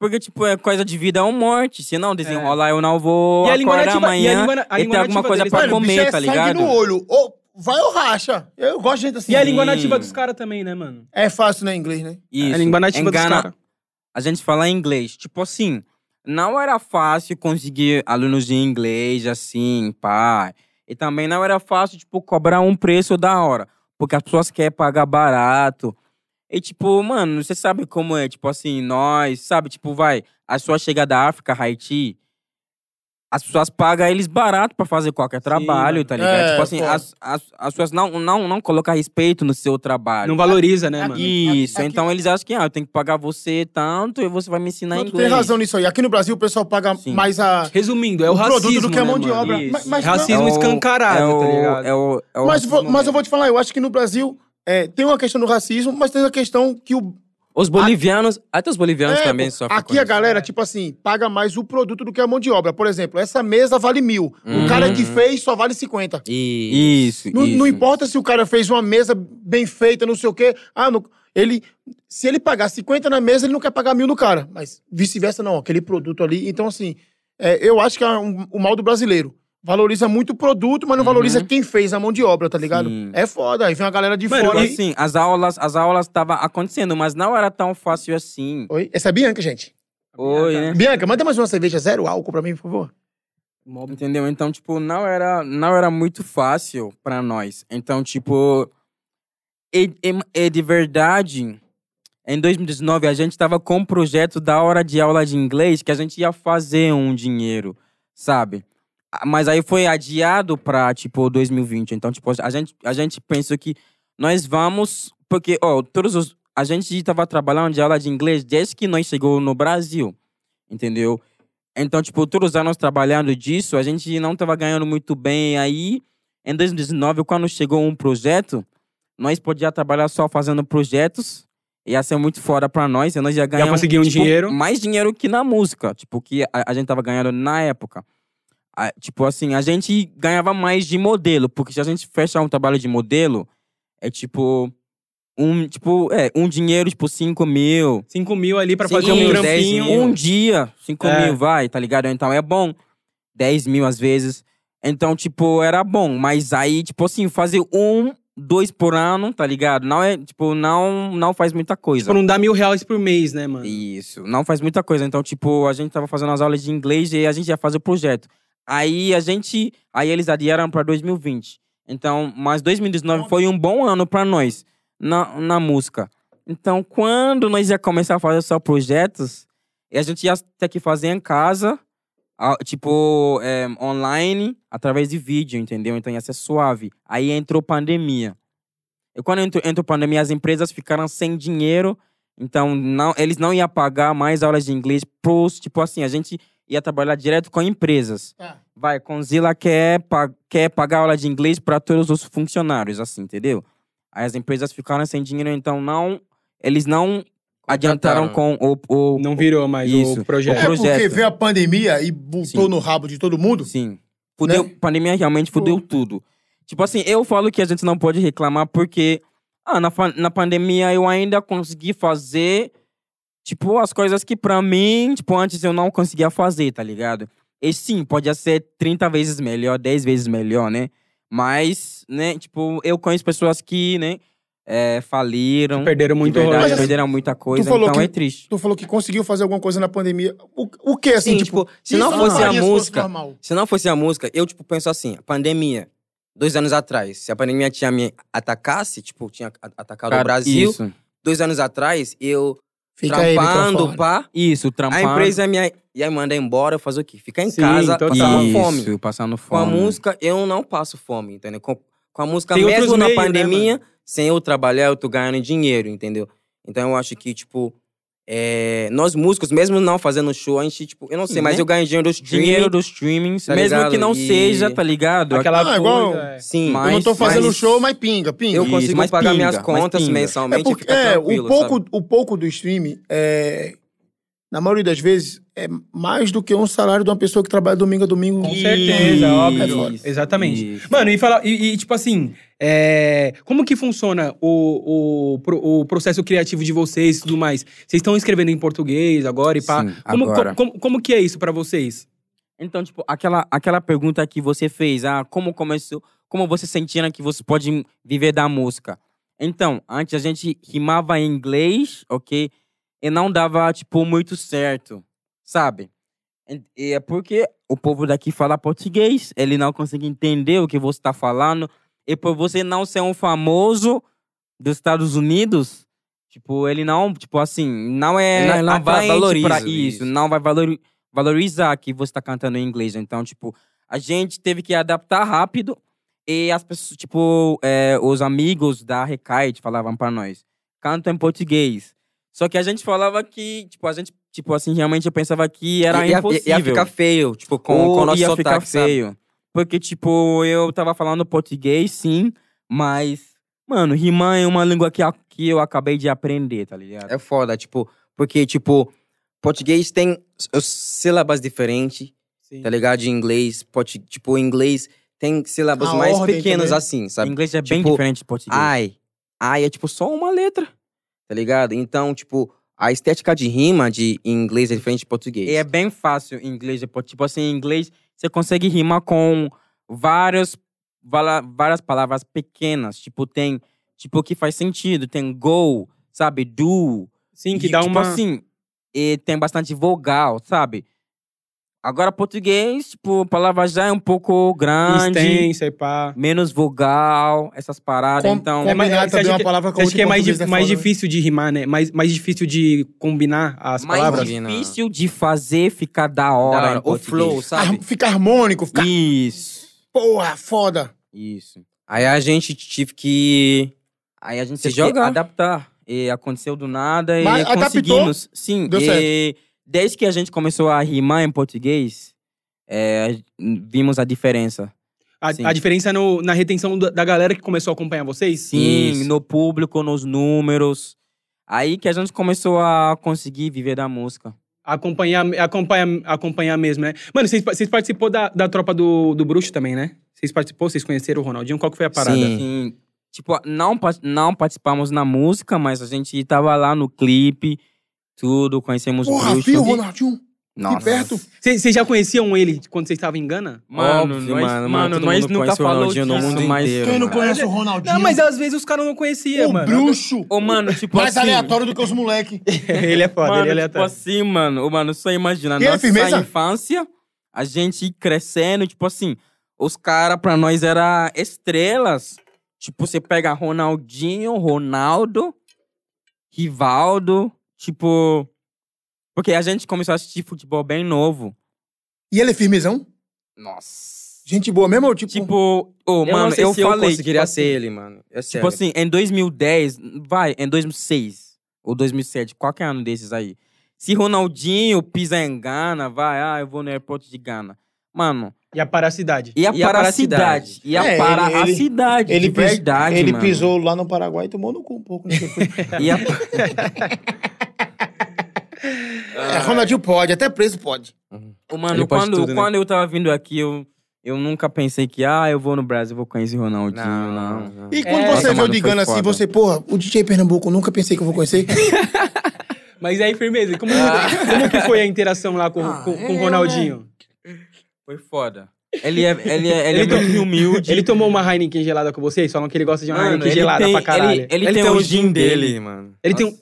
Porque, tipo, é coisa de vida ou morte. Se não desenrolar, eu não vou
É. E a língua
acordar
nativa- e a
amanhã
língua na- a
e
língua
ter alguma
nativa
coisa
deles,
pra
mano,
o bicho
comer,
é
tá
sangue
ligado?
no olho. Ou vai ou racha. Eu gosto de gente assim.
E a língua
Sim.
nativa dos caras também, né, mano?
É fácil, né, inglês, né?
Isso.
A língua nativa
Engana-
dos caras.
a gente fala inglês. Tipo assim, não era fácil conseguir alunos de inglês, assim, pá. E também não era fácil, tipo, cobrar um preço da hora. Porque as pessoas querem pagar barato. E, tipo, mano, você sabe como é. Tipo assim, nós, sabe? Tipo, vai, as pessoas chegam da África, Haiti. As pessoas pagam eles barato pra fazer qualquer trabalho,
mano.
tá ligado?
É,
tipo assim,
pô.
as, as, as pessoas não, não, não colocam respeito no seu trabalho.
Não valoriza, né, mano?
Isso,
Aqui-
então eles acham que ah, eu tenho que pagar você tanto e você vai me ensinar
Não, tu
inglês.
tem razão nisso aí. Aqui no Brasil o pessoal paga
Sim.
mais a.
Resumindo, é o,
O
racismo,
produto do que a
né,
mão de
mano?
obra.
Isso.
Mas- mas
racismo
É o-
escancarado,
é o,
tá ligado?
É o, é o
Mas, vou-
racismo
mas eu
mesmo.
vou te falar, eu acho que no Brasil é, tem uma questão do racismo, mas tem a questão que o.
Os bolivianos, até os bolivianos
É,
também
pô,
sofrem. com
aqui a
isso.
galera, tipo assim, paga mais o produto do que a mão de obra. Por exemplo, essa mesa vale mil. O cara que fez só vale 50.
E.
Isso,
Não,
isso.
não importa se o cara fez uma mesa bem feita, não sei o quê. Ah, não- ele, se ele pagar 50 na mesa, ele não quer pagar mil no cara. Mas vice-versa, não. Aquele produto ali. Então, assim, é, eu acho que é um- o mal do brasileiro. Valoriza muito o produto, mas não valoriza quem fez a mão de obra, tá ligado?
Sim.
É foda. Aí vem uma galera de
Mano,
fora.
Tipo
aí.
assim, as aulas as aulas estavam acontecendo, mas não era tão fácil assim.
Oi? Essa é a Bianca, gente.
Oi, né?
Bianca, manda mais uma cerveja zero álcool pra mim, por favor.
Entendeu? Então, tipo, não era, não era muito fácil pra nós. Então, tipo, e, e- e de verdade, em 2019 a gente tava com um projeto da hora de aula de inglês que a gente ia fazer um dinheiro, sabe? Ah, Mas aí foi adiado pra, tipo, 2020. Então, tipo, a gente, a gente pensou que nós vamos, porque, ó, todos os a gente tava trabalhando de aula de inglês desde que nós chegou no Brasil, entendeu? Então, tipo, todos os anos trabalhando disso, a gente não tava ganhando muito bem. Aí, em 2019, quando chegou um projeto, nós podíamos trabalhar só fazendo projetos. Ia ser muito fora pra nós. E nós ia ganhar
conseguir um
tipo,
dinheiro.
mais dinheiro que na música. Tipo, que a, a gente tava ganhando na época. Ah, tipo assim, a gente ganhava mais de modelo. Porque se a gente fechar um trabalho de modelo, é tipo... Um, tipo, é, um dinheiro, tipo, 5 mil,
5 mil ali pra
Sim,
fazer um
dez
trampinho.
mil.
um dia, 5
É.
mil vai, tá ligado? Então é bom. 10 mil às vezes. Então, tipo, era bom. Mas aí, tipo assim, fazer um, dois por ano, tá ligado? Não é, tipo, não, não faz muita coisa.
Tipo, não dá mil reais por mês, né, mano?
Isso, não faz muita coisa. Então, tipo, a gente tava fazendo as aulas de inglês e a gente ia fazer o projeto. Aí a gente. Aí eles adiaram pra 2020. Então, mas 2019 foi um bom ano pra nós na, na música. Então, quando nós ia começar a fazer só projetos, e a gente ia ter que fazer em casa, a- tipo, é, online, através de vídeo, entendeu? Então ia ser suave. Aí entrou pandemia. E quando entrou, entrou pandemia, as empresas ficaram sem dinheiro. Então, não, eles não iam pagar mais aulas de inglês pros, tipo assim, a gente ia trabalhar direto com empresas.
Tá.
Vai, Conzilla quer, pa- quer pagar aula de inglês para todos os funcionários, assim, entendeu? Aí as empresas ficaram sem dinheiro, então não, eles não
adiantaram com o, o-
Não virou mais
Isso.
o projeto.
É porque
projeto.
veio a pandemia e botou
Sim.
no rabo de todo mundo.
Sim. Fudeu,
Né?
pandemia realmente fudeu tudo. Tipo assim, eu falo que a gente não pode reclamar porque ah, na, fa- na pandemia eu ainda consegui fazer, tipo, as coisas que pra mim, tipo, antes eu não conseguia fazer, tá ligado? E sim, pode ser 30 vezes melhor, 10 vezes melhor, né? Mas, né, tipo, eu conheço pessoas que, né, é, faliram.
Perderam
de
muito
verdade,
rolê.
Mas, assim,
perderam muita coisa,
falou
então
que-
é triste.
Tu falou que conseguiu fazer alguma coisa na pandemia. O, o que, assim,
Sim,
tipo...
tipo, se
isso
não
eu
fosse a
faria se fosse
música,
normal.
Se não fosse a música, eu, tipo, penso assim, a pandemia, dois anos atrás, se a pandemia tinha me atacasse, tipo, tinha a- atacado o Brasil,
Isso,
dois anos atrás, eu
Fica aí,
trampando,
microfone.
pá,
isso trampar.
a empresa é me, ia me mandar embora, eu fazer o quê? Ficar em
Sim,
casa,
total.
passar uma
isso,
fome.
passando
Com a
fome.
música, eu não passo fome, entendeu? Com, com a música,
Tem outros
mesmo na
meios, né,
pandemia, sem eu trabalhar, eu tô ganhando dinheiro, entendeu? Então eu acho que, tipo, é, nós músicos, mesmo não fazendo show, a gente, tipo, eu não sei,
Sim,
mas
né?
eu ganho dinheiro dos
Dinheiro dos streamings,
Tá
mesmo
ligado?
que não
E-
seja, tá ligado?
Aquela
Ah,
coisa.
igual-
é.
Sim,
Mas-
Eu não tô fazendo
mas-
show, mas pinga, pinga.
Eu
Isso,
consigo
mas
pagar
pinga,
minhas
mas
contas
pinga.
mensalmente.
É porque
fica
é, o,
tranquilo,
pouco,
sabe?
o pouco do streaming, é, na maioria das vezes, é mais do que um salário de uma pessoa que trabalha domingo a domingo.
Com certeza, óbvio.
Isso,
Exatamente.
isso.
Mano, e, fala, e, e, tipo assim, é, como que funciona o, o, pro- o processo criativo de vocês e tudo mais? Vocês estão escrevendo em português agora e pá.
Sim,
como, co-
agora.
Como, como que é isso pra vocês?
Então, tipo, aquela, aquela pergunta que você fez, ah, como começou, como você sentiram que você pode viver da música? Então, antes a gente rimava em inglês, ok? E não dava, tipo, muito certo, sabe? E- E é porque o povo daqui fala português, ele não consegue entender o que você tá falando. E por você não ser um famoso dos Estados Unidos, tipo, ele não, tipo assim, não é
Ele não- não va-
atraente pra
valoriza isso.
isso, não vai valori- valorizar que você tá cantando em inglês. Então, tipo, a gente teve que adaptar rápido e as pessoas, tipo, é, os amigos da Recaite falavam pra nós, canta em português. Só que a gente falava que, tipo, a gente, tipo assim, realmente eu pensava que era
ia,
impossível.
Ia ficar feio, tipo, com,
Ou
com o nosso
ia
sotaque,
ficar
sabe?
feio. Porque, tipo, eu tava falando português, sim, mas, mano, rimar é uma língua que, a- que eu acabei de aprender, tá ligado?
É foda, tipo, porque, tipo, português tem s- s- sílabas diferentes,
Sim.
tá ligado? De inglês, poti- tipo, inglês tem sílabas
A
mais
ordem
pequenas
também.
assim,
O
sabe?
inglês é bem
tipo,
diferente de português.
Ai. Ai é, tipo, só uma letra, tá ligado? Então, tipo, a estética de rima de inglês é diferente de português.
E é bem fácil em inglês. tipo, Tipo assim, em inglês você consegue rimar com vários, vala- várias palavras pequenas. Tipo, tem. Tipo, que faz sentido. Tem go, sabe? Do.
Sim, que
E,
dá
tipo
uma.
assim, e tem bastante vogal, sabe? Agora, português, tipo, a palavra já é um pouco grande.
extensa e pá.
Menos vogal, essas paradas.
Com-
então.
É mais-
combinar
você
também
acha
uma
que-
palavra
Você
com
acha que é mais,
difícil.
di- mais difícil de rimar, né? Mais, mais difícil de combinar as
mais
palavras?
Imagina.
difícil de fazer ficar da
Da
hora.
hora,
em
o
português.
flow, sabe?
Ah,
Fica harmônico, fica
Isso.
porra, foda.
Isso.
Aí a gente tive que.
Aí a gente
Se
teve que
jogar.
adaptar. E aconteceu do nada e
Mas adaptou,
conseguimos. Sim.
deu
e
certo.
desde que a gente começou a rimar em português, é, vimos a diferença.
A,
Sim.
a diferença no- na retenção da, da galera que começou a acompanhar vocês?
Sim,
Isso.
no público, nos números. Aí que a gente começou a conseguir viver da música.
Acompanhar, acompanhar, acompanhar mesmo, né? Mano, vocês, pa- vocês participou da, da tropa do, do bruxo também, né? Vocês participou, vocês conheceram o Ronaldinho? Qual que foi a parada?
Sim.
Assim, tipo, não, pa- não participamos na música, mas a gente tava lá no clipe, tudo, conhecemos
Porra,
o Bruxo.
viu, Ronaldinho?
Nossa.
Que perto.
Vocês vocês já conheciam ele quando vocês estavam em Gana?
Mano,
Óbvio,
nós,
mano,
mano,
mano, todo
nós
mundo
nunca
conhece o
falou disso,
Ronaldinho no mundo
mas...
inteiro,
Quem não
mano.
conhece o Ronaldinho?
Não, mas às vezes os caras não conheciam,
o
mano.
bruxo.
Ô, mano, tipo
tá
Mais
assim...
aleatório do que os moleque.
ele é foda,
Mano,
ele é
tipo
aleatório.
assim, mano, ô, mano, só imagina,
E ele,
nossa
firmeza?
infância, a gente crescendo, tipo assim, os caras pra nós era estrelas. Tipo, você pega Ronaldinho, Ronaldo, Rivaldo, tipo... Porque a gente começou a assistir futebol bem novo.
E ele é firmezão?
Nossa.
Gente boa mesmo? ou Tipo,
Tipo, ô,
Eu
mano,
não sei
eu
se
falei...
eu conseguiria
tipo
ser
assim,
ele, mano. É
Tipo
sério.
assim, em 2010, vai, em 2006 ou 2007, qualquer ano desses aí. Se Ronaldinho pisa em Gana, vai, ah, eu vou no aeroporto de Gana. Mano,
Ia parar assim, a cidade.
ia,
Ia
para,
para
a
a
cidade.
cidade.
Ia
É,
para a
ele-
cidade,
ele
de
pis-
verdade,
ele
mano.
pisou lá no Paraguai e tomou no cu um pouco. Né?
Ia,
É, Ronaldinho pode, até preso pode.
Ô, Mano,
Ele pode
quando,
tudo, né?
quando eu tava vindo aqui, eu, eu nunca pensei que, ah, eu vou no Brasil, vou conhecer Ronaldinho, não.
E quando
Nossa,
você vê o
É. mano,
Digano
foi
assim,
foda.
você, porra, o DJ Pernambuco, eu nunca pensei que eu vou conhecer.
Mas aí, firmeza, como, como que foi a interação lá com, com, com o Ronaldinho?
Foi foda. Ele é, ele é, ele é
Ele
muito humilde.
Ele tomou uma Heineken gelada com vocês? Falam que ele gosta de uma
Mano,
Heineken gelada pra caralho.
Ele,
Ele, um
ele tem, o gin dele.
mano.
tem um...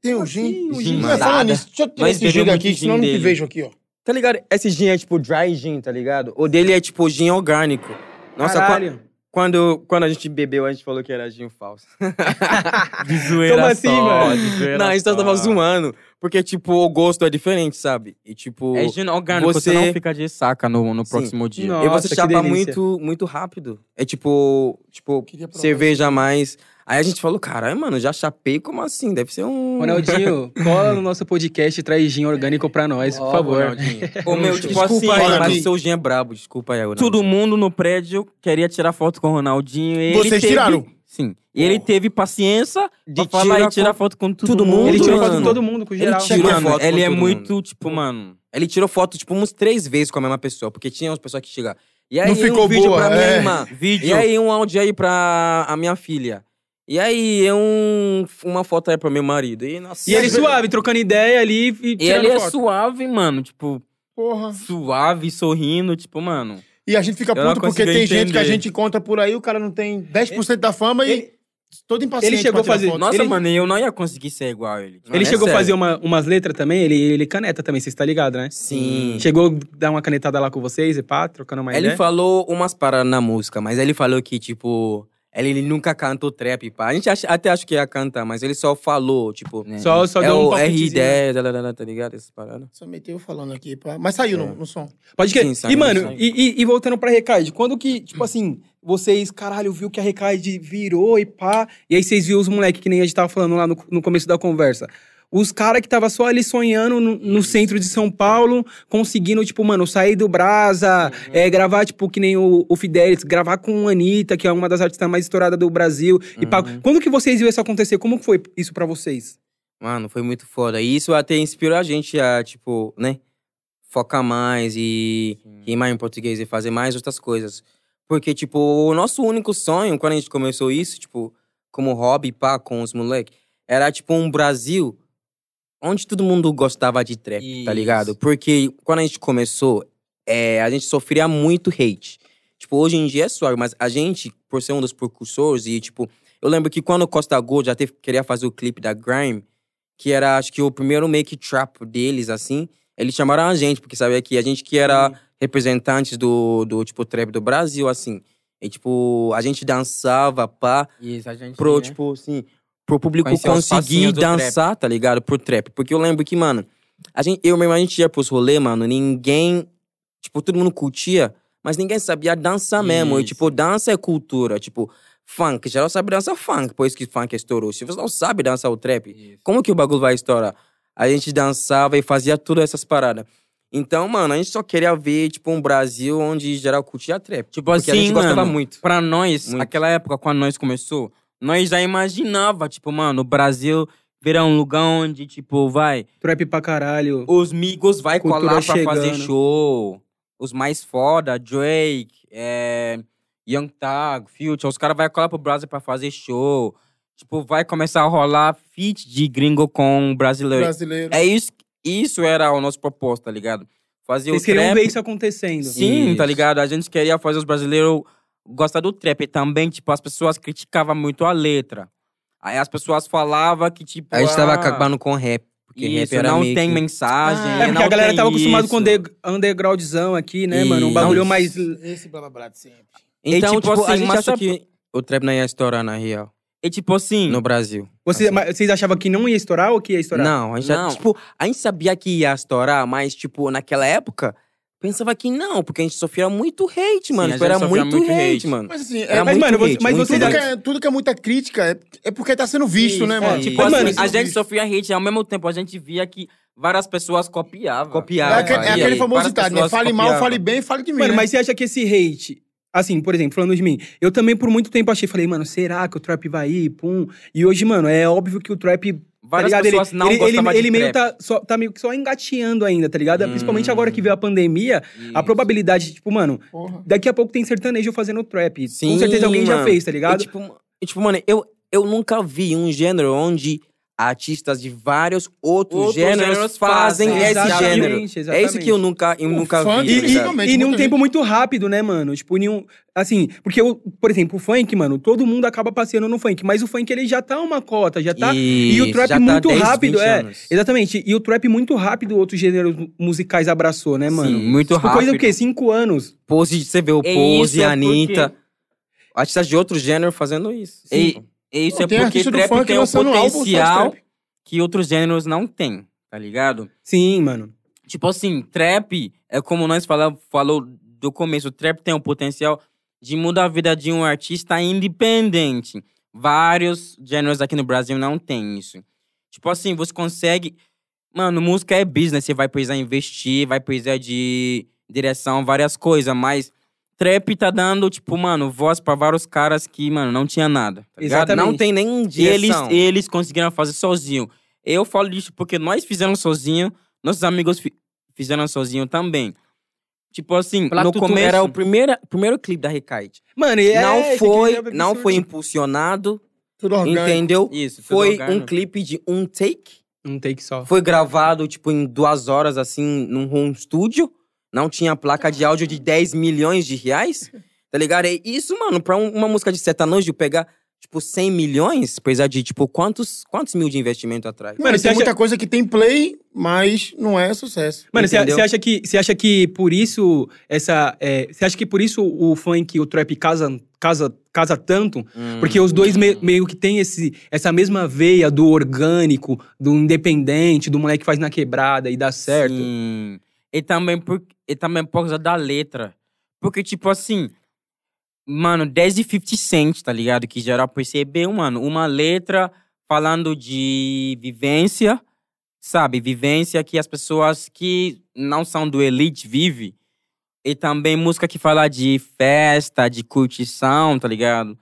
Tem um gin.
Nossa,
gin,
gin,
Mas
mano.
falando
nada.
nisso, deixa eu tirar
Nós
esse
bebemos
gin aqui,
muito
senão eu não
gin
te
dele.
vejo aqui, ó.
Tá ligado? Esse gin é tipo dry gin, tá ligado? O dele é tipo gin orgânico. Nossa, qua-
caralho.
quando, quando a gente bebeu, a gente falou que era gin falso.
De zoeira
Como assim,
só,
mano?
de zoeira
Não, a gente só
só.
tava zoando. Porque, tipo, o gosto é diferente, sabe? E, tipo...
É gin orgânico, você...
Você-
não fica de saca no, no
Sim.
próximo dia.
Não.
E
Nossa,
você
que
chapa
delícia.
muito, muito rápido. É tipo, tipo
Queria provar
cerveja a mais. Aí a gente falou, caralho, mano, já chapei, como assim? Deve ser um...
Ronaldinho, cola no nosso podcast e traz gin orgânico pra nós, por favor.
Ô, meu, tipo
Desculpa
assim,
aí,
mano,
Ronaldinho.
mas o seu gin é brabo, desculpa aí. Ronaldinho.
todo mundo no prédio queria tirar foto com o Ronaldinho. e ele
Vocês
teve-
tiraram?
Sim. E ele teve paciência de
De
falar e
tirar
tirar
com-
foto com todo,
todo mundo,
mundo.
Ele tirou
mano.
foto de todo mundo, com
Ele
geral.
tirou
mano,
foto com
ele é
todo
muito, tipo, mano...
Ele tirou foto, tipo, umas três vezes com a mesma pessoa. Porque tinha umas pessoas que chegavam. E aí,
Não ficou
um vídeo
boa,
pra minha
é.
irmã.
Vídeo.
E aí, um áudio aí pra a minha filha. E aí, um, uma foto aí pra meu marido. E, nossa,
E ele suave, trocando ideia ali e
E
tirando
ele é
foto.
suave, mano. Tipo,
Porra.
suave, sorrindo, tipo, mano.
E a gente fica
Eu não
puto porque
consigo
tem gente que a
entender.
gente encontra por aí, o cara não tem 10% da fama e todo impaciente
ele
pra
chegou
tirar
a fazer-
foto.
Nossa,
Ele-
mano, eu não ia conseguir ser igual a ele.
tipo,
Mano,
Ele
é
chegou a
sério.
fazer uma- umas letras também, ele, ele caneta também, vocês tá ligado, né?
Sim.
Chegou a dar uma canetada lá com vocês e pá, trocando
Tá
uma
Ele
ideia.
falou umas paradas na música, mas ele falou que, tipo, ele, ele nunca cantou trap, pá. A gente acha- até acha que ia cantar, mas ele só falou, tipo,
É.
Só, só
é
deu um
o
palpitezinho.
né?
R10, lá, lá, lá, tá ligado? Essas paradas.
Só meteu falando aqui, pá. Mas saiu
É.
no, no som.
Pode crer.
Sim, Hum.
e,
saiu,
mano,
saiu.
e, e- e voltando pra Recaide, quando que, tipo assim, vocês, caralho, viu que a Recaide virou e pá, e aí vocês viram os moleques, que nem a gente tava falando lá no, no começo da conversa. Os caras que tava só ali sonhando no, no centro de São Paulo, conseguindo, tipo, mano, sair do Brasa,
Uhum.
é, gravar, tipo, que nem o, o Fidelis, gravar com a Anitta, que é uma das artistas mais estouradas do Brasil. E pá,
Uhum.
quando que vocês viram isso acontecer? Como que foi isso pra vocês?
Mano, foi muito foda. E isso até inspirou a gente a, tipo, né? Focar mais e rimar em português e fazer mais outras coisas. Porque, tipo, o nosso único sonho, quando a gente começou isso, tipo, como hobby, pá, com os moleques, era, tipo, um Brasil onde todo mundo gostava de trap, tá
Isso.
ligado? Porque quando a gente começou, é, a gente sofria muito hate. Tipo, hoje em dia é suave, mas a gente, por ser um dos precursores e, tipo, eu lembro que quando o Costa Gold já teve, queria fazer o clipe da Grime, que era, acho que, o primeiro make trap deles, assim, eles chamaram a gente, porque sabia que a gente que era representantes do, do, tipo, trap do Brasil, assim. E, tipo, a gente dançava, pá,
Isso, a gente...
pro,
né?
tipo, assim, pro público
Conhecer os
conseguir
passinhos do
dançar, tá ligado? Pro trap. Porque eu lembro que, mano, a gente, eu mesmo, a gente ia pros rolê, mano, ninguém, tipo, todo mundo curtia, mas ninguém sabia dançar mesmo. E,
Isso.
tipo, dança é cultura, tipo, funk, geral sabe dançar funk, por isso que funk estourou. Se você não sabe dançar o trap,
Isso.
como que o bagulho vai estourar? A gente dançava e fazia todas essas paradas. Então, mano, a gente só queria ver, tipo, um Brasil onde geral curtia trap.
Tipo
Porque a
assim,
gente gostava
mano,
muito.
Pra nós,
Muito.
aquela época, quando nós começou, nós já imaginava, tipo, mano, o Brasil virar um lugar onde, tipo, vai...
Trap pra caralho.
Os Migos vai
Cultura
colar pra fazer
chegando.
show. Os mais foda, Drake, é, Young Thug, Future, os caras vai colar pro Brasil pra fazer show. Tipo, vai começar a rolar feat de gringo com brasileiro.
Brasileiro.
É isso, isso era o nosso propósito, tá ligado? Fazer
Vocês
o
queriam
trap.
ver isso acontecendo.
Sim,
Isso.
tá ligado? A gente queria fazer os brasileiros gostar do trap. E também, tipo, as pessoas criticavam muito a letra. Aí as pessoas falavam que, tipo.
A gente tava
ah,
acabando com rap. Porque rap
isso,
era
não
meio
tem
que-
mensagem.
Ah,
É, porque
não
a galera
tem
tava acostumada
isso.
com under- undergroundzão aqui, né, mano? Um
Isso.
bagulho mais.
Esse blá blá blá de sempre.
Então,
E, tipo,
tipo,
assim,
a gente
mas
achou
só-
que o trap não ia estourar na real.
E tipo assim.
No Brasil.
Vocês, mas vocês achavam que não ia estourar ou que ia estourar?
Não, a gente,
Não.
tipo, a gente sabia que ia estourar, mas, tipo, naquela época, pensava que não, porque a gente sofria muito hate, mano.
a
Tipo,
gente
era
sofria
muito,
muito
hate,
hate.
mano.
Mas assim, é,
Era
mas,
muito
mano, você-
hate,
mas
muito
vocês-
tudo, que
hate.
é, tudo que é muita crítica é, é porque tá sendo visto, né,
é,
mano?
tipo,
Tipo
Mas,
assim,
mano,
a
isso-
gente
isso.
sofria hate e ao mesmo tempo a gente via que várias pessoas copiavam.
É
Copiava.
aquele, é
E
aquele
aí,
famoso
várias
ditado, né?
pessoas
Fale mal,
copiavam.
fale bem, fale de mim.
Mano,
né?
mas você acha que esse hate. Assim, por exemplo, falando de mim, eu também por muito tempo achei, falei, mano, será que o trap vai ir? Pum. E hoje, mano, é óbvio que o trap Tá
várias
ligado? Ele,
pessoas não
ele, ele,
gostavam de
ele meio
trap.
tá, só, tá meio que só engatinhando ainda, tá ligado?
Hum.
Principalmente agora que veio a pandemia, a
Isso.
probabilidade, tipo, mano,
né? Porra.
daqui a pouco tem sertanejo fazendo trap. Com
Sim,
certeza alguém já
mano.
fez, tá
E,
ligado?
tipo, e, tipo, mano, eu, eu nunca vi um gênero onde artistas de vários outros,
Outros
gêneros,
gêneros
fazem
fazem,
esse
exatamente,
gênero. É isso
exatamente.
que eu nunca, eu
O
nunca
funk,
vi.
ele-
tá
E,
ligado?
Realmente,
e, e num
muita
tempo
gente-
muito rápido, né, mano? Tipo, nenhum. Assim, porque, o, por exemplo, o funk, mano, todo mundo acaba passeando no funk, mas o funk ele já tá uma cota, já tá. E, o
Isso,
trap
já tá
muito
10,
rápido,
20
é.
anos.
Exatamente. E o trap muito rápido, outros gêneros musicais abraçou,
É,
né, mano?
Sim, muito
tipo, coisa do
rápido.
quê? Cinco anos.
Pose, você vê o
É
Pose,
isso,
a Anitta. Artistas de outro gênero fazendo isso.
E, e isso
Não,
é
tem
porque
artista do
trap
funk
tem um
lançando álbum só de
potencial
trap.
que outros gêneros não têm, tá ligado?
Sim, mano.
Tipo assim, trap é como nós falamos, falou do começo, trap tem o potencial de mudar a vida de um artista independente. Vários gêneros aqui no Brasil não tem isso. Tipo assim, você consegue. Mano, música é business, você vai precisar investir, vai precisar de direção, várias coisas, mas trap tá dando, tipo, mano, voz pra vários caras que, mano, não tinha nada. Tá ligado?
Exatamente.
Não tem nem
E eles,
direção.
eles conseguiram fazer sozinho. Eu falo disso porque nós fizemos sozinho, nossos amigos fi- fizeram sozinho também. Tipo assim, no
no começo,
começo...
era o primeiro, primeiro clipe da Recaite.
Mano, e é, esse
não
clipe
foi,
é absurdo.
não foi impulsionado,
Tudo orgânico.
entendeu?
Isso, tudo
Foi um
orgânico.
clipe de um take.
Um take só.
Foi gravado, tipo, em duas horas, assim, num home studio. Não tinha placa de áudio de 10 milhões de reais. Tá ligado? E isso, mano, pra um- uma música de sertanejo pegar, tipo, 100 milhões, apesar de, tipo, quantos, quantos mil de investimento atrás?
Mano,
Mano,
tem
então
você acha-
muita coisa que tem play, mas não é sucesso.
Mano, você
Entendeu?
você acha que você acha que por isso essa é, você acha que por isso o funk e o trap casa casa casa tanto?
Hum.
Porque os dois me- meio que tem esse essa mesma veia do orgânico, do independente, do moleque que faz na quebrada e dá certo.
Sim. E também, por, e também por causa da letra. Porque, tipo assim, mano, 10 e 50 cent, tá ligado? Que geral percebeu, mano, uma letra falando de vivência, sabe? Vivência que as pessoas que não são do elite vivem. E também música que fala de festa, de curtição, tá ligado?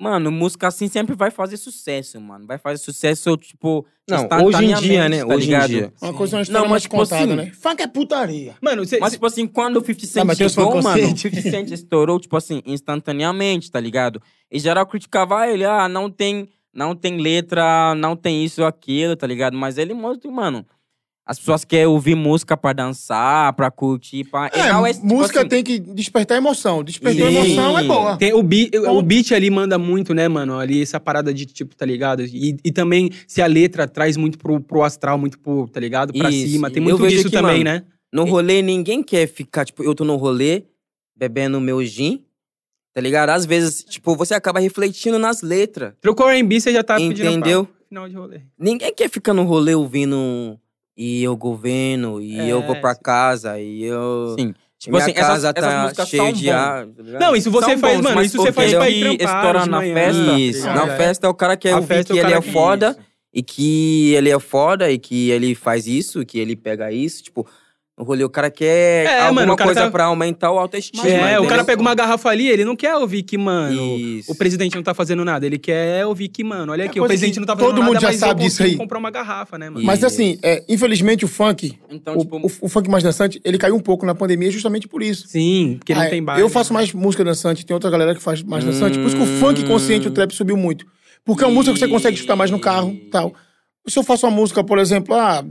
Mano, música assim sempre vai fazer sucesso, mano. Vai fazer sucesso, tipo,
Não, hoje em dia, né?
instantaneamente, tá
hoje
ligado?
em dia.
Uma coisa é uma história
Não,
mais
mas, tipo
contada,
assim,
né? Funk é putaria.
Mano, você
Mas, tipo assim, quando o 50
Ah,
Cent
mas tem os
chegou, mano, o
inconscientes.
50 Cent estourou, tipo assim, instantaneamente, tá ligado? E geral criticava ele, ah, não tem, não tem letra, não tem isso, aquilo, tá ligado? Mas ele mostra, mano, as pessoas querem ouvir música pra dançar, pra curtir, pra... E
É,
não tipo
música
assim,
tem que despertar emoção. Despertou
Sim.
emoção é
ah.
boa.
Tem o, beat, o beat ali manda muito, né, mano? Ali essa parada de tipo, tá ligado? E, e também se a letra traz muito pro, pro astral, muito pro, tá ligado? Pra
Isso.
cima. Tem
Eu
muito
vejo
disso
que,
também,
mano,
né?
No rolê, ninguém quer ficar, tipo, eu tô no rolê, bebendo meu gin, tá ligado? Às vezes, tipo, você acaba refletindo nas letras,
Trocou o R&B, você já tá pedindo
entendeu?
pra final de rolê.
Ninguém quer ficar no rolê ouvindo e eu governo, e
É,
eu vou pra
sim.
casa, e eu.
Sim. Tipo
Minha
assim, essas-
casa
essas
tá
músicas
cheia
são
de
bom.
ar. tá ligado?
Não, isso você
São
faz,
bons,
mano,
mas
isso você faz
porque é
pra
que
ir trampar
estoura
de
na
manhã.
festa.
Isso.
Tá
Na
ligado?
festa, é o cara quer
A
ouvir
festa,
que
o
ele
cara
é
quer-
foda e que ele é foda e que ele faz isso, que ele pega isso. Tipo, no rolê, o cara quer
É,
alguma
mano, o cara
coisa
tá-
pra aumentar o
tipo,
autoestima.
é, o cara
entendeu?
pega uma garrafa ali, ele não quer ouvir que, mano,
Isso.
o presidente não tá fazendo nada. Ele quer ouvir que, mano, olha aqui, o
É coisa
presidente
que
não tá fazendo
todo
nada,
mundo já
mas
sabe
eu
disso
consigo
aí.
comprar uma garrafa, né, mano?
Mas assim, é, infelizmente o funk,
Então,
o,
tipo...
o- o funk mais dançante, ele caiu um pouco na pandemia justamente por isso.
Sim, porque
Ah,
não tem baile. né?
Eu faço mais música dançante, tem outra galera que faz
Hum.
mais dançante. Por isso que o funk consciente, o trap subiu muito. Porque é uma música que você consegue escutar mais no carro tal. Se eu faço uma música, por exemplo, ah,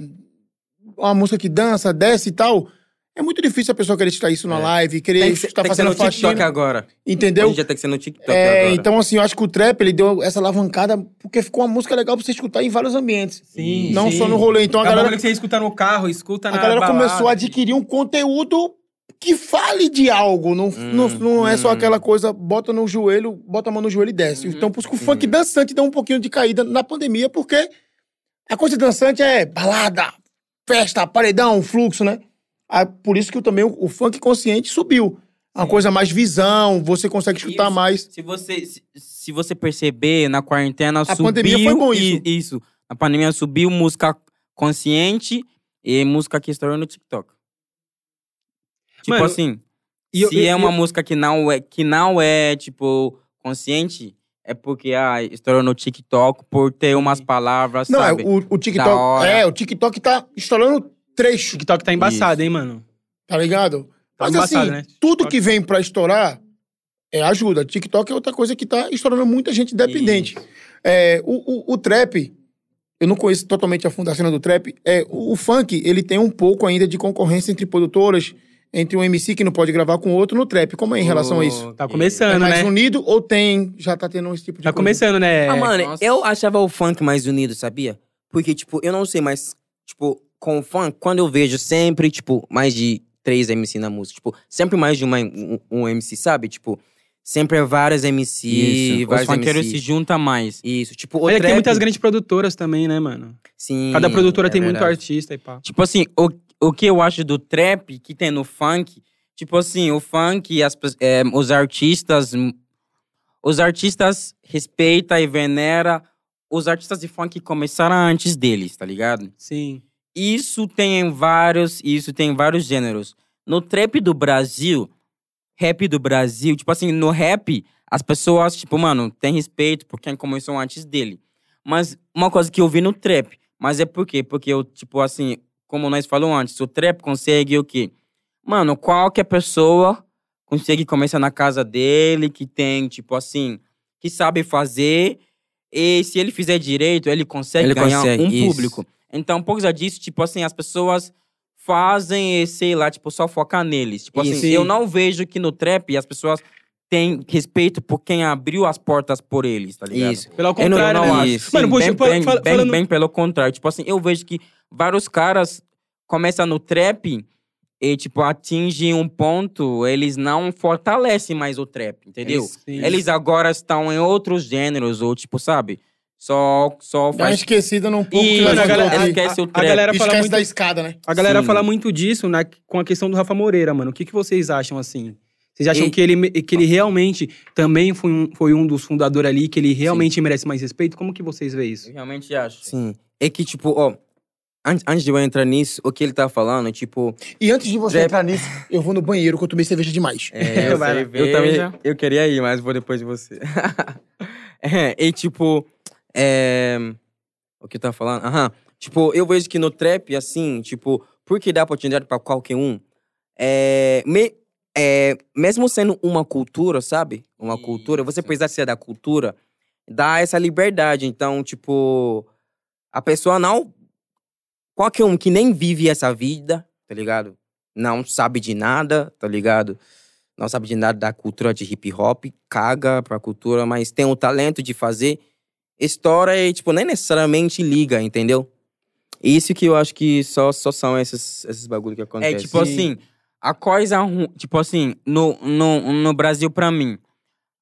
uma música que dança, desce e tal, é muito difícil a pessoa querer escutar isso na live, querer
É. Tem que ser,
estar
tem que ser no
fazendo
TikTok
faxina.
agora.
Entendeu?
Hoje já tem que ser no TikTok
É,
agora.
então assim, eu acho que o trap, ele deu essa alavancada porque ficou uma música legal pra você escutar em vários ambientes.
Sim,
Não
sim.
só no rolê. Então a
Acabou
um
galera
que você escuta no carro, escuta
a
na
galera
balada.
começou a adquirir um conteúdo que fale de algo. Não, não,
Hum,
não é só aquela coisa, bota no joelho, bota a mão no joelho e desce.
Uhum,
Então, por isso que o funk dançante deu um pouquinho de caída na pandemia, porque a coisa dançante é balada, festa, paredão, fluxo, né? Ah, Por isso que também o, o funk consciente subiu. Uma coisa mais visão, você consegue escutar
Isso.
mais.
Se você, se, se você perceber, na quarentena subiu...
pandemia foi bom
e-
isso.
isso. A pandemia subiu música consciente e música que estourou no TikTok. Tipo
Mano,
assim,
E eu-
se
eu-
é uma
eu-
música que não é, que não é, tipo, consciente, é porque ah, estourou no TikTok por ter umas palavras,
Não, é,
sabe?
o, o
Da
TikTok.
hora.
É, o TikTok tá estourando trecho,
TikTok tá embaçado, hein, mano?
tá ligado?
Tá
Mas
embaçado,
assim,
né?
tudo que vem pra estourar é ajuda. TikTok é outra coisa que tá estourando muita gente dependente. É, o, o, o trap, eu não conheço totalmente a fundo a cena do trap. É, o, o funk, ele tem um pouco ainda de concorrência entre produtoras, entre um MC que não pode gravar com outro no trap. Como é em relação a isso?
Tá
É
começando,
mais
um
né?
unido ou tem, já tá tendo esse tipo de
Tá
coisa?
começando, né?
Ah, mano,
é, nossa.
eu achava o funk mais unido, sabia? Porque, tipo, eu não sei, mas, tipo, com o funk, quando eu vejo sempre, tipo, mais de três MC na música, tipo, sempre mais de uma, um, um MC, sabe? Tipo, sempre é várias MC,
Os
vários
funkeiros
MC.
se juntam mais.
Isso, tipo, o
Olha que
trap,
tem muitas grandes produtoras também, né, mano?
Sim,
Cada produtora
é
tem muito
verdade.
artista e pá.
Tipo assim, o, o que eu acho do trap que tem no funk, tipo assim, o funk, as pe- é, os artistas, os artistas respeita e venera os artistas de funk que começaram antes deles, tá ligado?
Sim.
Isso tem em vários, isso tem em vários gêneros. No trap do Brasil, rap do Brasil, tipo assim, no rap, as pessoas, tipo, mano, tem respeito por quem começou antes dele. Mas uma coisa que eu vi no trap, mas é por quê? Porque eu, tipo assim, como nós falamos antes, o trap consegue o quê? Mano, qualquer pessoa consegue começar na casa dele, que tem, tipo assim, que sabe fazer, e se ele fizer direito, ele consegue
Ele
ganhar
consegue,
um
isso.
público. Então, por causa disso, tipo assim, as pessoas fazem, e, sei lá, tipo, só focar neles. Tipo assim,
Isso.
eu não vejo que no trap as pessoas têm respeito por quem abriu as portas por eles, tá ligado?
Isso.
Pelo
Eu não-
contrário,
eu não
né, mano?
acho. É Sim,
Mano, poxa,
bem,
fala-
bem,
fala-
bem-
falando-
bem pelo contrário. Tipo assim, eu vejo que vários caras começam no trap e, tipo, atingem um ponto, eles não fortalecem mais o trap, entendeu?
Sim.
Eles agora estão em outros gêneros, ou tipo, sabe? Só, só
Dá uma
faz...
esquecida num pouco.
Isso,
que nós
Mano, a
falamos
galera-
aqui.
esquece
a-
o
a
trap.
galera fala
Esquece
muito
da escada, né?
A galera
Sim.
fala muito disso na, com a questão do Rafa Moreira, mano. O que, que vocês acham, assim? Vocês acham
E-
que, ele, me- que ele realmente também foi um, foi um dos fundadores ali, que ele realmente merece mais respeito? Como que vocês veem isso?
Eu realmente acho.
Sim. É que, tipo, ó, an- antes de eu entrar nisso, o que ele tá falando, tipo,
E antes de você
Trap.
entrar nisso, eu vou no banheiro que eu tomei cerveja demais.
É, eu,
Vai lá.
eu também.
Cerveja.
Eu queria ir, mas vou depois de você. é, e tipo. é, o que eu tava falando? Aham. Tipo, eu vejo que no trap, assim, tipo, porque dá oportunidade pra qualquer um. É, me- é, mesmo sendo uma cultura, sabe? Uma cultura, você
Isso.
precisa ser da cultura, dá essa liberdade. Então, tipo, a pessoa não. Qualquer um que nem vive essa vida, tá ligado? Não sabe de nada, tá ligado? Não sabe de nada da cultura de hip hop, caga pra cultura, mas tem o talento de fazer, estoura e, tipo, nem necessariamente liga, entendeu? Isso que eu acho que só, só são esses, esses bagulho que
É
acontecem.
tipo assim, a coisa ruim, tipo assim, no, no, no Brasil pra mim,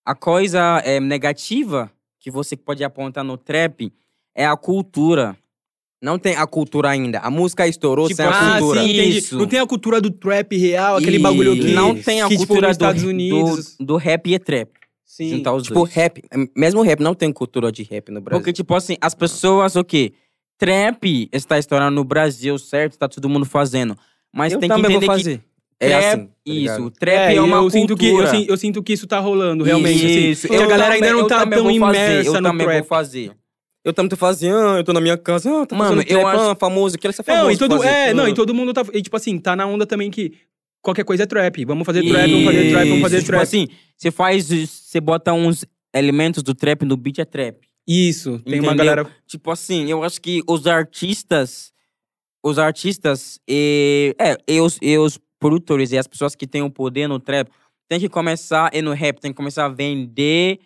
a coisa é, negativa que você pode apontar no trap é a cultura.
Não tem a cultura ainda. A música estourou
Tipo,
sem a
ah,
cultura.
sim.
entendi.
Isso.
Não tem a cultura do trap real, aquele
Isso.
bagulho que...
Não tem a
que, tipo,
cultura
nos Estados
do,
Unidos.
Do, do rap e trap.
Sim.
Juntar os
Tipo,
dois.
rap. Mesmo rap, não tem cultura de rap no Brasil.
Porque, tipo assim, as pessoas, o quê? Trap está estourando no Brasil, certo? Tá todo mundo fazendo. Mas tem que entender que
É
trap,
assim, tá ligado?
isso, trap é,
eu
uma cultura.
sinto que eu, sin- eu sinto que isso tá rolando, realmente. assim.
Isso,
Que a galera
também-
ainda não
eu
tá
também
tão
vou fazer,
imersa
eu
no
também
trap.
vou fazer.
Eu também tô fazendo, assim, ah, eu tô na minha casa, ah, tá
Mano,
Mano,
eu
eu
acho-
ah, famoso, quero ser famoso.
Não, e todo,
fazer,
é, não,
ah.
e todo mundo tá. E, tipo assim, tá na onda também que qualquer coisa é trap. Vamos fazer
Isso,
trap, vamos fazer trap, vamos fazer
tipo
trap.
assim, você faz, isso, você bota uns elementos do trap no beat é trap.
Isso, tem uma
Entendeu?
galera.
Tipo assim, eu acho que os artistas, os artistas e, é, e, os, e os produtores e as pessoas que têm o poder no trap tem que começar, e no rap, tem que começar a vender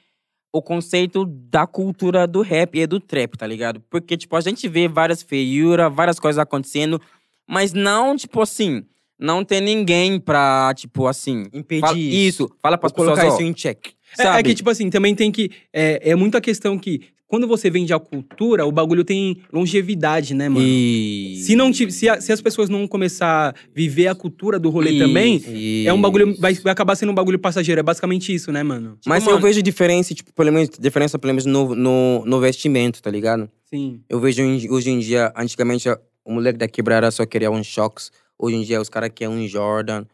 o conceito da cultura do rap e do trap, tá ligado? Porque, tipo, a gente vê várias feiuras, várias coisas acontecendo, mas não, tipo assim, não tem ninguém pra, tipo assim...
Impedir
fala- isso. fala
Vou
pras pessoas,
colocar
ó,
isso em check.
É,
sabe?
É, que, tipo assim, também tem que. É, é muito a questão que quando você vende a cultura, o bagulho tem longevidade, né, mano?
E...
Se, não, ti- se, a- se as pessoas não começar a viver a cultura do rolê
Isso.
também, é um bagulho. Vai, vai acabar sendo um bagulho passageiro. É basicamente isso, né, mano?
Mas
mano-
eu vejo diferença, tipo, pelo menos, diferença pelo menos no, no, no vestimento, tá ligado?
Sim.
Eu vejo em- hoje em dia, antigamente, o moleque da quebrada só queria uns shocks. Hoje em dia, os caras querem um Jordan.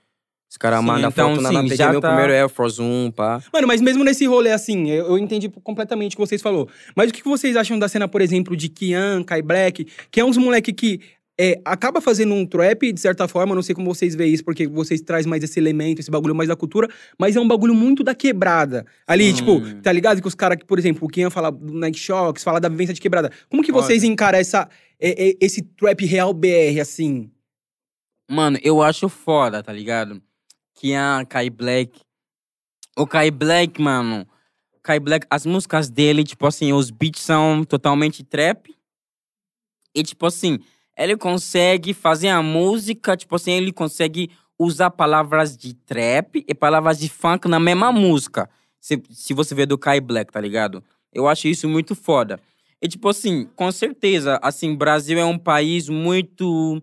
Os caras
Sim,
mandam
então,
foto na
sim,
na- peguei
já
meu
tá-
primeiro Air Force 1, pá.
Mano, mas mesmo nesse rolê, assim, eu eu entendi completamente o que vocês falou. Mas o que que vocês acham da cena, por exemplo, de Kian, Kai Black, que é uns moleque que é, acaba fazendo um trap, de certa forma, não sei como vocês veem isso, porque vocês trazem mais esse elemento, esse bagulho mais da cultura, mas é um bagulho muito da quebrada. Ali,
Sim.
tipo, tá ligado? Que os caras, que, por exemplo, o Kian fala do Night Shocks, fala da vivência de quebrada. Como que vocês encaram essa, é, é, esse trap real BR, assim?
Mano, eu acho foda, tá ligado? Que a Kai Black. O Kai Black, mano. Kai Black, as músicas dele, tipo assim, os beats são totalmente trap. E, tipo assim, ele consegue fazer a música, tipo assim, ele consegue usar palavras de trap e palavras de funk na mesma música. Se, se você vê do Kai Black, tá ligado? Eu acho isso muito foda. E, tipo assim, com certeza, assim, Brasil é um país muito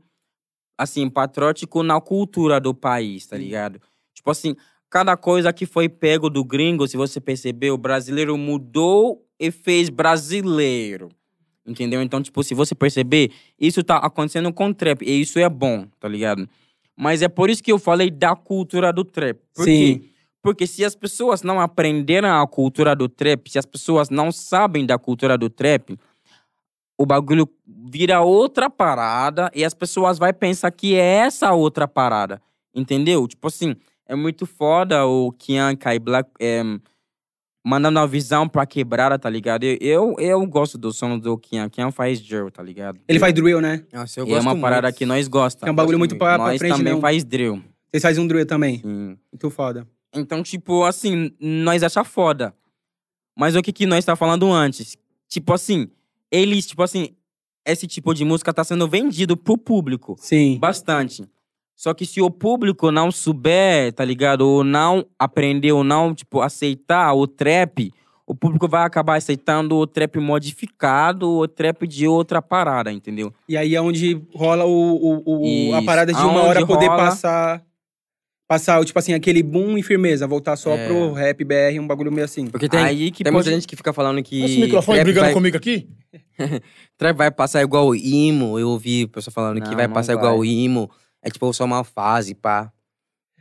assim, patriótico na cultura do país, tá ligado? Tipo assim, cada coisa que foi pego do gringo, se você perceber, o brasileiro mudou e fez brasileiro. Entendeu? Então, tipo, se você perceber, isso tá acontecendo com o trap. E isso é bom, tá ligado? Mas é por isso que eu falei da cultura do trap. Por
Sim.
quê? Porque se as pessoas não aprenderam a cultura do trap, se as pessoas não sabem da cultura do trap, o bagulho vira outra parada e as pessoas vai pensar que é essa outra parada, entendeu? Tipo assim, é muito foda o Kian Kai Black eh, mandando a visão pra quebrada, tá ligado? Eu, eu, eu gosto do som do Kian, Kian faz drill, tá ligado?
Ele faz drill, né?
Nossa, eu
E é uma parada que nós gosta.
É um bagulho muito pra, pra
Nós
frente,
também
né?
faz drill.
Vocês fazem um drill também.
Sim.
Muito foda.
Então, tipo, assim, nós acha foda. Mas o que que nós tá falando antes? Tipo assim, eles, tipo assim, esse tipo de música tá sendo vendido pro público.
Sim.
Bastante. Só que se o público não souber, tá ligado? Ou não aprender, ou não, tipo, aceitar o trap, o público vai acabar aceitando o trap modificado, o trap de outra parada, entendeu?
E aí é onde rola o, o- o- o- a
Isso.
parada de uma
Aonde
hora poder
rola-
passar. Passar, tipo assim, aquele boom e firmeza, voltar só
É.
pro rap BR, um bagulho meio assim.
Porque tem,
Aí que
tem
pode-
muita gente que fica falando que.
Esse microfone
trap
brigando
vai,
comigo aqui?
Trap vai passar igual o imo. Eu ouvi pessoa falando que
Não,
vai
não
passar
vai.
igual o imo. É tipo só uma fase, pá.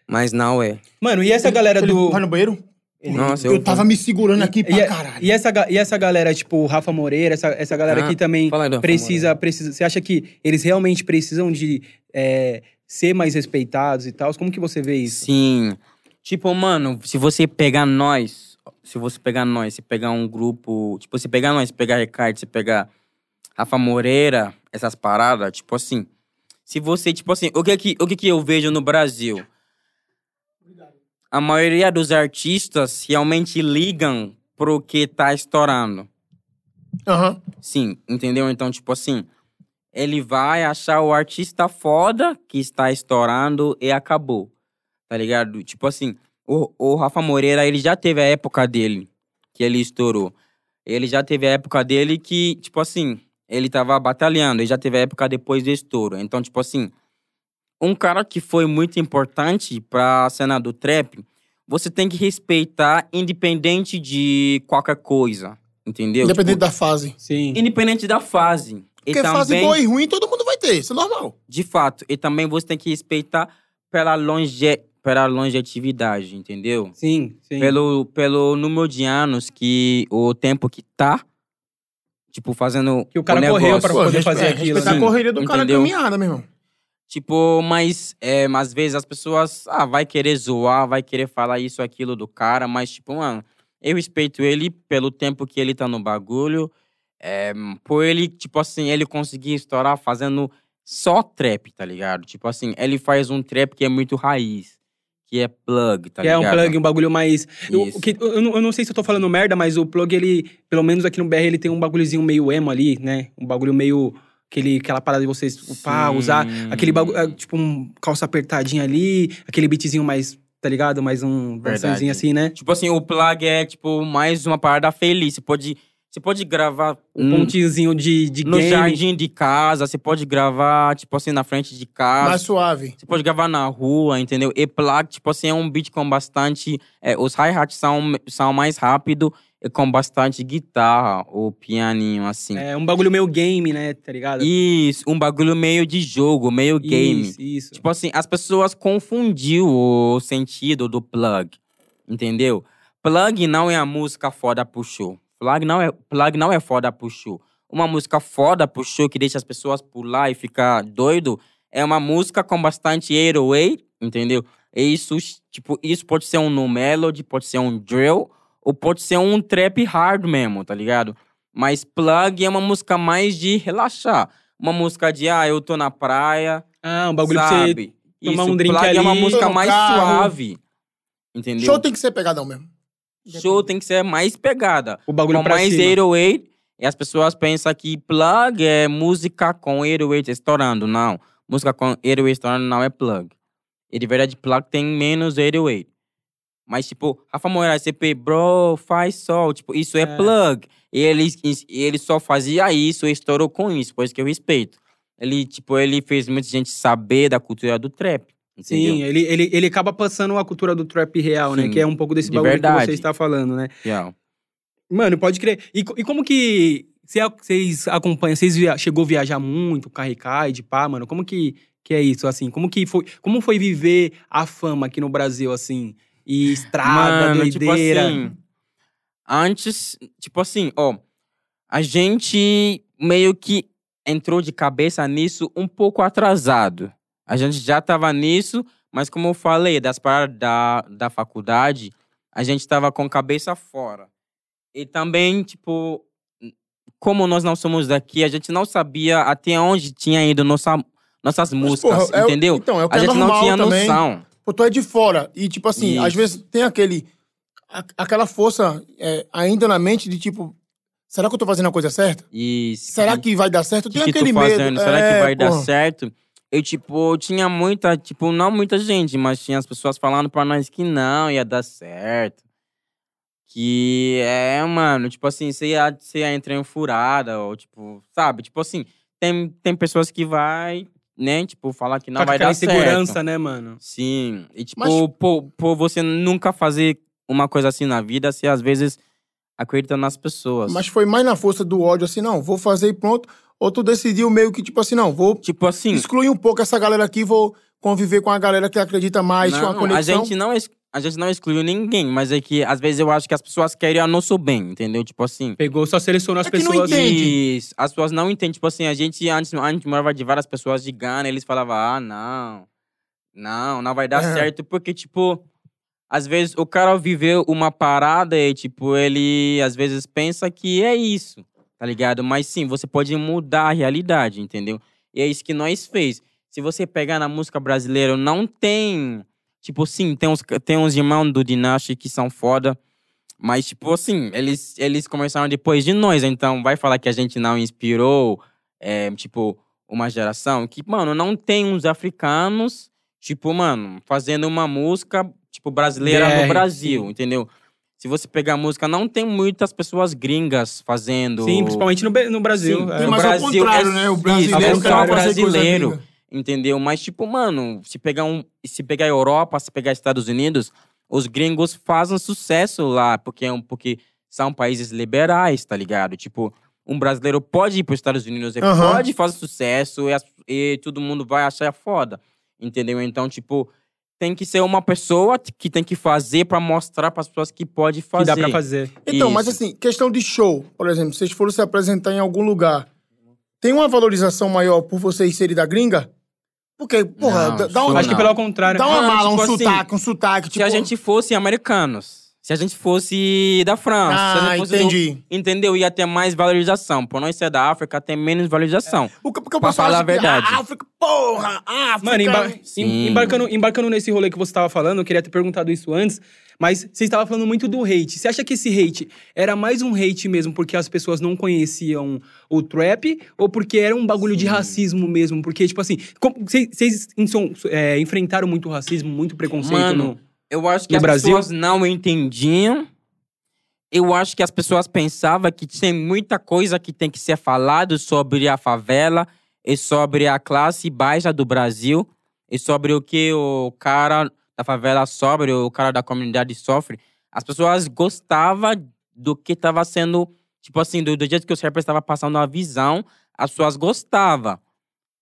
Mas não é.
Mano, e essa galera
Ele
do.
Vai no banheiro?
Nossa,
Eu,
eu.
tava me segurando aqui pra
E,
é-
a-
caralho.
e essa, ga- e essa galera, tipo, o Rafa Moreira, essa, essa galera
Ah,
que também
Fala aí, Eduardo,
precisa, precisa. Você acha que eles realmente precisam de é, ser mais respeitados e tal? Como que você vê isso?
Sim. Tipo, mano, se você pegar nós, se você pegar nós, se pegar um grupo, tipo, se pegar nós, se pegar Ricardo, se pegar Rafa Moreira, essas paradas, tipo assim, se você, tipo assim, o que que, o que, que eu vejo no Brasil? A maioria dos artistas realmente ligam pro que tá estourando.
Aham.
Sim, entendeu? Então, tipo assim, ele vai achar o artista foda que está estourando e acabou. Tá ligado? Tipo assim, o, o Rafa Moreira, ele já teve a época dele que ele estourou. Ele já teve a época dele que, tipo assim, ele tava batalhando, ele já teve a época depois do estouro. Então, tipo assim, um cara que foi muito importante pra cena do trap, você tem que respeitar independente de qualquer coisa, entendeu?
Independente
Tipo, tá um
da fase.
Sim.
Independente da fase. E
Porque
também,
fase
é-
boa e ruim todo mundo vai ter, isso é normal.
De fato. E também você tem que respeitar pela, longe, pela longevidade, entendeu?
Sim, sim.
Pelo, pelo número de anos que o tempo que tá, tipo, fazendo.
Que o cara
negócio.
correu pra
Pô,
poder
respe-
fazer
é,
aquilo.
respeitar
né?
a correria do cara é
Entendeu?
caminhada, meu irmão.
Tipo, mas é, às vezes as pessoas ah, vai querer zoar, vai querer falar isso, aquilo do cara, mas, tipo, mano, eu respeito ele pelo tempo que ele tá no bagulho. É, por ele, tipo assim, ele conseguir estourar fazendo só trap, tá ligado? Tipo assim, ele faz um trap que é muito raiz, que é plug, tá
Que é
ligado?
um plug, um bagulho mais. Eu,
Isso.
que- eu, não- eu não sei se eu tô falando merda, mas o plug, ele, pelo menos aqui no BR, ele tem um bagulhozinho meio emo ali, né? Um bagulho meio. Aquele, aquela parada de vocês upar,
Sim.
usar. Aquele bagulho. é, Tipo, um calça apertadinha ali, aquele beatzinho mais. Tá ligado? Mais um dançãozinho
Verdade.
assim, né?
Tipo assim, o plug é, tipo, mais uma parada feliz. Você pode Você pode gravar
Um
hum,
pontezinho de, de
no
game.
jardim de casa, você pode gravar, tipo assim, na frente de casa.
Mais suave.
Você pode gravar na rua, entendeu? E plug, tipo assim, é um beat com bastante. é, os hi-hats são, são mais rápido e com bastante guitarra ou pianinho, assim.
É um bagulho meio game, né? Tá ligado?
Isso, um bagulho meio de jogo, meio game.
Isso, isso.
Tipo assim, as pessoas confundiu o sentido do plug, entendeu? Plug não é a música foda pro show. Plug não é, plug não é foda pro show. Uma música foda pro show que deixa as pessoas pular e ficar doido é uma música com bastante airway, entendeu? E isso, tipo, isso pode ser um no melody, pode ser um drill, ou pode ser um trap hard mesmo, tá ligado? Mas plug é uma música mais de relaxar. Uma música de, ah, eu tô na praia,
ah, um bagulho pra você.
sabe?
tomar um drink
Plug é uma
ali,
música
no
mais
carro.
suave. Entendeu?
Show tem que ser pegadão mesmo.
Show tem que ser mais pegada.
O bagulho
com
pra
Então, mais
cima.
808, e as pessoas pensam que plug é música com 808 estourando. Não. Música com 808 estourando não é plug. E de verdade, plug tem menos 808. Mas, tipo, Rafa Moreira, CP, bro, faz sol. Tipo, isso é,
É.
plug. E ele, e ele só fazia isso e estourou com isso, por isso que eu respeito. Ele, tipo, ele fez muita gente saber da cultura do trap. Entendeu?
Sim, ele, ele, ele acaba passando a cultura do trap real, né?
Sim,
Que é um pouco desse
de
bagulho que
verdade.
você está falando, né?
Yeah.
Mano, pode crer. E, co- e como que. cê- Vocês acompanham, vocês via, chegou a viajar muito, carregar de pá, mano. Como que, que é isso, assim? Como que foi. Como foi viver a fama aqui no Brasil, assim? E estrada,
Mano,
doideira.
Tipo assim, antes, tipo assim, ó, a gente meio que entrou de cabeça nisso um pouco atrasado. A gente já tava nisso, mas como eu falei, das paradas da, da faculdade, a gente tava com cabeça fora. E também, tipo, como nós não somos daqui, a gente não sabia até onde tinha ido nossa, nossas músicas,
porra, é o-
assim, entendeu?
então, é o que
a
é
gente não
normal
tinha
também.
noção.
Pô, tu é de fora. E, tipo assim,
Isso.
às vezes tem aquele... a- aquela força é, ainda na mente de, tipo... Será que eu tô fazendo a coisa certa?
Isso.
Será que vai dar certo? Tem
que
aquele
tô
medo.
fazendo? Será que
É,
vai dar
porra.
certo? Eu, tipo, tinha muita, tipo, não muita gente, mas tinha as pessoas falando pra nós que não ia dar certo. Que é, mano, tipo assim, você ia, você ia entrar em furada, ou tipo, sabe? Tipo assim, tem, tem pessoas que vai, né, tipo, falar que não
Tá com
vai
aquela
dar certo.
insegurança, né, mano?
Sim. E tipo,
Mas-
por, por você nunca fazer uma coisa assim na vida, você às vezes acredita nas pessoas.
Mas foi mais na força do ódio, assim, não, vou fazer e pronto. Ou tu decidiu meio que, tipo assim, não, vou
tipo assim,
excluir um pouco essa galera aqui, vou conviver com a galera que acredita mais, com a
Não,
conexão.
a gente não ex- a gente não excluiu ninguém, mas é que às vezes eu acho que as pessoas querem o nosso bem, entendeu? Tipo assim.
Pegou, só selecionou as
É que não
pessoas.
entende.
Isso, as pessoas não entendem. Tipo assim, a gente antes, a gente morava de várias pessoas de Gana, eles falavam, ah, não, não, não vai dar
É.
certo, porque, tipo, às vezes o cara viveu uma parada e, tipo, ele às vezes pensa que é isso, tá ligado? Mas sim, você pode mudar a realidade, entendeu? E é isso que nós fez. Se você pegar na música brasileira, não tem. Tipo, sim, tem uns, tem uns irmãos do Dinasti que são foda. Mas, tipo assim, eles, eles começaram depois de nós. Então, vai falar que a gente não inspirou, é, tipo, uma geração que, mano, não tem uns africanos, tipo, mano, fazendo uma música, tipo, brasileira
BR,
no Brasil, entendeu? Se você pegar a música, não tem muitas pessoas gringas fazendo.
Sim, principalmente no, Be- no Brasil.
Sim,
é.
Sim,
o
mas
Brasil
ao contrário,
é-
né? O
isso,
brasileiro
ao
quer fazer
contrário,
coisa
brasileiro.
gringa.
entendeu? Mas, tipo, mano, se pegar um. Se pegar Europa, se pegar Estados Unidos, os gringos fazem sucesso lá, porque, é um- porque são países liberais, tá ligado? Tipo, um brasileiro pode ir para os Estados Unidos, ele
Aham.
pode fazer sucesso e, as- e todo mundo vai achar foda, entendeu? Então, tipo, tem que ser uma pessoa que tem que fazer para mostrar para as pessoas que pode
tipo
fazer.
Que dá pra fazer.
Então, mas
Isso.
assim, questão de show, por exemplo, se vocês forem se apresentar em algum lugar, tem uma valorização maior por vocês serem da gringa? Porque, porra,
Não,
dá, dá
show
um,
Acho que
não.
pelo contrário.
dá uma
Não,
mala, um
tipo assim,
sotaque, um sotaque, tipo...
Se a gente fosse americanos, se a gente fosse da França, se a
Ah,
gente fosse do-
entendi.
entendeu? Ia ter mais valorização. Por nós ser da África, tem menos valorização.
O que, porque o
Pra
pessoal
falar
acha
a verdade.
que a África, porra, África... é
Mano, emba- em-
Sim.
embarcando, embarcando nesse rolê que você tava falando, eu queria ter perguntado isso antes, mas você estava falando muito do hate. Você acha que esse hate era mais um hate mesmo porque as pessoas não conheciam o trap ou porque era um bagulho de racismo mesmo? Porque, tipo assim, como- vocês- vocês en- são- é, enfrentaram muito racismo, muito preconceito
Mano,
no-
Eu acho que
No
as
Brasil?
pessoas não entendiam. eu acho que as pessoas pensavam que tem muita coisa que tem que ser falado sobre a favela e sobre a classe baixa do Brasil e sobre o que o cara da favela sofre, o cara da comunidade sofre. As pessoas gostavam do que estava sendo, tipo assim, do, do jeito que os rappers estavam passando a visão, as pessoas gostavam.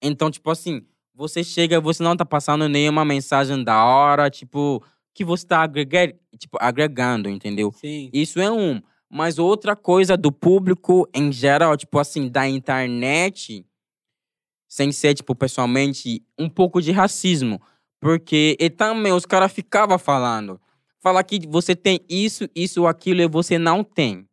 Então, tipo assim, você chega, você não tá passando nenhuma mensagem da hora, tipo, que você tá agregar, tipo, agregando, entendeu?
Sim.
Isso é um. Mas outra coisa do público em geral, tipo assim, da internet, sem ser, tipo, pessoalmente, um pouco de racismo. Porque e também os caras ficavam falando. Falar que você tem isso, isso, aquilo e você não tem.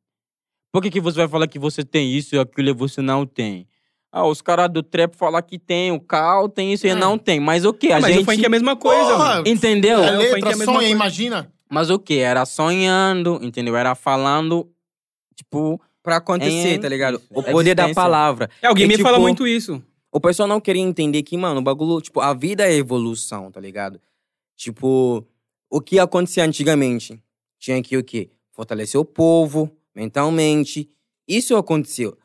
Por que, que você vai falar que você tem isso, aquilo e você não tem? Ah, os caras do trap falam que tem, o Cal tem isso e não tem. Mas o que? A
Ah, mas
gente.
o funk é a mesma coisa,
Porra!
Então,
mano.
Entendeu?
eu
a
falei que é
letra,
a mesma
sonha,
coisa.
imagina.
Mas o que? Era sonhando, entendeu? Era falando, tipo,
Pra acontecer,
É,
tá ligado? O
é
poder da
existência.
palavra.
É, alguém
E,
me
tipo,
fala muito isso.
O pessoal não queria entender que, mano, o bagulho, tipo, a vida é evolução, tá ligado? Tipo, o que acontecia antigamente? Tinha que o quê? Fortalecer o povo mentalmente. Isso aconteceu.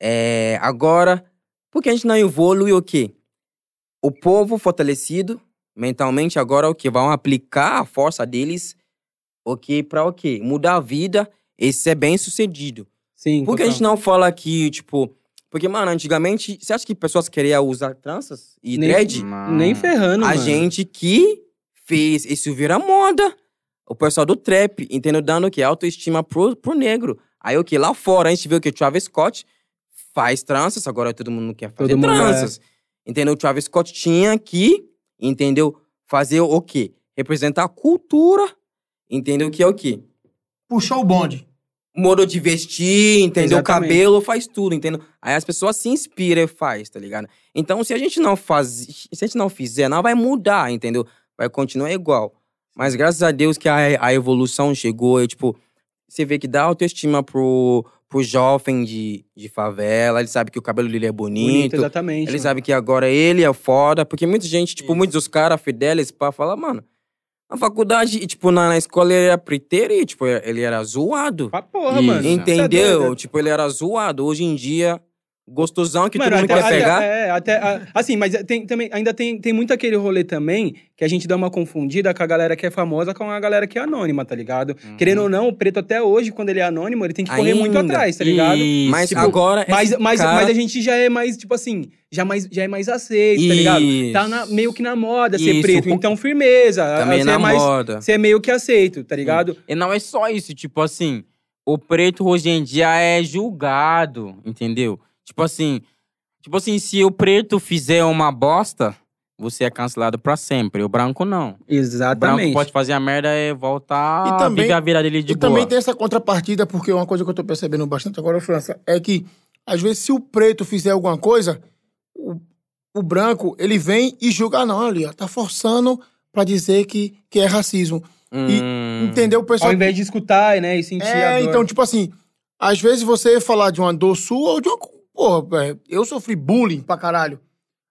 É, agora, por que a gente não evolui o quê? O povo fortalecido mentalmente agora é o quê? Vão aplicar a força deles o quê? Pra o quê? Mudar a vida e ser bem sucedido.
Sim.
Por que a gente não fala que, tipo. Porque, mano, antigamente, você acha que pessoas queriam usar tranças e
Nem-
dread?
Nem ferrando,
a
mano.
gente que fez isso vira moda. O pessoal do trap, entendeu? Dando o que? Autoestima pro, pro negro. Aí o que? Lá fora, a gente vê o que? Travis Scott faz tranças, agora todo mundo quer fazer
Todo mundo é.
tranças. Entendeu? O Travis Scott tinha que, entendeu? Fazer o quê? Representar a cultura, entendeu? Que é o quê?
Puxou o bonde.
modo de vestir, entendeu? O
Exatamente.
cabelo faz tudo, entendeu? Aí as pessoas se inspiram e faz, tá ligado? Então, se a gente não faz, se a gente não fizer, não vai mudar, entendeu? Vai continuar igual. Mas graças a Deus que a, a evolução chegou e, tipo, você vê que dá autoestima pro, pro jovem de, de favela, ele sabe que o cabelo dele é bonito,
Bonito, exatamente.
ele
mano.
sabe que agora ele é foda, porque muita gente, tipo, muitos dos caras fidelis pra falar, mano, na faculdade, e, tipo, na, na escola ele era preteiro e, tipo, ele era zoado.
Pra porra,
Isso.
mano. Tá
Entendeu?
doido.
tipo, ele era zoado. Hoje em dia, gostosão que todo mundo
até-
quer pegar.
Até, é, até, a- assim, mas tem, também, ainda tem, tem muito aquele rolê também que a gente dá uma confundida com a galera que é famosa com a galera que é anônima, tá ligado? Querendo ou não, o preto até hoje, quando ele é anônimo, ele tem que correr muito
Uhum. Ainda.
atrás, tá ligado?
Isso.
Mas
Tipo,
agora.
Mas,
esse
mas,
cara-
mas a gente já é mais, tipo assim, já, mais, já é mais aceito, tá ligado?
Isso.
Tá na- meio que na moda ser
Isso,
preto,
com-
então firmeza.
Também
você
na
é mais,
moda.
Você é meio que aceito, tá ligado?
E não é só isso, tipo assim, o preto hoje em dia é julgado, entendeu? Tipo assim, tipo assim, se o preto fizer uma bosta, você é cancelado pra sempre. O branco não. O branco
Exatamente.
pode fazer a merda e voltar
E
a
também-
viver a vida dele de
e
boa.
também tem essa contrapartida, porque é uma coisa que eu tô percebendo bastante agora, França, é que às vezes se o preto fizer alguma coisa, o, o branco, ele vem e julga, "Ah, não, ali, ó, tá forçando pra dizer que, que é racismo. E-
Hum.
Entendeu? O pessoal
Ao invés de escutar, né, e sentir a
É,
dor.
então, tipo assim, às vezes você falar de uma dor sua ou de uma. Porra, é, eu sofri bullying pra caralho.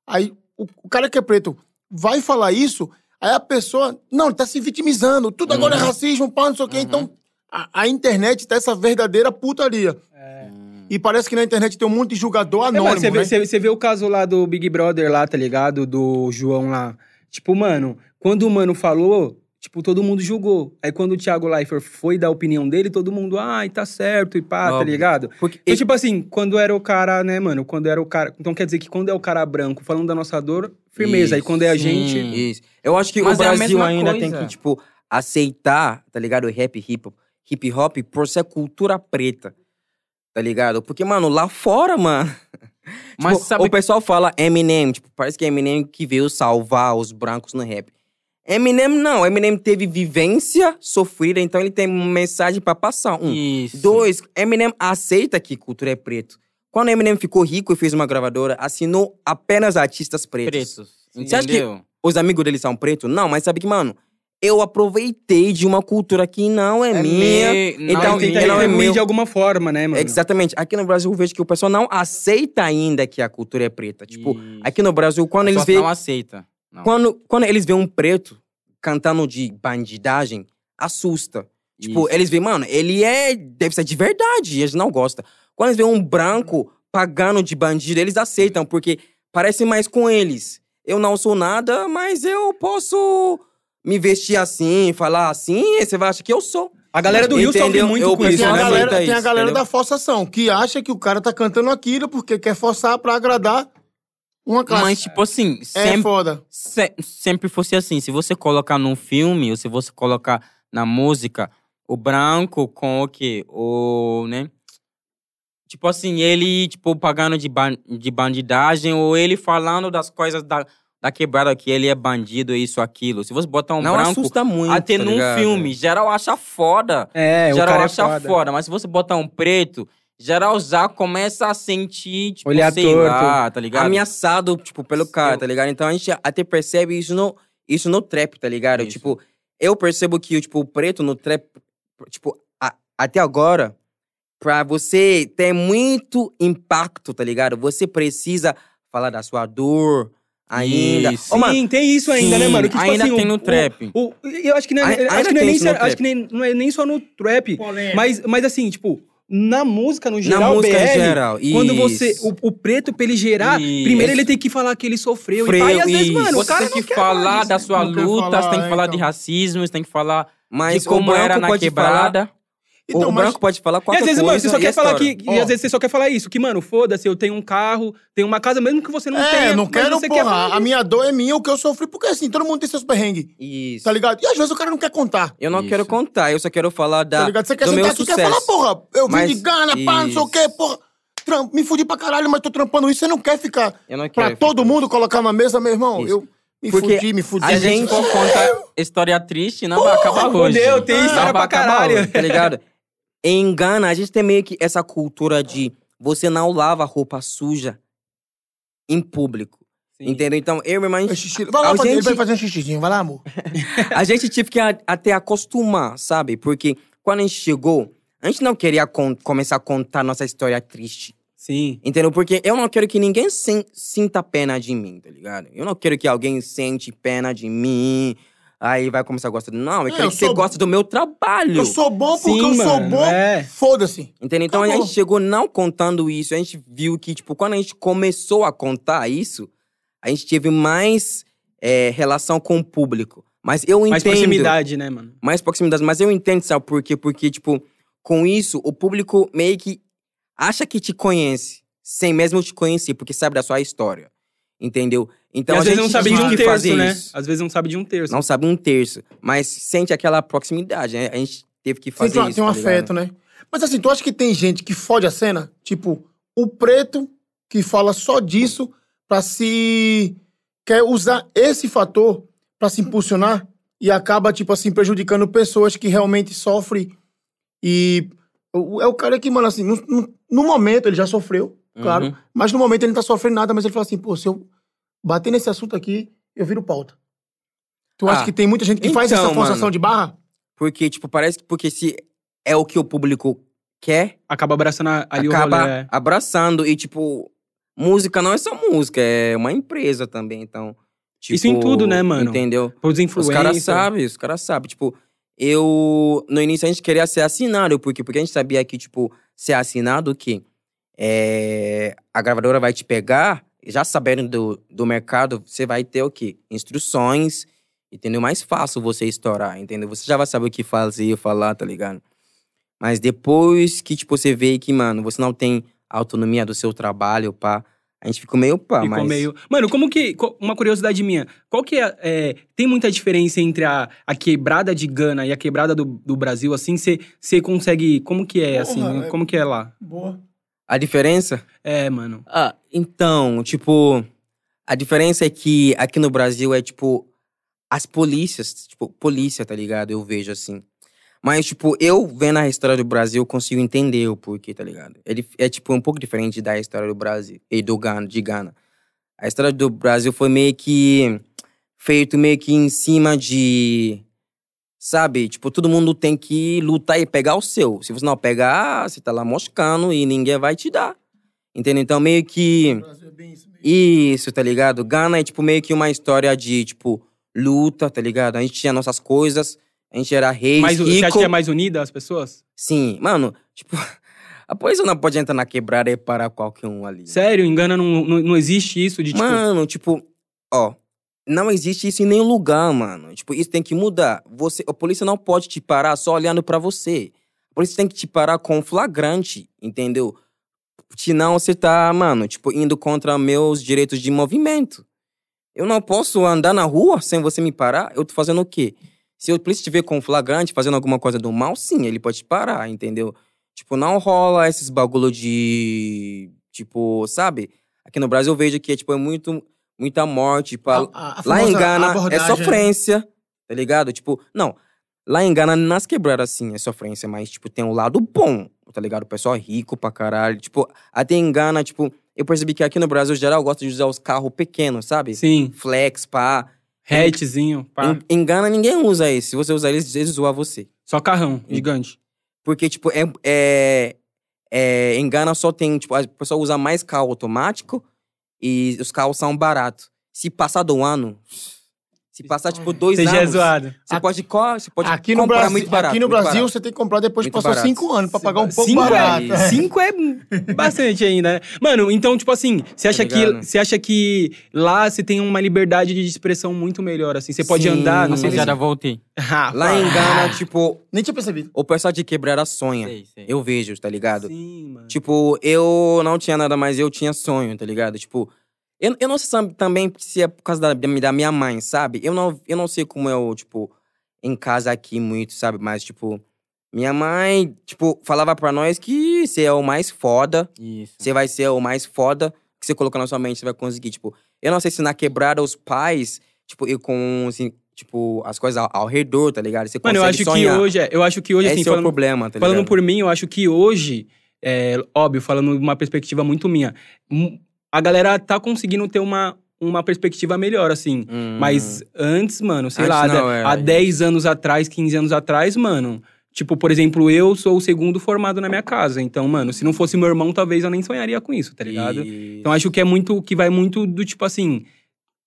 Aí o, o cara que é preto vai falar isso, aí a pessoa. Não, tá se vitimizando, tudo agora é racismo, pá, não sei o quê. Então, a, a internet tá essa verdadeira putaria. E parece que na internet tem um monte de julgador
É,
anônimo,
mas você, vê,
né?
você- você vê o caso lá do Big Brother lá, tá ligado? Do João lá. Tipo, mano, quando o mano falou, tipo, todo mundo julgou. Aí quando o Thiago Leifert foi dar a opinião dele, todo mundo, ai, tá certo e pá, tá
Óbvio.
ligado?
Porque
E
ele-
tipo assim, quando era o cara, né, mano? Quando era o cara. Então quer dizer que quando é o cara branco falando da nossa dor, firmeza. Aí
Isso,
quando é a
sim.
gente.
Isso. Eu acho que
Mas
o
é a
Brasil
mesma
ainda tem
coisa.
que, tipo, aceitar, tá ligado? O rap hip hop, hip hop por ser cultura preta. Tá ligado? Porque, mano, lá fora, mano.
Mas
tipo,
sabe
O pessoal fala Eminem, tipo, parece que é Eminem que veio salvar os brancos no rap. Eminem não, Eminem teve vivência sofrida, então ele tem mensagem pra passar. Um.
isso.
Dois, Eminem aceita que cultura é preto. Quando Eminem ficou rico e fez uma gravadora, assinou apenas artistas pretos.
pretos.
Você acha que-
Entendeu?
Os amigos dele são pretos? Não, mas sabe que, mano, eu aproveitei de uma cultura que não é, minha.
Me-
então,
não é
Então, tenta
tem
minha.
que- não é
retribuir
meu.
de alguma forma, né, mano?
Exatamente. Aqui no Brasil eu vejo que o pessoal não aceita ainda que a cultura é preta. Tipo,
Isso.
aqui no Brasil, quando
As
eles
pessoas
veem
não aceita. Não.
Quando, quando eles veem um preto cantando de bandidagem, assusta.
Tipo, eles veem, mano, ele é. Deve ser de verdade, eles não gostam. Quando eles veem um branco pagando de bandido, eles aceitam, porque parece mais com eles. Eu não sou nada, mas eu posso me vestir assim, falar assim, e você vai achar que eu sou.
A galera do Rio sofre
Entendeu?
muito
Eu
com isso,
conheço
Tem a
né?
uma
galera,
Aumenta
tem a
isso,
galera
entendeu?
da forçação, que acha que o cara tá cantando aquilo porque quer forçar pra agradar uma classe.
Mas, tipo assim,
é
sempre,
foda.
se- sempre fosse assim. Se você colocar num filme, ou se você colocar na música, o branco com o quê? O, né? Tipo assim, ele, tipo, pagando de, ban de bandidagem, ou ele falando das coisas da, da quebrada, que ele é bandido, isso, aquilo. Se você botar um
não
branco,
assusta muito.
até
tá
num
ligado?
filme, geral acha foda.
É, o
geral
cara é
acha
foda.
foda. Mas se você botar um preto, geral já começa a sentir, tipo,
Olhar
sei
torto.
lá, tá ligado?
Ameaçado, tipo, pelo cara,
Eu-
tá ligado? Então a gente até percebe isso no, isso no trap, tá ligado?
Isso.
Tipo, eu percebo que, tipo, o preto no trap, tipo, a- até agora, pra você ter muito impacto, tá ligado? Você precisa falar da sua dor ainda.
Isso.
Ô, mano,
Sim, tem isso ainda, né,
Sim,
mano? Que, tipo
ainda
assim,
tem
o-
no
o-
trap.
o- eu acho que, não é-
Ai-
acho
ainda
que, não é,
tem
nem,
isso no
só- acho
trap.
que nem- não é nem só no trap,
É.
mas, mas assim, tipo, na música no geral,
na música
BR,
em geral.
Quando
isso.
você. O, o preto, pra ele gerar,
Isso.
primeiro ele tem que falar que ele sofreu. e, pá, e às vezes,
isso.
mano, o
você
cara
tem
não
que
quer
falar da sua
Não quer
luta, você tem
falar,
que falar de
então.
racismo, você tem que falar
Mas
de como
o
era na
pode falar
quebrada.
Então,
o
mas-
branco pode falar
E
qualquer
às vezes,
coisa
mano, você só
e é
quer falar
estoura.
que. E
Ó.
às vezes você só quer falar isso, que, mano, foda-se, eu tenho um carro, tenho uma casa, mesmo que você não tenha.
é, não
mas
quero,
você quer falar
porra. A minha dor é minha, o que eu sofri, porque assim, todo mundo tem seus perrengues,
Isso.
tá ligado? E às vezes o cara não quer contar,
Eu não
Isso.
quero contar, eu só quero falar da,
tá ligado? Você quer
do meu
sentar aqui e quer
sucesso.
falar, porra, eu vim
Mas-
de Gana, pá, não sei o quê,
isso.
porra. tram- me fudi pra caralho, mas tô trampando isso. Você não quer ficar
Eu não
pra
quero.
todo mundo colocar na mesa, meu irmão?
Isso.
Eu me
Porque
fudi, me fudi.
a
Se a gente for contar história triste, não vai acabar hoje.
fudeu, tem
Não
história
vai
pra
acabar
caralho.
hoje.
tá ligado? Em Gana, a gente tem meio que essa cultura de você não lava roupa suja em público. Entendeu? Então, eu e minha irmã, a
É
gente,
xixi. Vai lá,
A
fazer, ele
gente-
vai fazer um xixizinho, vai lá, amor.
a gente tive que a- até acostumar, sabe? Porque quando a gente chegou, a gente não queria con- começar a contar nossa história triste.
Sim.
Entendeu? Porque eu não quero que ninguém sen- sinta pena de mim, tá ligado? Eu não quero que alguém sente pena de mim, aí vai começar a gostar. de- Não, eu
É,
quero
eu
que você
sou-
goste do meu trabalho.
Eu sou bom porque
Sim,
eu sou
mano,
bom.
é.
Foda-se.
Entendeu? Então a
Acabou.
gente chegou não contando isso, a gente viu que, tipo, quando a gente começou a contar isso, a gente teve mais é, relação com o público. Mas eu entendo.
Mais proximidade, né, mano?
mais proximidade. Mas eu entendo, sabe por quê? Porque, tipo, com isso, o público meio que acha que te conhece, sem mesmo te conhecer, porque sabe da sua história. Entendeu? Então
e às
a
vezes não
gente
sabe de
tinha
um
que
terço,
fazer
né?
isso.
Às vezes não sabe de um terço.
Não sabe um terço, mas sente aquela proximidade, né? A gente teve que
Tem,
fazer
tem,
isso.
um
tá ligado?
afeto, né? Mas assim, tu acha que tem gente que fode a cena? Tipo, o preto que fala só disso pra se. quer usar esse fator pra se impulsionar e acaba, tipo assim, prejudicando pessoas que realmente sofrem. E o- é o cara que, mano, assim, no, no- no momento ele já sofreu, claro.
Uhum.
Mas no momento ele não tá sofrendo nada, mas ele fala assim, pô, se eu bater nesse assunto aqui, eu viro pauta. Tu acha
Ah,
que tem muita gente que faz
então,
essa forçação
mano.
de barra?
Porque, tipo, parece que porque se é o que o público quer,
Acaba abraçando a- ali o
acaba
rolê. é.
abraçando. E, tipo, música não é só música, é uma empresa também. Então, tipo.
Isso em tudo, né, mano?
Entendeu?
Os
Os
influencers.
caras sabem, os caras sabem. Tipo, eu. No início a gente queria ser assinado, porque, porque a gente sabia que, tipo, ser assinado que é, a gravadora vai te pegar, já sabendo do, do mercado, você vai ter o quê? Instruções, entendeu? Mais fácil você estourar, entendeu? Você já vai saber o que fazer, falar, tá ligado? Mas depois que, tipo, você vê que, mano, você não tem autonomia do seu trabalho, pá, a gente ficou meio
Tá,
pá,
Ficou
mas.
meio. Mano, como que. co- Uma curiosidade minha. Qual que é. é, tem muita diferença entre a, a quebrada de Gana e a quebrada do, do Brasil, assim? Você consegue. Como que é, assim?
Porra, é-
Como que é lá?
Boa.
A diferença?
É, mano.
Ah, então, tipo, a diferença é que aqui no Brasil é tipo as polícias, tipo, polícia, tá ligado? Eu vejo assim. Mas, tipo, eu vendo a história do Brasil, eu consigo entender o porquê, tá ligado? Ele é, tipo, um pouco diferente da história do Brasil e do Gana, de Gana. A história do Brasil foi meio que feito meio que em cima de. Sabe? Tipo, todo mundo tem que lutar e pegar o seu. Se você não pegar, você tá lá moscando e ninguém vai te dar. Entendeu? Então, meio que. Isso, tá ligado? Gana é, tipo, meio que uma história de, tipo, luta, tá ligado? A gente tinha nossas coisas,
A gente era reis,
Mas
rico.
você acha que é mais unida as pessoas?
Sim, mano, tipo, a polícia não pode entrar na quebrada e parar qualquer um ali.
Sério, engana, não, não, não existe isso de tipo.
Mano, tipo, ó, não existe isso em nenhum lugar, mano. Tipo, isso tem que mudar. Você, a polícia não pode te parar só olhando pra você. A polícia tem que te parar com flagrante, entendeu? Senão você tá, mano, tipo, indo contra meus direitos de movimento. Eu não posso andar na rua sem você me parar? Eu tô fazendo o quê? Se a polícia te ver com um flagrante fazendo alguma coisa do mal, sim, ele pode te parar, entendeu? Tipo, não rola esses bagulho de. Tipo, sabe? Aqui no Brasil eu vejo que é, tipo, é muito, muita morte. Tipo, a-
A- a
lá
famosa
em Gana é
abordagem, né?
sofrência, tá ligado? Tipo, não. Lá em Gana, nas quebradas, assim, é sofrência, mas, tipo, tem um lado bom, tá ligado? O pessoal é rico pra caralho. Tipo, até em Gana, tipo, eu percebi que aqui no Brasil, geral, gosta de usar os carros pequenos, sabe?
Sim,
Flex, pá.
hatchzinho, pá.
Em, em Gana, ninguém usa isso. Se você usar eles, eles zoam você.
Só carrão, gigante.
Porque, tipo, é, é, é, em Gana só tem, tipo, a pessoa usa mais carro automático e os carros são baratos. Se passar do ano, se passar, tipo, dois
Você já é
anos,
zoado.
você, pode, co- você pode
Aqui no
comprar
Brasil,
muito barato.
aqui no
muito
Brasil
barato.
você tem que comprar depois que
Muito
passou
barato.
cinco anos pra
Sim,
pagar um pouco
Cinco
barato.
é, cinco é bastante ainda, né? Mano, então, tipo assim, você acha, que,
ligado?
você acha que lá você tem uma liberdade de expressão muito melhor, assim? Você pode
Sim,
andar, não sei se...
Rapaziada, voltei.
Ah,
Lá em Gana, tipo,
Nem tinha percebido.
o pessoal de quebrada sonha.
Sei, sei.
Eu vejo, tá ligado?
Sim, mano.
Tipo, eu não tinha nada, mas eu tinha sonho, tá ligado? Tipo, eu, eu não sei sam- também se é por causa da, da mi- da minha mãe, sabe? Eu não, eu não sei como eu, tipo, em casa aqui muito, sabe? Mas, tipo, minha mãe, tipo, falava pra nós que você é o mais foda,
Isso.
você vai ser o mais foda que você colocar na sua mente, você vai conseguir. Tipo, eu não sei se na quebrada os pais, tipo, e com, assim, tipo, as coisas ao, ao redor, tá ligado? Você
Mano, eu
consegue
acho
sonhar.
que hoje, é, eu acho que hoje,
Esse
assim,
é o
falando,
problema, tá ligado?
falando por mim, eu acho que hoje, é, óbvio, falando uma perspectiva muito minha, mu- a galera tá conseguindo ter uma, uma perspectiva melhor, assim.
Hum.
Mas antes, mano, sei
Antes
lá,
não,
da-
é,
há
é.
10 anos atrás, 15 anos atrás, mano. Tipo, por exemplo, eu sou o segundo formado na minha casa. Então, mano, se não fosse meu irmão, talvez eu nem sonharia com isso, tá ligado?
E-
Então acho que é muito, que vai muito do tipo assim.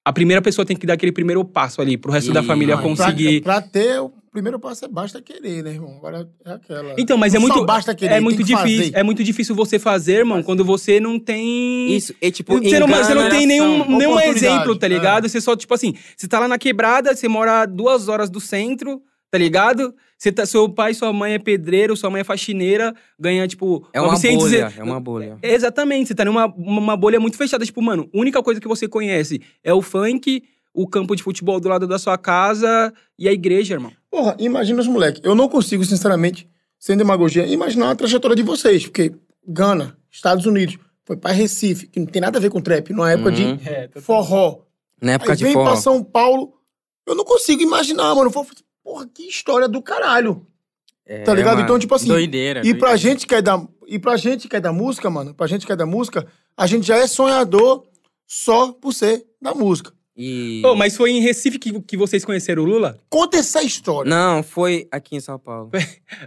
A primeira pessoa tem que dar aquele primeiro passo ali, pro resto da
E-
família
Não,
Ah, Pra-
conseguir.
Pra, ter, o primeiro passo é basta querer, né, irmão? Agora é aquela.
Então, mas é
Não só
muito.
basta querer,
é
tem
muito
que
difícil.
fazer.
É muito difícil você fazer, mano, quando você não tem.
Isso, é tipo.
Você não, você não
engana-
tem nenhum, nenhum
Oportunidade,
exemplo, tá
é.
ligado? Você só, tipo assim, você tá lá na quebrada, você mora a duas horas do centro, tá ligado? Você tá, seu pai, sua mãe é pedreiro, sua mãe é faxineira, ganha, tipo,
É uma
900 e-
bolha, é uma bolha.
Exatamente, você tá numa uma uma bolha muito fechada. Tipo, mano, a única coisa que você conhece é o funk, o campo de futebol do lado da sua casa e a igreja, irmão.
Porra, imagina os moleques. Eu não consigo, sinceramente, sem demagogia, imaginar a trajetória de vocês. Porque Gana, Estados Unidos, foi pra Recife, que não tem nada a ver com trap, numa época
Uhum.
É,
de forró.
Na época
Aí
é de
vem
forró.
pra São Paulo, eu não consigo imaginar, mano. Eu falo, Porra, que história do caralho.
É,
Tá ligado?
mano.
Então, tipo assim,
Doideira.
E pra
doideira.
gente que é da, e pra gente que é da música, mano, pra gente que é da música, a gente já é sonhador só por ser da música.
E-
Pô, mas foi em Recife que, que vocês conheceram o Lula?
Conta essa história.
Não, foi aqui em São Paulo.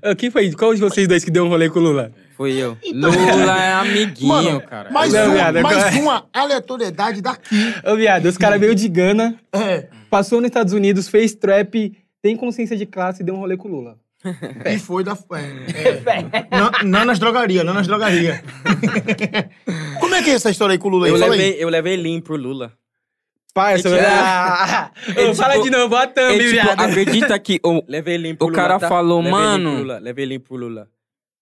Ah, Quem foi? Qual de vocês dois que deu um rolê com o Lula?
Foi eu.
Então-
Lula é amiguinho,
Mano,
cara.
Mais,
Não,
um-
viado,
mais
agora-
uma aleatoriedade daqui.
Ô, viado, os caras veio de Gana,
É,
passou nos Estados Unidos, fez trap, tem consciência de classe e deu um rolê com o Lula.
e foi da. É, é. Na- não nas drogarias, não nas drogarias. Como é que é essa história aí com o Lula aí?
Eu
Fala aí.
levei, eu levei limpo pro Lula.
Parça,
É tipo-
velho. Ô,
é
Fala
tipo-
de novo, a thumb,
E, tipo,
viado.
acredita que o,
Levei limpo
O cara falou,
tá? Levei limpo
mano-
pro Lula. Levei limpo pro Lula.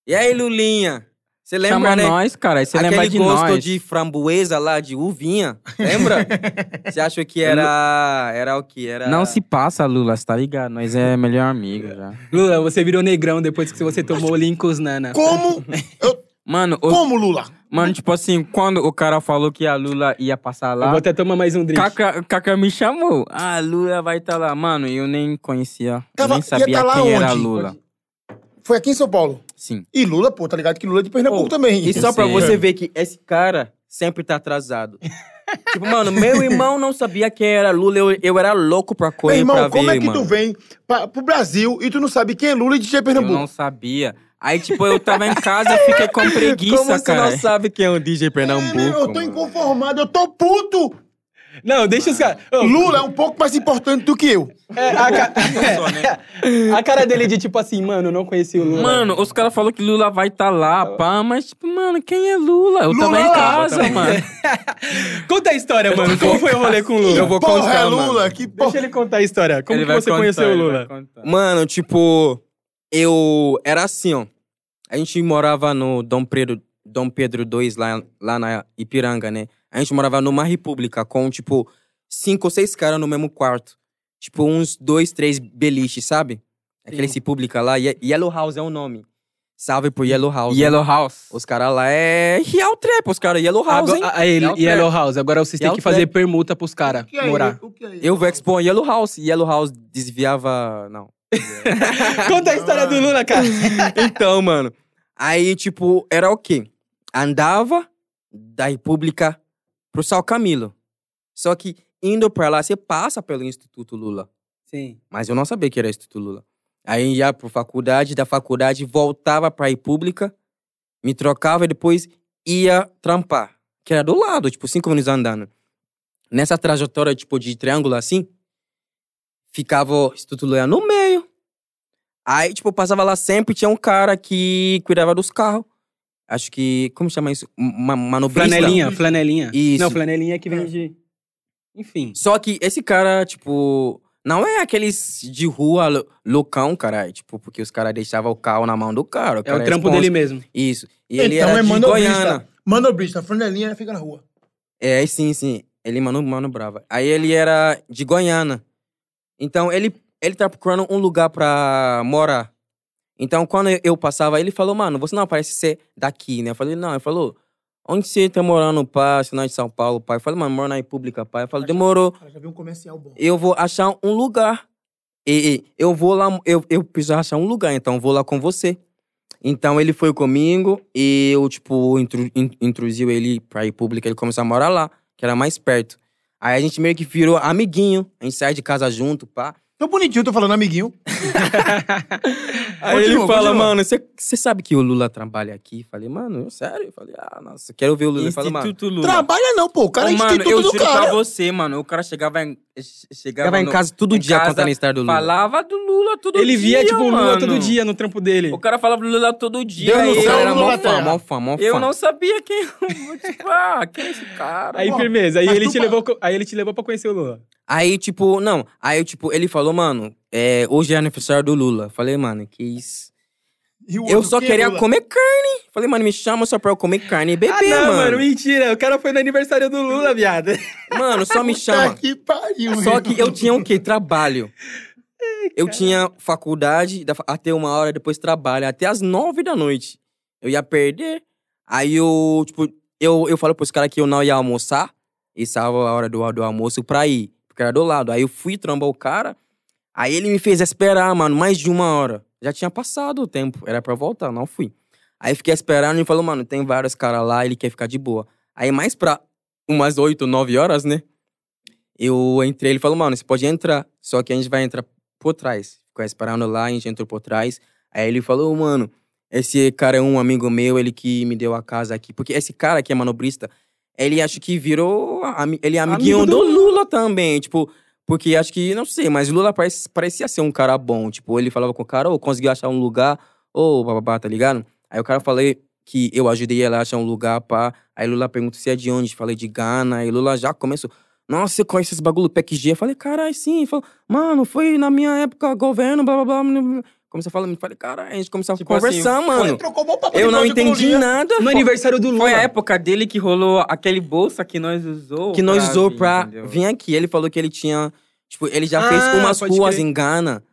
E aí, Lulinha? Você lembra,
chama
né?
nós, cara. Você
Aquele
lembra de
gosto
nós.
de framboesa lá, de uvinha. Lembra? Você acha que era. Era o que? Era.
Não se passa, Lula, você tá ligado? Nós é melhor amigo já.
Lula, você virou negrão depois que você tomou o Lincoln's Nana.
Como?
Mano, o-
Como, Lula?
mano, tipo assim, quando o cara falou que a Lula ia passar
Eu
lá,
vou até tomar mais um drink.
Caca, Caca me chamou. Ah, Lula vai estar lá. Mano, eu nem conhecia.
Tava-
eu
ia
nem sabia
tá lá
quem era
onde?
Lula.
Foi aqui em São Paulo.
Sim.
E Lula, pô, tá ligado que Lula é de Pernambuco
Pô,
também.
E só pra
Sim.
você ver que esse cara sempre tá atrasado. tipo, mano, meu irmão não sabia quem era Lula. Eu, eu era louco pra
Meu
correr pra
irmão,
ver,
como é que
mano.
tu vem pra, pro Brasil e tu não sabe quem é Lula e DJ
Eu
Pernambuco?
não sabia. Aí, tipo, eu tava em casa, fiquei com preguiça,
Como você
cara.
não sabe quem é um DJ
É, meu,
Pernambuco?
eu tô
mano?
inconformado, eu tô puto!
Não, deixa os caras. Ô,
Lula é um pouco mais importante do que eu.
é, a, ca- a cara dele de tipo assim, mano, eu não conheci o Lula.
Mano, os caras falaram que Lula vai
tá
estar lá, pá, mas, tipo, mano, quem é Lula? Eu
Lula!
tava em casa, mano.
Conta a história, mano. Como foi o rolê com o Lula?
Eu vou
porra
contar,
é
mano.
Lula, que porra.
Deixa ele contar a história. Como
Ele
que
vai
você
contar,
conheceu o
ele
Lula?
vai contar.
Mano, tipo, eu era assim, ó. A gente morava no Dom Pedro, Dom Pedro II, lá, lá na Ipiranga, né? A gente morava numa república com, tipo, cinco ou seis caras no mesmo quarto. Tipo, uns dois, três beliches, sabe? Aqueles república lá. Ye- Yellow House é o nome. Salve pro Yellow House. né?
Yellow House.
Os caras lá é real trap, os caras Yellow House, hein?
Agora, a, ele,
É o
Yellow House. Agora vocês têm
É o
que fazer permuta pros caras
O que é
morar.
ele? O que é ele?
Eu vou expor Yellow House. Yellow House desviava... Não.
Conta a história do Lula, cara.
Então, mano. Aí, tipo, era o quê? Andava da República pro São Camilo. Só que indo pra lá, você passa pelo Instituto Lula.
Sim.
Mas eu não sabia que era Instituto Lula. Aí ia pra faculdade, da faculdade voltava pra República, me trocava e depois ia trampar. Que era do lado, tipo, cinco minutos andando. Nessa trajetória, tipo, de triângulo assim, ficava o Instituto Lula no meio. Aí, tipo, passava lá sempre, tinha um cara que cuidava dos carros. Acho que, como chama isso? Ma manobrista.
Flanelinha, flanelinha.
Isso.
Não, flanelinha é que vende. Enfim.
Só que esse cara, tipo, não é aqueles de rua lou- loucão, cara. É, Tipo, porque os caras deixavam o carro na mão do cara.
É o trampo dele mesmo.
Isso. E ele
Então
era
é
de
manobrista.
Goiânia.
Manobrista, franelinha fica na rua.
É, sim, sim. Ele mano, mano brava. Aí ele era de Goiânia. Então ele ele tá procurando um lugar pra morar. Então quando eu- eu passava, ele falou: "Mano, você não parece ser daqui, né?" Eu falei: "Não". Ele falou: "Onde você tá morando, pai? Você não é de São Paulo, pai?" Eu falei: "Mano, moro na República, pai". Eu falei: "Demorou".
Cara, já vi um comercial bom.
eu vou achar um lugar. E, e, eu vou lá, eu, eu preciso achar um lugar, então eu vou lá com você. Então ele foi comigo e eu, tipo, intru, in- intrusiu ele pra República, ele começou a morar lá, que era mais perto. Aí a gente meio que virou amiguinho, a gente sai de casa junto, pá.
Tô bonitinho, tô falando amiguinho.
Aí
Continua,
ele fala,
continua.
mano, você você sabe que o Lula trabalha aqui? Falei, mano, eu- sério? Eu falei, ah, nossa, quero ver o Lula. Ele falou, mano,
Instituto Lula.
Trabalha não, pô. O cara é
Ô, mano, eu
instituto do
juro pra
cara.
você, mano. O cara chegava em, che- chegava
tava em
no-
casa todo
em
dia
casa,
contando a história do Lula.
Falava do Lula todo
Ele
dia.
via, tipo, o Lula
mano.
todo dia no trampo dele.
O cara falava do Lula todo dia.
Deus no
e
O tá
céu,
cara
eu-
era
Lula
mó
terra.
fã, mó fã, mó fã.
Eu não sabia quem. tipo, ah, quem é esse cara?
Aí,
Pô,
firmeza. Aí
mas
ele,
tu
te
pa-
levou, co- aí ele te levou pra conhecer o Lula.
Aí, tipo, não. Aí, tipo, ele falou, mano, é, hoje é aniversário do Lula. Falei, mano, que isso.
E o
Eu
outro,
só
quem é
queria
Lula?
comer carne. Falei, mano, me chama só pra eu comer carne e beber,
ah, não, mano.
mano.
mentira. O cara foi no aniversário do Lula, viado.
Mano, só me
Tá
chama.
que pariu,
Só
irmão.
que eu tinha o quê? Trabalho. Eu tinha faculdade da fa- até uma hora, depois trabalho, até as nove da noite. Eu ia perder. Aí eu, tipo, eu, eu falo pros caras que eu não ia almoçar. E salva a hora do, do almoço pra ir. Porque era do lado. Aí eu fui trombar o cara. Aí ele me fez esperar, mano, mais de uma hora. Já tinha passado o tempo. Era pra voltar, não fui. Aí fiquei esperando e falou, mano, tem vários caras lá, ele quer ficar de boa. Aí mais pra umas oito, nove horas, né? Eu entrei, ele falou, mano, você pode entrar, só que a gente vai entrar por trás. Ficou esperando lá, a gente entrou por trás. Aí ele falou, mano, esse cara é um amigo meu, ele que me deu a casa aqui. Porque esse cara que é manobrista, ele acho que virou. ami- Ele é amiguinho
Amigo
do
do
Lula também, tipo. Porque acho que, não sei, mas Lula parece, parecia ser um cara bom. Tipo, ele falava com o cara, ô, conseguiu achar um lugar, ô, bababá, tá ligado? Aí o cara falei que eu ajudei ela a achar um lugar, pá. Aí Lula pergunta se é de onde. Falei de Gana. Aí Lula já começou. Nossa, você conhece esse bagulho PECG? Eu falei, caralho, sim. Ele falou, mano, foi na minha época, governo, blá, blá, blá. blá, blá. Começou a falar, falei, caralho, a gente começou a
Tipo
conversar, mano.
Trocou bom papo
eu
de
não
balde com
entendi
bolinha.
nada.
No aniversário do Lula.
Foi a época dele que rolou aquele bolsa que nós usou.
que nós usou
vir,
pra
entendeu?
vir aqui. Ele falou que ele tinha. Tipo, ele já fez
Ah,
umas
pode
ruas
crer.
em Gana.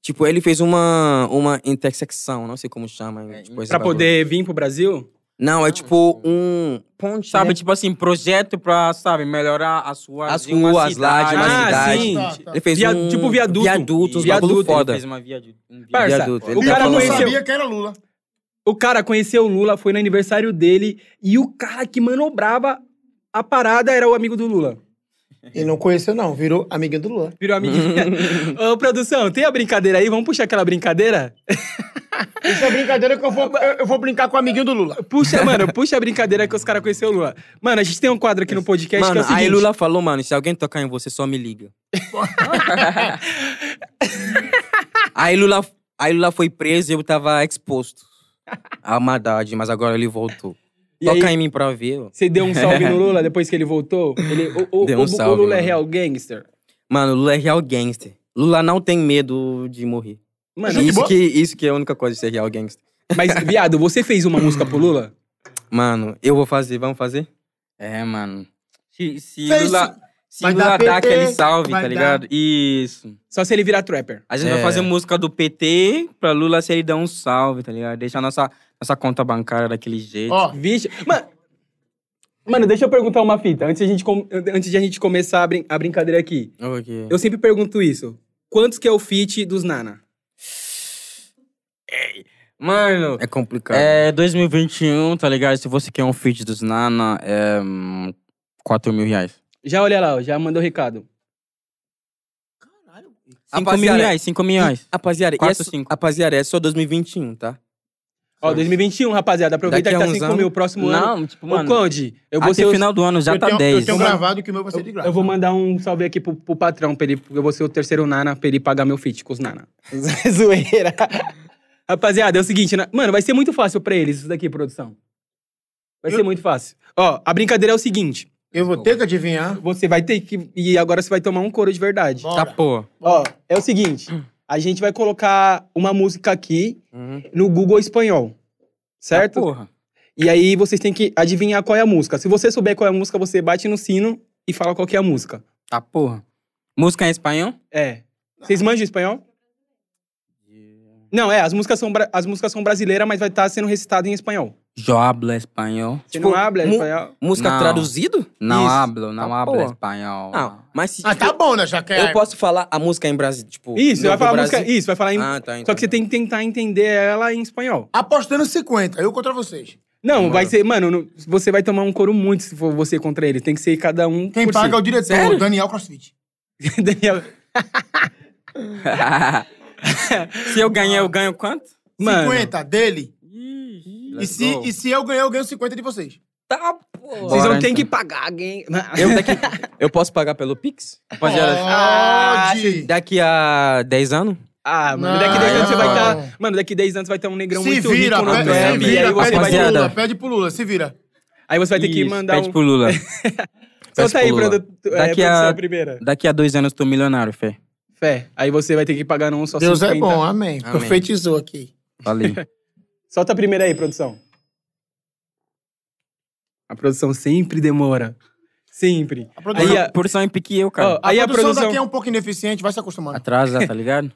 Tipo, ele fez uma, uma intersecção, não sei como chama.
É,
tipo, esse
Pra
bagulho.
poder Ah, vir pro Brasil?
Não, é tipo um ponte.
Sabe,
né?
tipo assim, projeto pra, sabe, melhorar a sua
As
de uma
ruas lá de uma
Ah,
cidade.
sim.
Tá, tá.
Ele fez
Via-
um...
tipo viaduto.
Viaduto, uns
Viaduto,
bagulho
ele
foda.
Ele fez uma via de, um
Parça,
Viaduto, ele
o cara
Eu não
falou-
conheceu...
sabia que era Lula.
O cara conheceu o Lula, foi no aniversário dele, e o cara que manobrava a parada era o amigo do Lula.
Ele não conheceu, não. Virou amiguinho do Lula.
Virou amiguinha. Ô, produção, tem a brincadeira aí? Vamos puxar aquela brincadeira?
Isso é brincadeira que eu vou, eu, eu vou brincar com o amiguinho do Lula.
Puxa, mano, puxa a brincadeira que os caras conheceram o Lula. Mano, a gente tem um quadro aqui no podcast que
Mano,
é o seguinte.
aí Lula falou, mano, se alguém tocar em você, só me liga. aí, Lula, aí Lula foi preso e eu tava exposto à maldade, mas agora ele voltou.
E
Toca
aí-
em mim pra ver. ó.
Você deu um salve no Lula depois que ele voltou? Ele, o, o-
Deu um
o- o
salve,
Lula é
mano.
real gangster?
Mano, Lula é real gangster. Lula não tem medo de morrer.
Mano,
isso,
isso-
que, isso que é a única coisa de ser real gangster.
mas, viado, você fez uma música pro Lula?
Mano, eu vou fazer, vamos fazer?
É, mano. Se, se
Fez-
Lula, se
vai
Lula
dar
dá
PT,
aquele salve,
vai
tá ligado? Isso.
Só se ele virar trapper.
A gente
É.
vai fazer música do PT pra Lula se ele der um salve, tá ligado? Deixar nossa, nossa conta bancária daquele jeito.
Ó,
Vixe. Mano, mano, deixa eu perguntar uma fita. Antes de a gente, com- antes de a gente começar a, brin- a brincadeira aqui.
Ok.
Eu sempre pergunto isso. Quantos que é o feat dos Nana?
Mano,
É complicado.
é 2021, tá ligado? Se você quer um feat dos Nana, é. 4 mil reais.
Já olha lá, ó, já mandou recado.
5 mil reais, 5 mil reais.
Rapaziada, e
Quatro,
é, só-
cinco.
rapaziada, é só 2021, tá?
Ó, 2021, rapaziada. Aproveita
Daqui a
que tá
uns
5
anos-
mil. Próximo ano.
Não, tipo,
Ô,
mano.
Conde, eu vou
Até
ser o
o final do ano já
eu,
tá
tenho,
10.
eu tenho
Vamos-
gravado que o meu vai ser de graça.
Eu vou mandar um salve aqui pro, pro patrão, pra ele, eu vou ser o terceiro Nana, pra ele pagar meu feat com os Nana. Zoeira. Rapaziada, é o seguinte, na- mano, vai ser muito fácil pra eles isso daqui, produção. Vai ser muito fácil. Ó, a brincadeira é o seguinte,
Eu vou ter que adivinhar.
você vai ter que, e agora você vai tomar um couro de verdade.
Bora.
Tá, pô.
Ó, é o seguinte, a gente vai colocar uma música aqui no Google Espanhol, certo?
Tá, porra.
E aí vocês têm que adivinhar qual é a música. Se você souber qual é a música, você bate no sino e fala qual que é a música.
Tá, porra. Música em espanhol?
É. Vocês
Ah.
manjam espanhol? Não, é, as músicas são, bra- as músicas são brasileiras, mas vai estar sendo recitado em espanhol.
Yo hablo espanhol.
Você
Tipo,
não habla
mu-
espanhol?
Música
Não.
traduzido?
Não
Isso.
hablo, não
Tá,
hablo
porra.
espanhol.
Não, mas se,
Ah,
tipo,
tá bom, né? Já que
eu
é...
posso falar a música em Brasil, tipo...
Isso, vai
Novo
falar
Brasil?
música. Isso, vai falar em.
Ah, tá,
Só que você
entendi.
tem que tentar entender ela em espanhol.
Apostando 50, eu contra vocês.
Não, vai ser. Mano, não- você vai tomar um couro muito se for você contra ele. Tem que ser cada um.
Quem
por
paga é
si.
o diretor, o Daniel Crossfit.
Daniel.
se eu ganhar, eu ganho quanto?
Mano.
50 dele. E
Let's
se,
go.
e se eu ganhar, eu ganho 50 de vocês.
Tá, pô.
Vocês vão
Bora,
ter
então.
que pagar alguém.
Eu, daqui- eu posso pagar pelo Pix?
Ah.
Rapaziada,
Pode!
Daqui a 10 anos?
Ah, mano,
Não,
daqui 10 anos você vai estar.
não.
Mano, daqui 10 anos vai estar um negrão
se
muito
vira,
rico
pe-
no
pede-
se
trap. E aí
vira,
você
pede
vai,
pro
Rapaziada.
Lula, pede pro Lula, se vira.
aí você vai ter que
isso,
mandar
pede
um.
pro Lula.
Solta aí,
pro Lula.
produto- é,
Daqui a-
produção primeira.
Daqui a dois anos tô milionário, Fê.
Fé. Aí você vai ter que pagar num só
Deus
50.
é bom, amém.
Amém.
Profetizou aqui.
Falei.
Solta a primeira aí, produção. A produção sempre demora. Sempre.
A produção,
Aí
Aí
a-
a porção em pique eu, cara.
Ó, aí a
produção
produção,
daqui é um pouco ineficiente, vai se acostumando.
Atrasa, tá ligado?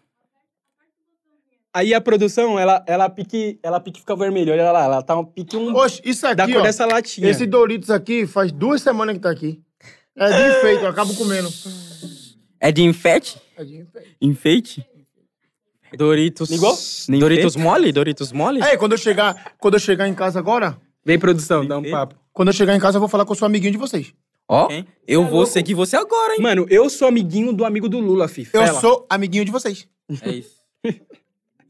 aí a produção, ela, ela pique, ela pique fica vermelha. Olha lá, ela tá um pique um
Então,
Oxe, isso aqui,
da cor
ó,
é assim,
dessa latinha.
esse Doritos aqui, faz duas semanas que tá aqui. É de enfeite, eu acabo comendo.
É de enfeite?
É de enfeite.
Enfeite?
Doritos...
Ligou?
Doritos mole? Doritos mole?
Aí, quando eu chegar, quando eu chegar em casa agora,
Vem produção, dá um
Sim.
papo.
quando eu chegar em casa, eu vou falar que eu sou amiguinho de vocês.
Ó,
Hein?
eu vou seguir você é agora, hein?
Mano, eu sou amiguinho do amigo do Lula, fi.
Eu
Fela.
sou amiguinho de vocês.
É isso.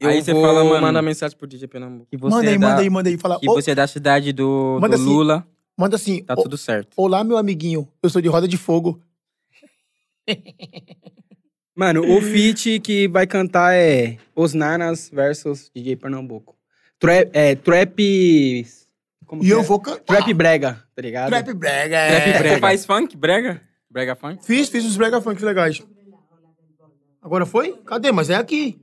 Eu
aí você
vou
fala, mano,
mandar mensagem pro DJ Pernambuco.
que você
Manda
é
aí,
da,
manda aí, manda aí. Fala,
que
ô,
você é da cidade do, do
Manda assim.
Lula,
manda assim.
tá
ô,
tudo certo.
Olá, meu amiguinho. Eu sou de roda de fogo.
Mano, o feat que vai cantar é Os Nanas versus DJ Pernambuco. Trap, é, trap... Como
E
que
eu
é?
vou cantar.
Trap brega, tá ligado?
Trap brega. é.
Trap brega. Você faz funk, brega? Brega funk?
Fiz, fiz uns brega funk legais. Agora foi? Cadê? Mas é aqui.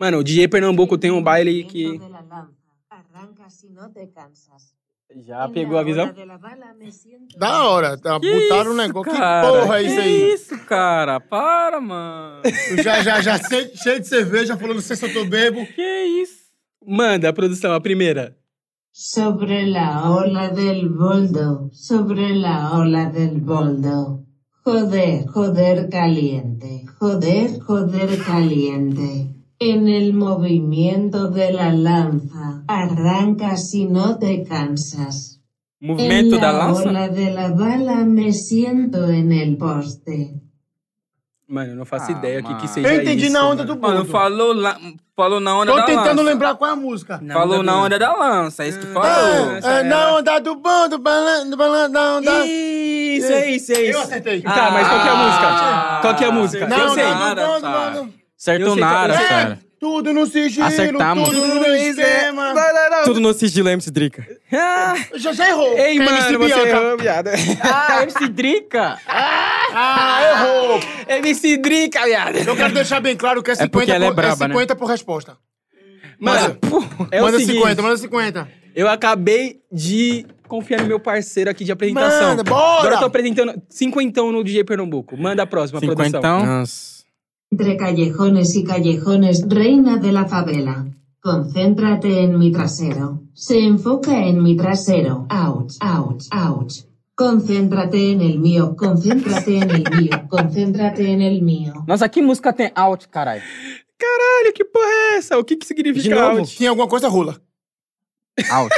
Mano, o DJ Pernambuco tem um baile que...
de la lanza. Arranca si no te cansas.
Já
En
pegou
la
a visão?
hora de la bala me siento
Da hora. Tá,
Que
botaram um
isso,
negócio.
cara?
que porra é isso
que
aí?
isso, cara? Para, mano.
Eu Já, já, já sei- cheio de cerveja, falando, não sei se eu tô bebo.
que isso?
Manda, produção, a primeira.
Sobre la ola del boldo, sobre la ola del boldo. Joder, joder caliente, joder, joder caliente. En el movimiento de la lanza, arranca si no te cansas. En
Movimento da
la
lança?
ola de la bala me siento en el poste.
Mano, eu não faço
Ah,
ideia o que, que
mano.
seja
Eu entendi
isso,
na onda
mano.
do
Mano,
Boldo.
falou, la... falou na onda
Tô
da
tentando
lança.
lembrar qual é a música.
Na
Falou
onda
na
do-
onda da lança, é isso que
Ah,
falou.
essa
É, na
era.
onda do bando, balando, balando, na onda.
Isso, é isso, é
tá? Eu
isso.
acertei. Ah.
Tá, mas qual que é a música? Qual que é a música?
Não,
eu sei. tá.
não, não, não,
cara.
não, não.
Eu sei
Acertou
que-
nada,
É.
cara.
Tudo no sigilo,
Acertamos.
tudo no esquema.
Tudo no sigilo, MC Drica.
Já, já errou.
Ah, Ei,
Com a
mano, você tá-
Bianca.
errou, viado.
Ah, MC Drica.
Ah, errou.
MC Drica, viado.
Eu quero deixar bem claro que é 50,
porque ela é
por,
braba, né?
50 por resposta.
Mano, é o
manda
seguinte,
50, manda 50.
eu acabei de confiar no meu parceiro aqui de apresentação.
Manda, bora!
Agora eu tô apresentando cinquentão no DJ Pernambuco. Manda a próxima, produção.
Cinquentão.
Nossa.
Entre callejones y callejones, reina de la favela. Concéntrate en mi trasero. Se enfoca en mi trasero. Ouch, ouch, ouch. Concéntrate en el mío, concéntrate en el mío, concéntrate en el mío.
Nossa, que música tem out, caralho?
Caralho, que porra é essa? O que que significa
De novo,
out?
tinha alguma coisa, rula.
Out.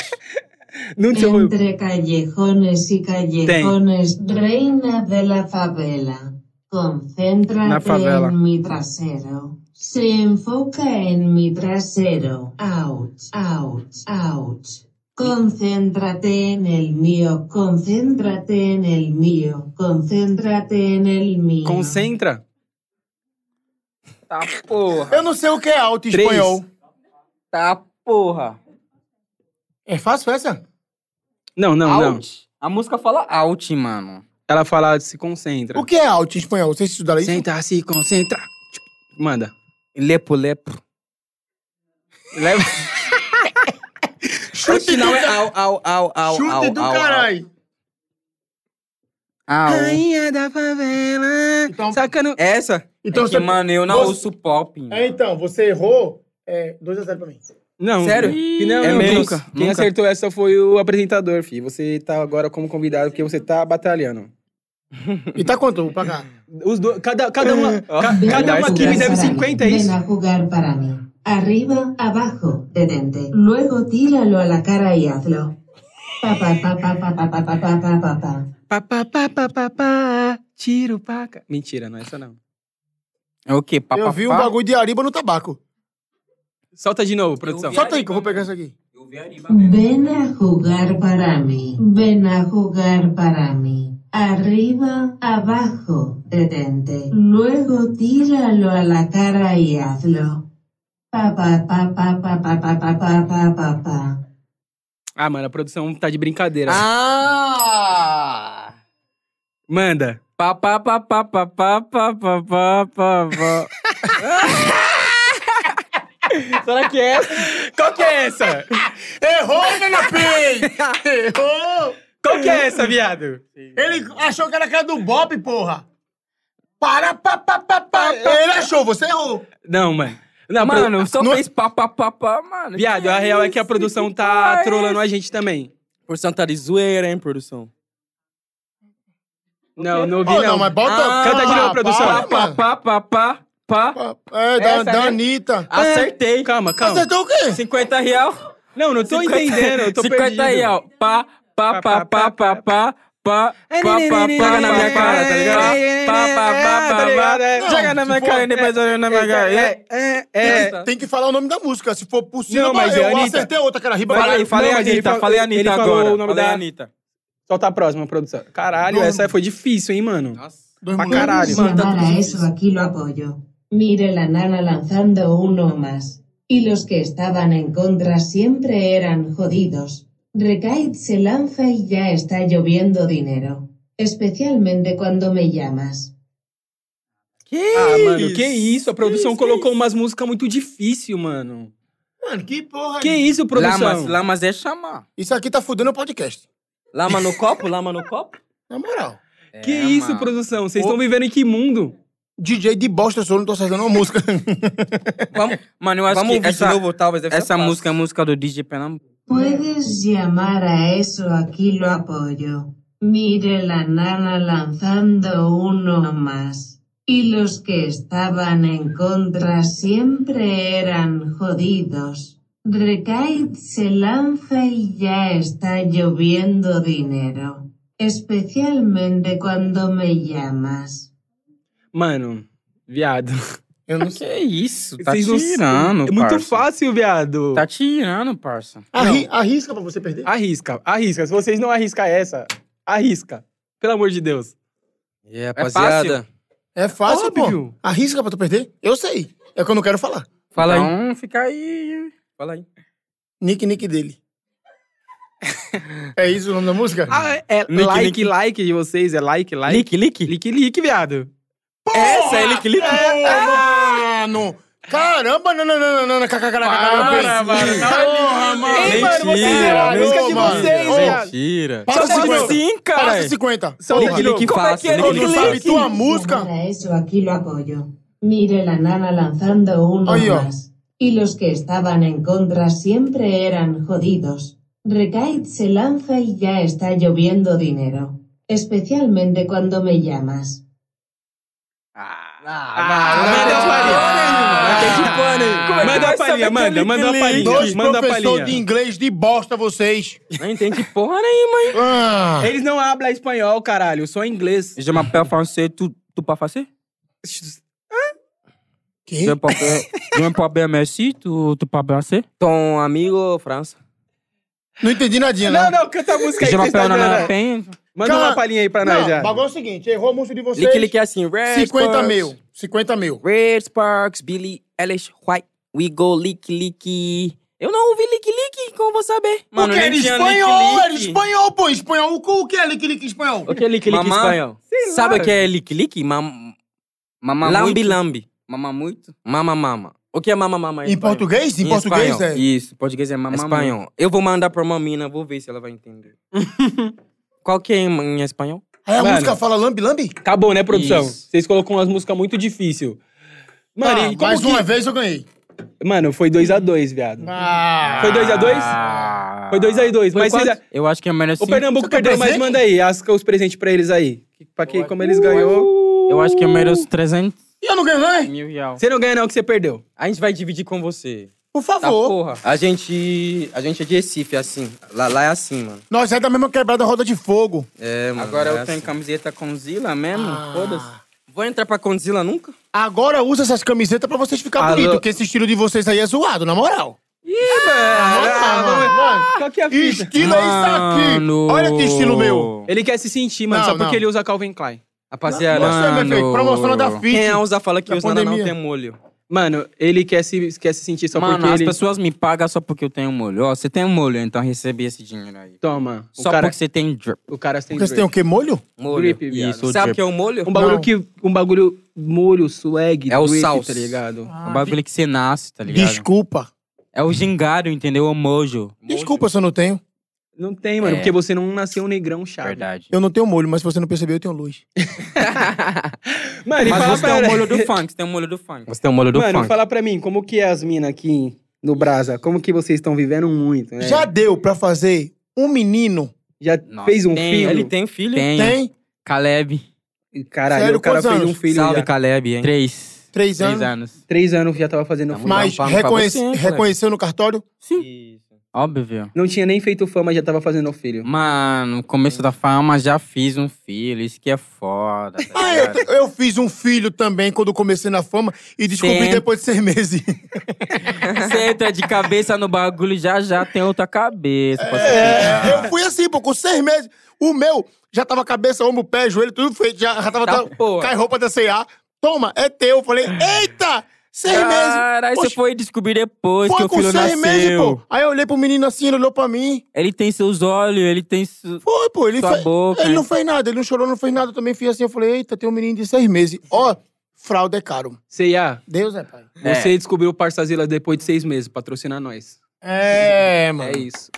Não te ouvi.
Entre callejones y callejones, reina de la favela. Concéntrate
La favela.
en mi trasero. Se enfoca en mi trasero. Ouch, ouch, ouch. Concéntrate en el mío, concéntrate en el mío, concéntrate en el
Hum.
mío.
Concentra.
Tá porra.
Eu não sei o que é alto em
Três.
espanhol.
Tá porra.
É fácil essa?
Não, não, não.
out. A música fala out, mano.
Ela fala, se concentra.
O que é alto em espanhol? Vocês estudaram isso?
Senta, se concentra. Manda.
Lepo, lepo.
Leva...
Chute do,
Não é au, au, au, au,
chute
au,
do
au, au.
caralho.
Out.
Rainha da favela.
Então-
Sacando. Essa?
Então,
é que,
você...
mano, eu não
você-
ouço pop.
É, então, você errou. É, 2x0 pra mim.
Não.
Sério?
Que não,
É
não,
mesmo?
quem-
Nunca,
Quem
nunca.
acertou essa foi o apresentador, fi. Você tá agora como convidado, porque você tá batalhando.
E tá quanto pra cá?
Os dois, cada, cada uma, ca-
Ven a
cada um aqui me
jugar
deve
para mí.
50, é
Ven
isso?
a jugar para mí. Arriba, abajo, detente. Luego tíralo a la cara y hazlo. Pa, pa, pa, pa, pa, pa, pa, pa, pa, pa, pa, pa.
Pá, pá, pá, pá, pá, pá, tiro, paca. Mentira, não é essa não.
É o quê? Pá,
Eu
pá,
vi
pá?
um bagulho de ariba no tabaco.
Solta de novo, produção.
vi
Solta aí que eu vou pegar isso aqui.
Ven a jugar para mí. Ven a jugar para mí. Arriba, abajo, detente. Luego tíralo a la cara y hazlo. Pa, pa, pa, pa, pa, pa, pa, pa, pa, pa, pa, pa.
Ah, mano, a produção tá de brincadeira.
Ah!
Manda.
Pá, pá, pá, pá, pá, pá, pá, pá, pá, pá, pá.
Será que é essa? Qual que é essa?
Errou, Nana Pay! Errou!
Qual que é essa, viado?
Ele achou que era a cara do Bob, porra! Para, pa, pa, pa, pa. Ele achou, você errou.
Não, mano. Não, mano.
Mano, só
é-
não-
fez pá, pá, pá, pá, mano.
Viado, a real é que a produção tá trolando a gente também.
Produção tá de zoeira, hein, produção?
Não, não ouvi
Pô,
não.
mas bota...
Ah,
canta de novo,
Ah,
produção.
para,
Pá,
mano.
pá, pá, pá, pá.
É, Ah, da,
Essa,
da
né?
Anitta.
Acertei.
Ah, Calma, calma.
Acertou o quê?
50 real.
Não, não tô entendendo, eu tô
50
perdido.
real. Pá, pá, pá, pá, pá, pá. Pá, pá, pá, pá, na minha cara, tá ligado? Pá, pá, pá,
Tá
pá,
ligado, é.
pá. Joga na minha
Se for-
cara e depois olha na minha cara.
É, é, é.
Tem que falar o nome da música. Se for possível,
Não, mas
eu
é Anitta.
acertei outra, cara. Riba,
Fala aí, fala aí,
Não, mas ele
Anitta.
falou-
Fala aí,
ele
Anitta
falou
agora.
o nome
Fala aí,
da-
Anitta.
Solta a próxima, produção. Caralho, essa foi difícil, hein, mano? Pra caralho.
Podemos llamar a eso aquí lo apoyo. Mire la nana lanzando uno más. Y los que estaban en contra siempre eran jodidos. Recaid se lanza y ya está lloviendo dinero. Especialmente cuando me llamas.
Ah, mano, que isso? A produção colocou umas músicas muito difícil, mano.
é- Mano, que porra.
Que isso, produção?
Lamas, Lamas é chamar.
Isso aqui tá fudendo o podcast.
Lama no copo? Lama no copo?
Na moral.
Que
É,
isso,
mano.
produção? Vocês estão vivendo em que mundo?
DJ de bosta, só não tô acertando uma música.
Vamos,
Mano, eu acho
vamos
que
ouvir
essa,
de novo, talvez. deve ser
essa
fácil.
música é música do DJ Pernambuco.
Puedes llamar a eso aquí lo apoyo. Mire la nana lanzando uno más. Y los que estaban en contra siempre eran jodidos. Recaid se lanza y ya está lloviendo dinero. Especialmente cuando me llamas.
Mano, Viado.
Eu não
Que isso? Tá
Vocês não-
tirando,
É muito
parça.
fácil, viado.
Tá tirando, parça.
Arri- Arrisca pra você perder.
Arrisca, arrisca. Se vocês não arriscar essa, arrisca. Pelo amor de Deus.
E rapaziada,
É fácil, pô.
Óbvio.
Arrisca pra tu perder? Eu sei. É o que eu não quero falar.
fala aí.
Então fica aí.
Fala aí.
Nick, nick dele. é isso o nome da música?
Ah, é- é
Nick,
like,
Nick.
like de vocês. É like, like.
Lick, lick.
Lick, lick, viado.
Essa é lick, lick.
Mano! Caramba, não, não, não, não, não, não,
Para,
não,
mano.
não,
Porra,
Ei, mano,
mano.
você zerou a
mentira,
música de
mano.
vocês,
Ô,
viado.
Mentira.
Passa
Só
Como
50.
assim, cara?
Passa 50.
Só
Lick,
Lick,
lick
Como é que é
fácil,
Ô,
Lick,
lick,
não
lick?
sabe tua
Ya
música?
Para eso aquí lo apoyo. Mire la nana lanzando uno
Ay, yo.
más. Y los que estaban en contra siempre eran jodidos. Recaid se lanza y ya está lloviendo dinero. Especialmente cuando me llamas.
Ah, manda a palhinha.
Como é que
Manda
vai
a palhinha,
saber que é
manda,
lick,
manda a
lick?
palhinha.
Dois
Manda a
professores de
palhinha.
inglês de bosta, vocês.
Não entende porra nenhuma, hein?
Ah,
Eles não hablam espanhol, caralho. Só inglês.
Je m'appelle français, tu, tu pas français?
que?
Je m'appelle- je m'appelle merci, tu, tu pas français?
Tom, um amigo, França.
Não entendi nadinha,
Não,
né?
não, canta a música aí.
Je
que vocês
m'appelle
tá
Nana
dando.
Pen.
Manda
Cara,
uma palhinha aí pra nós,
Não, o
já.
bagulho é o seguinte, errou a música de vocês.
Lick, lick é assim. Red
50
Sparks,
mil. 50 mil.
Red Sparks, Billy Ellis White. We go lick, lick. Eu não ouvi lick, lick, como vou saber?
Porque
nem
era
tinha
é espanhol,
lick,
era
lick.
espanhol, pô. Espanhol. O que é lick, lick espanhol?
O que é lick,
lick em
espanhol?
Sei lá.
Sabe o que é lick, lick? Mam...
Mama
Lambi,
muito.
lambi.
Mama muito.
Mama, mama. O que é mama, mama?
Em
espanhol?
português? Em,
Em
português
espanhol.
é.
Isso, português é mama muito.
Espanhol. Eu vou mandar pra uma mina, vou ver se ela vai entender. Qual que é em, em espanhol?
Aí a
Mano.
música fala lambi lambi?
Acabou, né, produção?
Isso.
Vocês colocam umas músicas muito difíceis. Mano,
Ah,
e como
mais
que...
uma vez eu ganhei.
Mano, foi
Uhum.
2x2, viado.
Ah,
Foi 2x2?
Ah.
Foi 2x2.
Foi
Mas vocês...
quanto? Eu acho que é menos
O
5.
Pernambuco
Você quer
perdeu, mas
presente?
manda aí as, os presentes pra eles aí. Que- Pra que, como
Uh!
eles ganhou...
Eu acho que é menos 300
E eu não ganhei? né?
mil reais.
Você não ganha não, que você perdeu.
A gente vai dividir com você.
Por
Tá,
favor.
porra. A gente, a gente é de Recife, é assim. Lá, lá é assim, mano.
Nós é da mesma quebrada roda de fogo.
É, mano.
Agora
é
eu tenho
assim.
camiseta com Zila mesmo, foda-se.
Vou entrar pra Condzilla nunca?
Agora usa essas camisetas pra vocês ficarem
Alô?
bonitos, porque esse estilo de vocês aí é zoado, na moral. tá,
Ah,
mano.
vamos- Qual que é a fita?
Estilo é isso aqui.
Mano.
Olha que estilo meu.
Ele quer se sentir, mano,
Não,
só porque
não.
ele usa Calvin Klein.
Rapaziada,
Você, meu filho, promoção da Fit.
quem usa fala que
Da
os nada não
pandemia.
tem molho. Então,
Mano, ele quer se, quer se sentir só
Mano,
porque
as
ele...
pessoas me pagam só porque eu tenho molho. Ó, você tem molho, então recebe esse dinheiro aí.
Toma. O
só
cara,
porque você tem drip.
o cara tem... um
Porque você tem o
drip.
quê? Molho?
Molho.
Drip, viado.
Isso,
Sabe
drip.
o que é o molho?
Um bagulho
Não.
que... Um bagulho molho, swag,
É o
drip,
salsa.
tá ligado?
É um bagulho que você nasce, tá ligado?
Desculpa.
É o gingado, entendeu? O mojo.
Desculpa se eu não tenho.
Não tem, mano,
É.
porque você não nasceu um negrão chave.
Verdade.
Eu não tenho molho, mas se você não percebeu, eu tenho luz.
Mano, e
Mas
fala
você tem
pra
o
mim.
molho do funk, você tem o molho do funk.
Você tem o molho do
Mano,
funk.
fala pra mim, como que é as minas aqui no Brasa? Como que vocês estão vivendo muito, né?
Já deu pra fazer um menino?
Já
Nossa,
fez um
tem,
filho?
Ele tem filho?
Tenho.
Tem?
Caleb.
Caralho,
Sério,
o cara
quantos
fez um
anos?
filho
Salve,
já.
Caleb, hein?
Três.
Três
Três
anos.
anos.
Três anos já tava fazendo filho.
Mas
Dá um palmo pra
reconhece-
você, hein, Cleber?
reconheceu no cartório?
Sim.
Isso.
Óbvio.
Não tinha nem feito fama, já tava fazendo filho.
Mano, começo da fama, já fiz um filho. Isso que é foda, tá
Ah,
ligado?
eu, eu fiz um filho também quando comecei na fama e descobri
Sim.
depois de seis meses.
Você entra de cabeça no bagulho, já já tem outra cabeça. pra você
É,
ficar.
eu fui assim, pô, com seis meses. O meu já tava cabeça, ombro, pé, joelho, tudo feito. Já, já tava.
Tá,
tá-
porra.
cai roupa da C&A. Toma, é teu. Eu Falei, eita! Seis meses!
Caralho, você
Oxe.
foi descobrir depois que
Foi
o
com
filho
seis
nasceu.
meses, pô. Aí eu olhei pro menino assim, ele olhou pra mim.
Ele tem seus olhos, ele tem. Su...
Foi, pô. Ele,
Sua
fez-
boca,
ele não
hein?
fez nada, ele não chorou, não fez nada. Eu também fui assim. Eu falei, eita, tem um menino de seis meses. Ó, fralda é caro.
Ceia,
Deus é pai.
É.
você descobriu o Parçazila depois de seis meses, patrocina nós.
É, mano. Tá
É isso.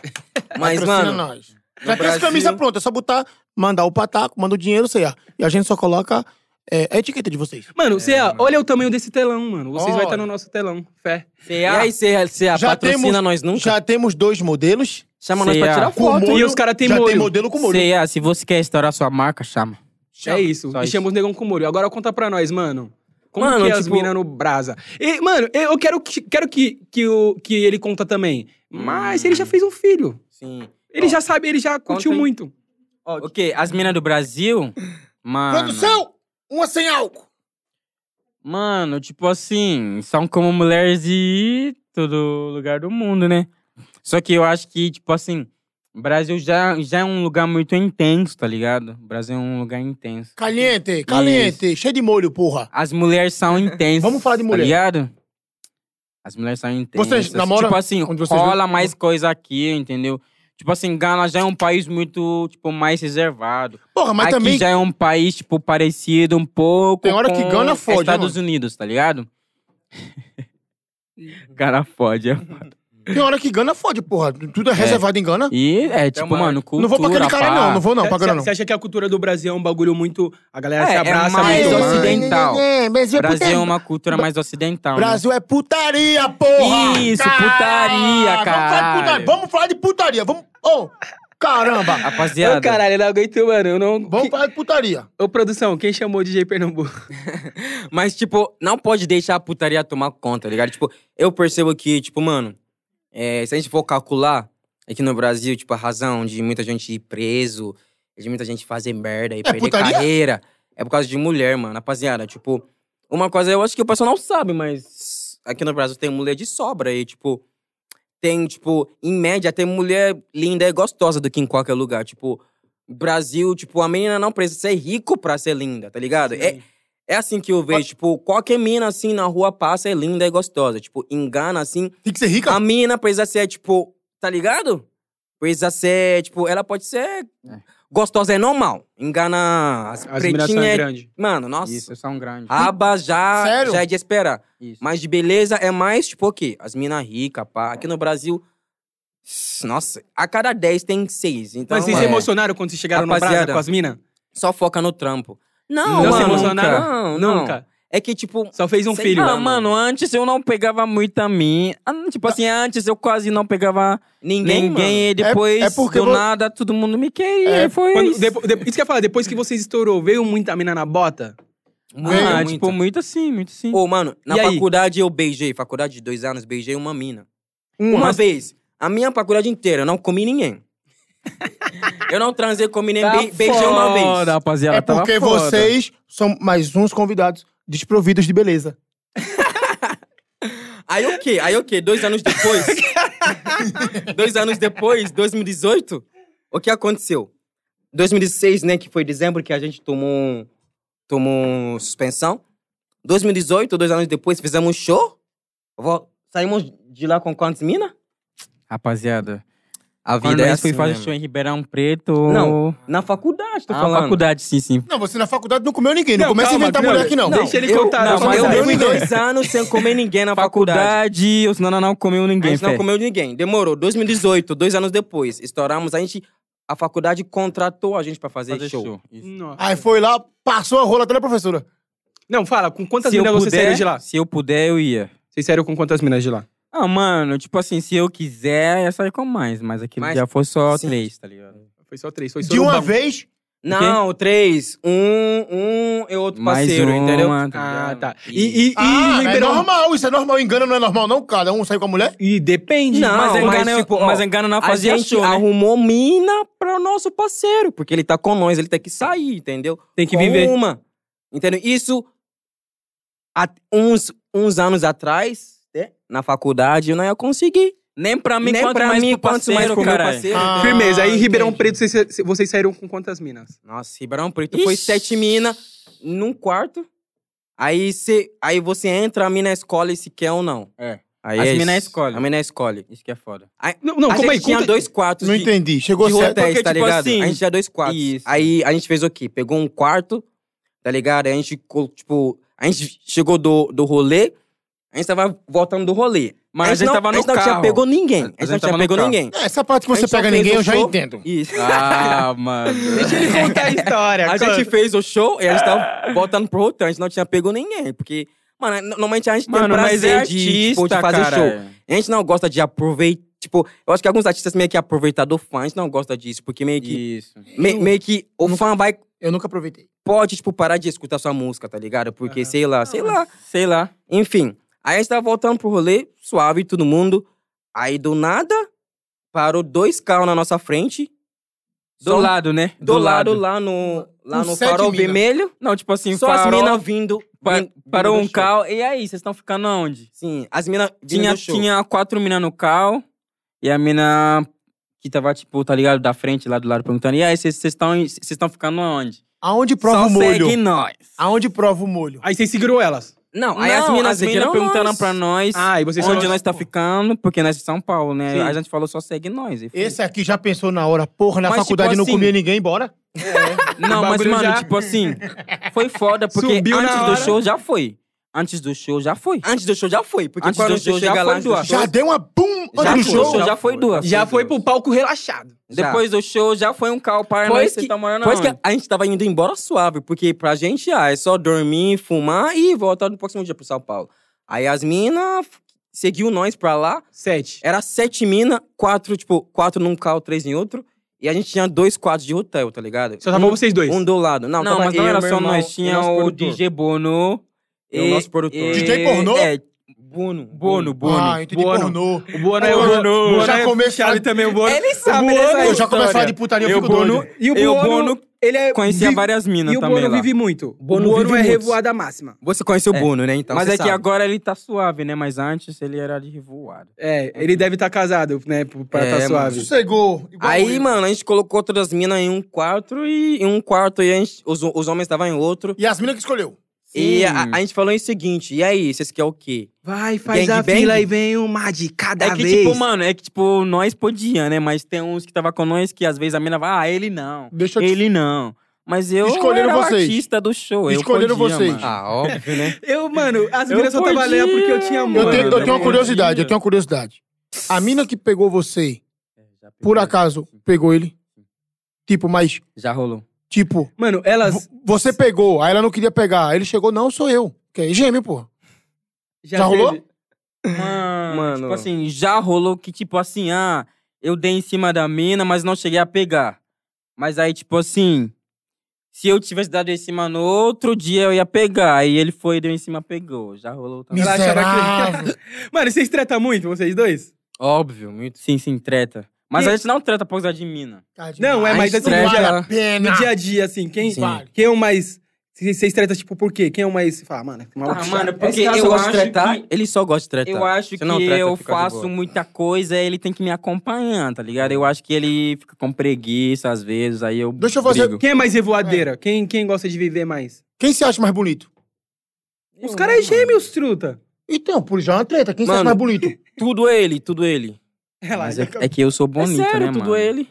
Mas,
Patrocina
mano,
nós. Já tem as
Brasil-
camisas prontas, é só botar, mandar o pataco, manda o dinheiro, sei lá. E a gente só coloca é, a etiqueta de vocês.
É, Mano, Ceia, olha o tamanho desse telão, mano. Vocês vão estar no nosso telão, fé.
e aí,
é,
você você
Já
patrocina
temos-
nós nunca?
Já temos dois modelos.
Chama nós
Cê
pra
é.
tirar
com
foto.
E os cara tem
já tem
molho.
modelo com molho.
Cê, é, se você quer estourar sua marca, chama.
Chama,
é isso.
só
E
isso.
chama os negão com molho. Agora conta pra nós, mano. Como
Mano,
que é as
tipo-
minas no Brasa? E, mano, eu quero que, quero que, que, o, que ele conta também. Mas ele já fez um filho.
Sim.
Ele já sabe, ele já curtiu
aí.
muito.
Ok, as minas do Brasil. Mano.
Produção, uma sem álcool.
Mano, tipo assim, são como mulheres de todo lugar do mundo, né? Só que eu acho que, tipo assim, o Brasil já, já é um lugar muito intenso, tá ligado? O Brasil é um lugar intenso.
Caliente, caliente, cheio de molho, porra.
As mulheres são intensas.
Vamos falar de mulher.
Tá ligado? As mulheres são intensas.
Vocês namoram?
Tipo assim,
Onde vocês
rola mais coisa aqui, entendeu? Tipo assim, Gana já é um país muito, tipo, mais reservado.
Porra, mas
Aqui
também.
já é um país, tipo, parecido um pouco
Tem hora que
com
Gana fode, né,
Estados Unidos, tá ligado? Gana fode, é.
Tem hora que Gana fode, porra. Tudo é, reservado em Gana.
E é, tipo,
mais.
mano, cultura,
não vou pra aquele cara,
pá.
não. Não vou, não, pra Gana, não.
Você acha que a cultura do Brasil é um bagulho muito. A galera
É,
se
é
abraça
mais
muito mais.
ocidental.
Brasil é
Brasil é
putaria.
uma cultura mais ocidental. né?
Brasil é putaria, porra!
Isso, putaria,
cara.
caralho.
Vamos falar de putaria. Vamos. Ô, caramba!
Rapaziada,
Ô, caralho, não aguento, mano. Eu não...
Vamos
Que-
falar de putaria.
Ô, produção, quem chamou o DJ Pernambuco?
Mas, tipo, não pode deixar a putaria tomar conta, tá ligado? Tipo, eu percebo que, tipo, mano, é, se a gente for calcular, aqui no Brasil, tipo, a razão de muita gente ir preso, de muita gente fazer merda e perder
putaria?
carreira, é por causa de mulher, mano. Rapaziada, tipo, uma coisa eu acho que o pessoal não sabe, mas aqui no Brasil tem mulher de sobra e, tipo, tem, tipo, em média, tem mulher linda e gostosa do que em qualquer lugar. Tipo, Brasil, tipo, a menina não precisa ser rico pra ser linda, tá ligado? É, é assim que eu vejo, tipo, qualquer mina assim na rua passa é linda e gostosa. Tipo, engana assim.
Tem que ser rica.
Ah,
A
Então
mina precisa ser, tipo, tá ligado? Precisa ser, tipo, ela pode ser gostosa, é normal. Engana as,
A admiração é
pretinhas.
grande.
Mano, nossa.
isso, são grandes.
Aba já,
Sério?
já é de esperar.
Isso.
Mas de beleza é mais, tipo, o quê? As minas ricas, pá. Aqui no Brasil. Nossa, a cada 10 tem 6. Então,
Mas vocês
é,
se emocionaram quando vocês chegaram na brasa
Rapaziada.
com as minas?
só foca no trampo. Não,
Não se
mano,
emocionaram?
Não, não.
Nunca.
É que, tipo,
Só fez um
Sei
filho.
lá,
Ah, mano, antes eu não pegava muita mim. Ah, Tipo assim, antes eu quase não pegava
ninguém.
ninguém,
mano.
e depois,
é porque
do
vo-
nada, todo mundo me queria.
É,
e foi
Quando-
isso.
depo- de- isso que eu ia falar, depois que vocês estourou, veio muita mina na bota?
Ah,
Muito,
tipo,
muito.
muito sim, muito sim.
Ô, mano, na
E aí?
faculdade eu beijei, faculdade de dois anos, beijei uma mina.
Uma.
Uma vez. A minha faculdade inteira, eu não comi ninguém. eu não transei, comi
Tá
ninguém, be- beijei uma
Foda,
vez.
Rapaziada,
É porque
tava foda.
vocês são mais uns convidados desprovidos de beleza.
Aí o quê? Aí o quê? Dois anos depois. dois anos depois, 2018, o que aconteceu? 2016, né, que foi dezembro que a gente tomou, um, tomou um suspensão. 2018, dois anos depois, fizemos um show. Vo- Saímos de lá com quantas minas?
Rapaziada, é
A
quando nós fui fazer show em Ribeirão Preto...
Não, Na faculdade, tô
Ah,
falando.
faculdade, sim, sim.
Não, você na faculdade não comeu ninguém. Não,
Não,
começa
calma,
a inventar
não,
mulher aqui, não.
não. Deixa ele contar,
Não,
deixa
mas
ele
eu
contar.
levei dois anos sem comer ninguém na faculdade.
Faculdade, os não, não, não comeu
A
ninguém,
gente não
fé.
comeu ninguém. Demorou. 2018, dois anos depois, estouramos. A gente, a faculdade contratou a gente pra fazer,
Fazer
show.
show. Isso.
Nossa.
Aí foi lá, passou a rola até na professora.
Não, fala, com quantas
Se eu
minas vocês saíram
puder,
de lá?
se eu puder, eu ia.
Vocês saíram com quantas minas de lá?
Ah, mano, tipo assim, se eu quiser, ia sair com mais, mas aquele
Mas-
dia foi só
Sim.
três, tá ligado?
Foi só três, foi só
De
um
uma
bagulho.
vez,
Não, três. Um, um e outro
Mais
parceiro,
uma,
entendeu?
Ah, tá.
E-
E, e,
Ah,
e
é
Ribeirão...
normal, isso é normal. Engana não é normal, não, cara. Um sai com a mulher.
E depende.
Não,
mas,
mas,
engana,
tipo, ó,
mas engana não
A
fazia
gente
show, né?
arrumou mina para o nosso parceiro, porque ele tá com nós, ele tem que sair, entendeu?
Tem que
com
viver.
Uma. Entendeu? Isso há uns, uns anos atrás, né? na faculdade, eu não ia conseguir.
Nem pra mim,
Nem
quanto
pra
mais
mim,
pro
quanto mais
parceiro,
pro meu
caralho.
parceiro.
Ah,
Firmeza. Aí, Ribeirão
entendi.
Preto, vocês, vocês saíram com quantas minas?
Nossa, Ribeirão Preto foi
Ixi.
sete mina num quarto. Aí, cê, aí você entra, a mina escolhe se quer ou não.
É.
Aí
As
é
mina
isso.
escolhe.
A mina escolhe.
Isso que é foda.
Não, não
a
calma
gente
aí.
tinha
Conta...
dois quartos
Não
de,
entendi. Chegou
de
certo.
hotéis,
Porque,
tá
tipo
ligado?
assim,
a gente tinha dois quartos.
isso.
Aí a gente fez o quê? Pegou um quarto, tá ligado? Aí a gente, co- tipo, a gente chegou do, do rolê, a gente tava voltando do rolê.
Mas a gente
não,
tava
a
no
gente não tinha
carro.
pegou ninguém.
A
A
gente
gente, não
tava
tinha
no
pegou
carro.
ninguém.
É, Essa parte que
A
você
gente só
pega
fez
um
ninguém,
o
eu já
show.
entendo.
Isso.
Ah, mano.
Deixa ele contar a
É,
história.
A
conta.
gente fez o show e a gente tava voltando pro hotel, a gente não tinha pego ninguém, porque, mano, n- normalmente a gente tem
Mano, mas é
prazer
artista,
de, tipo, de fazer
cara.
show. A gente não gosta de aproveitar, tipo, eu acho que alguns artistas meio que aproveitar do fã, a gente não gosta disso, porque meio que,
Isso.
me- meio que o fã vai,
Eu nunca aproveitei.
pode, tipo, parar de escutar sua música, tá ligado? Porque, sei lá, sei lá.
Sei lá.
Enfim, aí a gente tava voltando pro rolê, suave, todo mundo. Aí, do nada, parou dois carros na nossa frente.
Do lado, né?
Do, lado, lá no, lá
Com
no
sete
farol
mina.
vermelho.
Não, tipo assim,
só as
farol,
minas vindo.
pa-
vin-
parou
vindo
um
do show.
carro. E aí, vocês estão ficando onde?
Sim, as minas vindo
Tinha,
do show.
tinha quatro minas no carro. E a mina que tava, tipo, tá ligado? Da frente, lá do lado, perguntando. E aí, vocês vocês estão vocês estão ficando onde?
Aonde prova
só
o molho?
segue nós.
Aonde prova o molho?
Aí vocês seguiram elas.
Não, aí as minas viram
perguntando
nós.
pra nós
Ah, e vocês
onde
são-
nós tá ficando, porque nós de São Paulo, né?
Sim.
Aí A gente falou, só segue nós. E foi.
Esse aqui já pensou na hora, porra, na
Mas, tipo
faculdade não
assim-
comia ninguém, bora?
Não,
O
mas,
bagulho
mano,
já-
tipo assim, foi foda, porque
Subiu na
antes do
hora.
show já foi. Antes do show já foi.
Antes do show já foi, porque
Antes
quando
do
o show
show já
chega
foi
lá, antes do
duas.
show-
Já deu uma bum
Já
antes do
foi, o
show.
show já foi duas.
Já
Meu
foi
Deus.
pro palco relaxado.
Depois do show já foi um carro para nós,
Pois
vocês
que,
tá morando
pois que
aonde?
a gente tava indo embora suave, porque pra gente, ah, é só dormir, fumar e voltar no próximo dia pro São Paulo. Aí as minas f- seguiu nós pra lá,
Sete.
era sete minas, quatro, tipo, quatro num carro, três em outro, e a gente tinha dois quartos de hotel, tá ligado?
Só tava
um,
vocês dois.
um do lado. Não,
Não,
tava
mas não
eu,
era
meu
só
irmão
nós,
e
tinha
nosso
o
produtor.
DJ Bono.
E o nosso produtor.
DJ pornô?
É,
Bono.
Bono, Bono.
Ah, entendi,
Bono.
pornô.
O Bono é o
Bono.
Bono
Já
é
começou-
fechado também, o Bono.
Ele sabe
O Bono-
dessa
Eu já
história.
começo a falar de putaria, eu
é Eu,
fico
Bono,
doido.
E o
eu,
Bono,
Bono,
ele é...
conhecia
vive-
várias minas
E o
também
Bono
lá.
vive muito.
Bono
o Bono
vive
é
muito.
revoada máxima.
Você conheceu o
É.
Bono, né? Então,
Mas
você
é
sabe.
que agora ele tá suave, né? Mas antes ele era de revoada.
É, ele deve estar casado, né, pra
É,
tá
mano.
suave.
Sossegou. igual
Aí,
eu.
mano, a gente colocou todas as minas em um quarto e em um quarto e a gente- os, os homens estavam em outro.
E as minas que escolheu.
E a, a gente falou o seguinte: e aí, vocês querem o quê?
Vai, faz a
Gangbang?
fila e vem uma de cada
é que,
vez.
tipo, mano, é que, tipo, nós podia, né? Mas tem uns que tava com nós que às vezes a mina vai, ah, ele não.
Deixa eu te...
Ele não. Mas eu
Escolheram
era o
vocês.
artista do show. eu
Escolheram
podia,
vocês.
mano.
Ah, óbvio, né?
Eu, mano, as
Eu
meninas só
podia,
trabalham porque eu tinha amor.
Eu tenho, eu
Mano,
tenho uma
eu
curiosidade,
entendi.
eu tenho uma curiosidade. A mina que pegou você,
É,
por acaso, pegou ele? Tipo, mas,
Já rolou.
tipo,
Mano, elas
vo- você pegou, aí ela não queria pegar. Aí ele chegou, não, sou eu. Que é gêmeo,
Tá.
pô.
já,
já rolou?
teve-
Ah,
Mano,
Mano.
tipo assim, já rolou que, tipo assim, ah, eu dei em cima da mina, mas não cheguei a pegar. Mas aí, tipo assim, se eu tivesse dado em cima no outro dia, eu ia pegar. Aí ele foi, deu em cima, pegou. Já rolou também.
Ela achava
Miserável.
Mano, vocês tretam muito, vocês dois?
Óbvio, muito.
Sim, sim, treta. Mas
Que-
a gente não treta por causa de mina.
Não, é, mas assim, no
treta.
dia,
Vale a pena.
no dia a dia, assim, quem,
Sim.
quem é o mais... Vocês vocês tretam, tipo, por quê? Quem é o mais... Fala, mano, tem uma
Ah, mano, porque
Esse cara só
eu
gosta
acho
de tretar.
que...
Ele só gosta de tretar.
Eu acho
Se não
que
treta,
eu
fica de boa.
faço muita coisa, ele tem que me acompanhar, tá ligado? Eu acho que ele fica com preguiça às vezes, aí eu
Deixa eu fazer-
brigo.
Quem é mais revoadeira? Quem, quem gosta de viver mais?
Quem se acha mais bonito?
Os caras é gêmeos, truta.
Então, por já é uma treta. Quem se acha
Mano,
mais bonito?
Tudo ele, tudo ele.
Relaxa.
Mas é, é que eu sou bonito,
é sério,
né,
tudo
mano?
ele.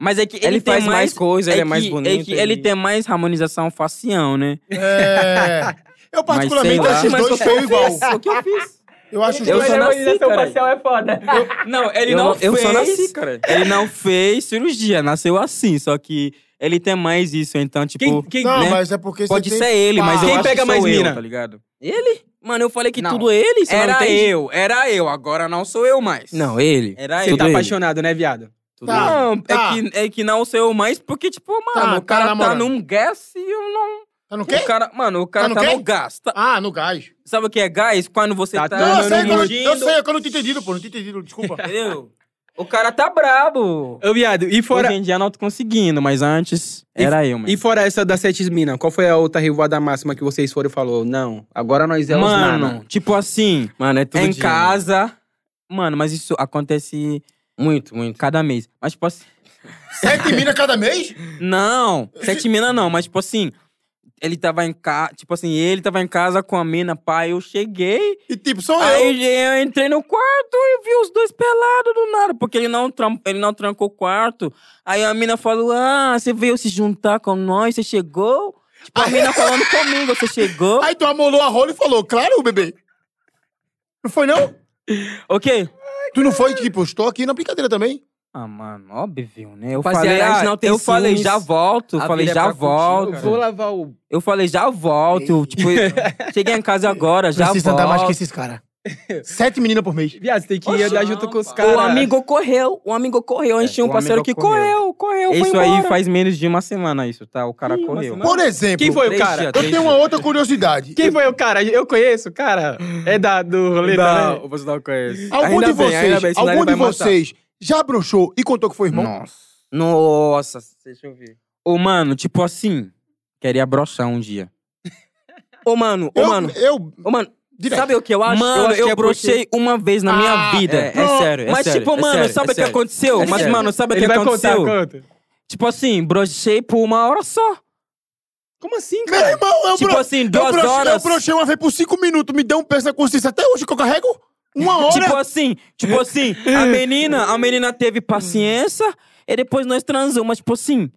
Mas é que ele,
Ele,
tem
faz mais coisa, ele é mais
que-
bonito.
É que ele tem mais harmonização facial, né?
É. Eu, particularmente,
sei lá.
acho os
Mas
dois feio igual.
O que eu fiz?
Eu acho os
é Eu
dois.
só nasci, cara.
é foda.
Não, ele
Eu
não
não-
fez.
eu só nasci, cara.
Ele não fez cirurgia, nasceu assim. Só que ele tem mais isso, então, tipo.
Quem, quem,
Não,
né?
mas é porque
Pode
você
ser ele, mas
Ah.
eu
Quem
acho
pega
que
mais
sou eu,
mina?
tá ligado?
Ele? Mano, eu falei que
Não.
tudo é ele, você não
Era
entende?
eu, era eu. Agora não sou eu mais.
Não, ele.
Era
você
eu.
tá apaixonado, né, viado?
Tudo
Tá.
ele.
Não,
Tá.
é, que, é que não sou eu mais, porque, tipo, mano,
Tá,
o cara
tá
tá,
namorando.
num gas e eu não.
Tá no quê?
O cara, mano, o cara
no
tá,
quê?
no gás. tá-
Ah, no gás.
Sabe o que é gás? Quando você
Tá
tá.
Ah,
Não, eu
não,
sei,
não,
que eu-
iludindo,
eu sei, é que eu não tinha entendido, pô. Não tinha entendido, desculpa.
Entendeu? O cara tá brabo.
Ô, viado, e fora...
Hoje em dia não tô conseguindo, mas antes era eu, mano.
E fora essa das sete minas, qual foi a outra revoada máxima que vocês foram e falou? Não, agora nós é os
mano,
nana.
tipo assim,
Mano, é tudo
em
dia,
casa. Mano, mas isso acontece
mano. Muito, muito.
cada mês. Mas, tipo assim.
Sete minas cada mês?
Não, sete mina não, mas, tipo assim. Ele tava em casa. Tipo assim, ele tava em casa com a mina, pai. Eu cheguei.
E tipo, sou eu.
Aí eu entrei no quarto e vi os dois pelados do nada, porque ele não, tram- ele não trancou o quarto. Aí a mina falou: Ah, você veio se juntar com nós, você chegou? Tipo, a mina falando comigo, você chegou.
Aí tu amolou a rola e falou, claro, bebê. Não foi, não?
Ok?
Tu não foi, tipo, estou aqui na brincadeira também.
Ah, mano, óbvio, né? Eu
Rapaziada,
falei,
Tipo assim, a gente
ah,
não tem
eu falei,
ciúmes.
já volto.
A
falei,
vida é
já
pra curtir,
volto.
cara.
Vou lavar o.
eu falei, já volto. Tipo, cheguei em casa agora, já
Precisa
volto.
andar mais que esses caras. Sete meninas por mês.
Viado, você tem que
Oxe,
andar
não,
junto com os
pá.
caras.
O amigo correu, o amigo correu. A gente
É,
tinha um
o
parceiro que
amigo
correu,
correu.
correu, foi
Isso
embora.
aí faz menos de uma semana, isso, tá? O cara correu.
Por exemplo,
Quem foi o
Três
cara?
dias,
eu
três
tenho uma outra curiosidade.
Quem foi o cara? Eu conheço o cara. É da, do rolê
Não,
né?
você não conhece.
Algum
Ainda
de
bem, ainda
vocês,
bem, senão
algum
ele
de
vai matar.
vocês já broxou e contou que foi irmão?
Nossa.
Nossa, deixa eu ver.
Ô, mano, tipo assim, queria broxar um dia.
Ô, mano, ô,
Eu,
mano.
eu
Ô, mano,
Direto.
sabe o que eu acho? eu
Mano, eu,
acho que é
brochei uma vez na minha vida.
é, é sério, é
Mas,
sério,
tipo,
é
mano,
sério,
sabe
é
o que
sério.
aconteceu?
É
Mas,
sério.
mano, sabe o
Ele
que
vai contar,
aconteceu?
conta.
Tipo assim, brochei por uma hora só.
Como assim,
Meu
cara?
irmão, eu
tipo
bro-
assim,
eu
duas
brochei, eu
horas.
brochei uma vez por cinco minutos, me deu um peso na consciência até hoje que eu carrego. Uma hora.
Tipo assim, tipo assim, a menina, a menina teve paciência e depois nós transamos, mas tipo assim,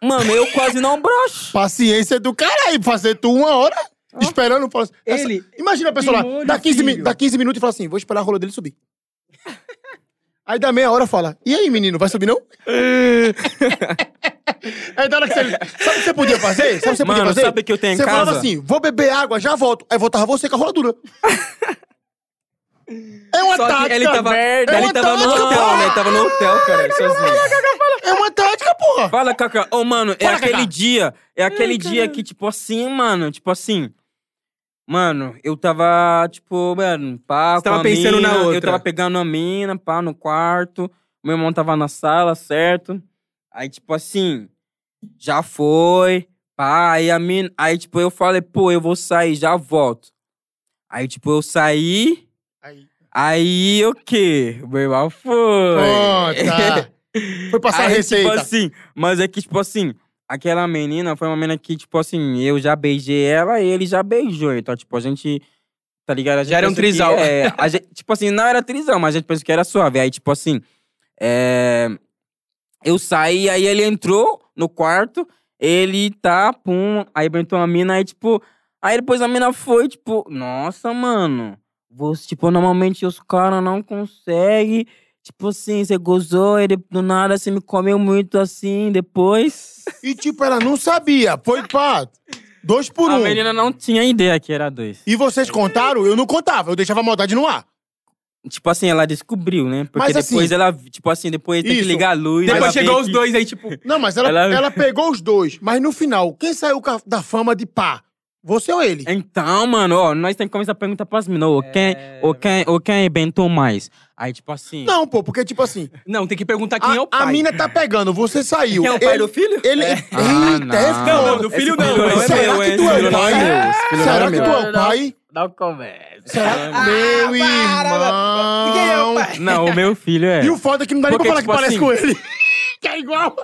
mano, eu quase não broxo.
Paciência do caralho, fazer tu uma hora esperando. fala assim, essa-
Ele-
Imagina a pessoa
Que
lá,
molho,
dá 15, mi-
filho.
dá 15 minutos e fala assim: vou esperar a rola dele subir. aí dá meia hora e fala: e aí, menino, vai subir não? aí da hora que você. Sabe o que você podia fazer? Sabe o que você podia
Mano,
fazer?
sabe o que eu tenho em
Você falava
casa?
assim: vou beber água, já volto. Aí voltava você com a rola dura. É uma
Só que
tática.
ele tava,
é
ele
uma
tava no
tática,
hotel,
porra.
né? Ele tava no hotel, cara, sozinho.
É uma tática, porra.
Fala, Cacá. Ô, mano, é
Fala,
aquele
Cacá.
dia, é aquele dia que, tipo assim, mano, tipo assim. Mano, eu tava, tipo, mano, pá,
Você
com
tava
a
pensando na
mina, Eu
outra.
tava pegando a mina, pá, no quarto. Meu irmão tava na sala, certo? Aí, tipo assim, já foi, pá, aí a mina. Aí, tipo, eu falei, pô, eu vou sair, já volto. Aí, tipo, eu saí.
Aí.
Aí, o quê? Meu irmão foi.
Puta. tá. Foi passar a
Aí,
receita.
Tipo assim, mas é que, tipo assim, aquela menina foi uma menina que, tipo assim, eu já beijei ela e ele já beijou. Então, tipo, a gente. Tá ligado? A gente
Já era um
pensa
trisal.
que é, a gente- tipo assim, não era trisal, mas a gente pensou que era suave. Aí, tipo assim. é, eu saí, aí ele entrou no quarto, ele tá, pum, aí entrou a mina, aí, tipo. Aí depois a mina foi, tipo, nossa, mano. Você, tipo, normalmente os caras não conseguem. Tipo assim, você gozou e de- do nada você me comeu muito assim depois.
E tipo, ela não sabia. Foi pá. Dois por
a
um.
menina não tinha ideia que era dois.
E vocês contaram? Eu não contava. Eu deixava a maldade no ar.
Tipo assim, ela descobriu, né? Porque
Mas,
depois
assim,
ela, tipo assim, depois tem que
isso.
ligar a luz. ela
Depois
vê
chegou os
que-
dois aí, tipo...
Não, mas ela,
Ela-
ela... pegou os dois. Mas no final, quem saiu ca- da fama de pá? Você ou ele?
Então, mano, ó, nós temos que começar a perguntar pras meninas, ô, quem,
É.
ô, quem, ô, quem arrebentou mais? Aí, tipo assim...
Não, pô, porque tipo assim,
Não, tem que perguntar quem
a,
é o
a
pai.
mina tá pegando, você saiu.
Quem é o pai
ele,
do filho?
Ele.
Ah,
Eita, é
não.
Não, não,
foda.
do filho não.
filho não
mas-
é
Será
meu,
que
hein?
tu é
Filho
o
não é
pai?
meu, esse filho não é
Será que
meu.
tu é o pai?
Não começa.
Será Meu irmão.
Não, o meu filho é...
E o foda é que não dá
Porque,
nem pra falar
tipo
que parece
assim,
com ele. que é igual.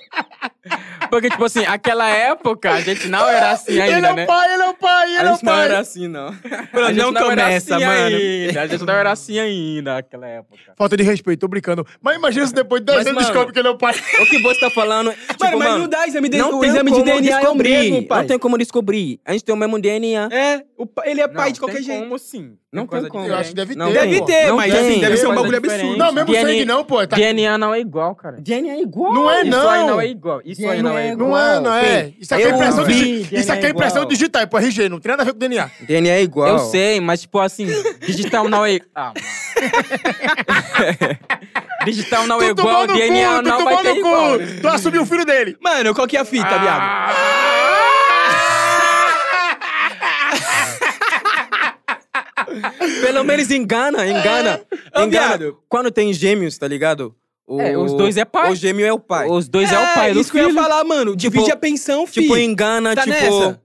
Porque, tipo assim, aquela época a gente não era assim ainda,
ele é
né?
o pai, ele é o pai, ele é
a
o
gente não
pai.
era assim, não.
Mano,
A gente
tá
não
era
começa,
assim
mano.
ainda, A gente não era assim ainda naquela época.
Falta de respeito, tô brincando. Mas imagina se depois de 10
Mas,
anos
mano,
descobre que ele é o pai.
O que você tá falando. Tipo,
Mano, mas
mano,
não dá exame de,
não
o
tem
exame de
como
DNA é o
descobrir,
mesmo, pai.
Não tem como descobrir. A gente tem o mesmo DNA.
É, o pa- ele é pai de qualquer jeito.
Como sim?
Não tem como.
Eu acho que deve
Não
ter.
tem.
Deve
pô.
ter,
Não
mas
tem,
assim, deve
é
ser um
coisa
bagulho
diferente.
absurdo.
Não, mesmo
DNA
sangue não, pô. Tá...
DNA não é igual, cara.
DNA é igual.
Não é,
Isso aí
não.
não é igual. Isso aí não é
DNA
igual.
Não é, não é.
Sim.
Isso aqui é
Eu
impressão,
vi,
digi...
DNA
Isso aqui é
é
impressão
igual.
digital, é pro RG, não tem nada a ver com DNA.
DNA é igual.
Eu sei, mas tipo assim, digital não é. Ah, mano. digital não é
Tu
igual,
tomou no
DNA
cu, tu
não vai
tomou
ter
no
igual.
cu. Tu assumiu o filho dele.
Mano, qual que é a fita, viado?
Pelo menos engana,
É,
engana.
Ô,
engana.
viado.
Quando tem gêmeos, tá ligado? O-
É, os dois é pai.
O gêmeo é o pai.
Os dois é, o pai do
isso que eu ia
filho.
falar, mano. Divide a pensão, filho.
Tipo, engana,
Tá
tipo.
nessa?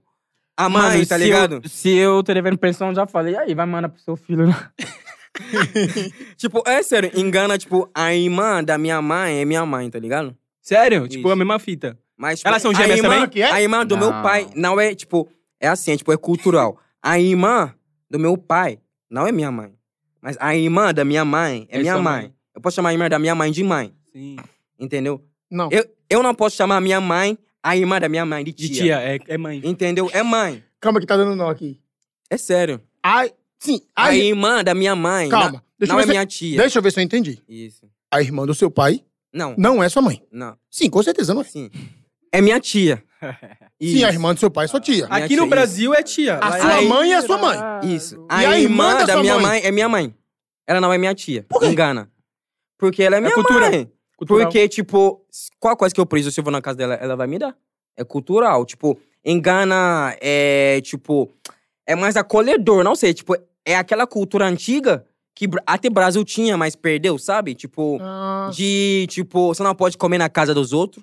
A mãe, tá
se
ligado?
Eu, se eu tô devendo pensão, eu já falei. Aí, vai mandar pro seu filho. lá.
Tipo, é sério, engana, tipo, a irmã da minha mãe é minha mãe, tá ligado?
Sério? Tipo,
Isso.
a mesma fita.
Mas, tipo,
Elas são
a
gêmeas
irmã-
também?
Que é?
A irmã do meu
Não.
pai não é, tipo, é assim, é, tipo, é cultural. A irmã do meu pai não é minha mãe. Mas a irmã da minha mãe é,
É
minha
sua
mãe.
mãe.
Eu posso chamar a irmã da minha mãe de mãe,
Sim.
entendeu?
Não.
Eu, eu não posso chamar a minha mãe, a irmã da minha mãe, de tia.
De tia, é, é mãe.
Entendeu? É mãe.
Calma que tá dando nó aqui.
É sério.
Ai, sim,
A
ai,
irmã da minha mãe
calma.
não,
Deixa eu
não
ver
é
se-
minha tia.
Deixa eu ver se eu entendi.
Isso.
A irmã do seu pai
Não,
não é sua mãe.
não.
Sim, com certeza não é.
Sim. É minha tia.
Sim, a irmã do seu pai é sua tia.
Minha
Aqui
tia,
no
isso.
Brasil é tia.
A
Lá-
sua
Aí-
mãe é sua mãe.
Isso.
E a irmã da sua
minha
mãe?
é minha mãe. Ela não é minha tia.
Por quê?
Engana. Porque ela é minha
cultura.
mãe.
Cultural.
Porque, tipo, qual coisa que eu preciso se eu vou na casa dela, ela vai me dar. É cultural. Tipo, engana é, tipo, é mais acolhedor, não sei. Tipo, é aquela cultura antiga que Bra- até Brasil tinha, mas perdeu, sabe? Tipo,
Ah.
de tipo, você não pode comer na casa dos outros.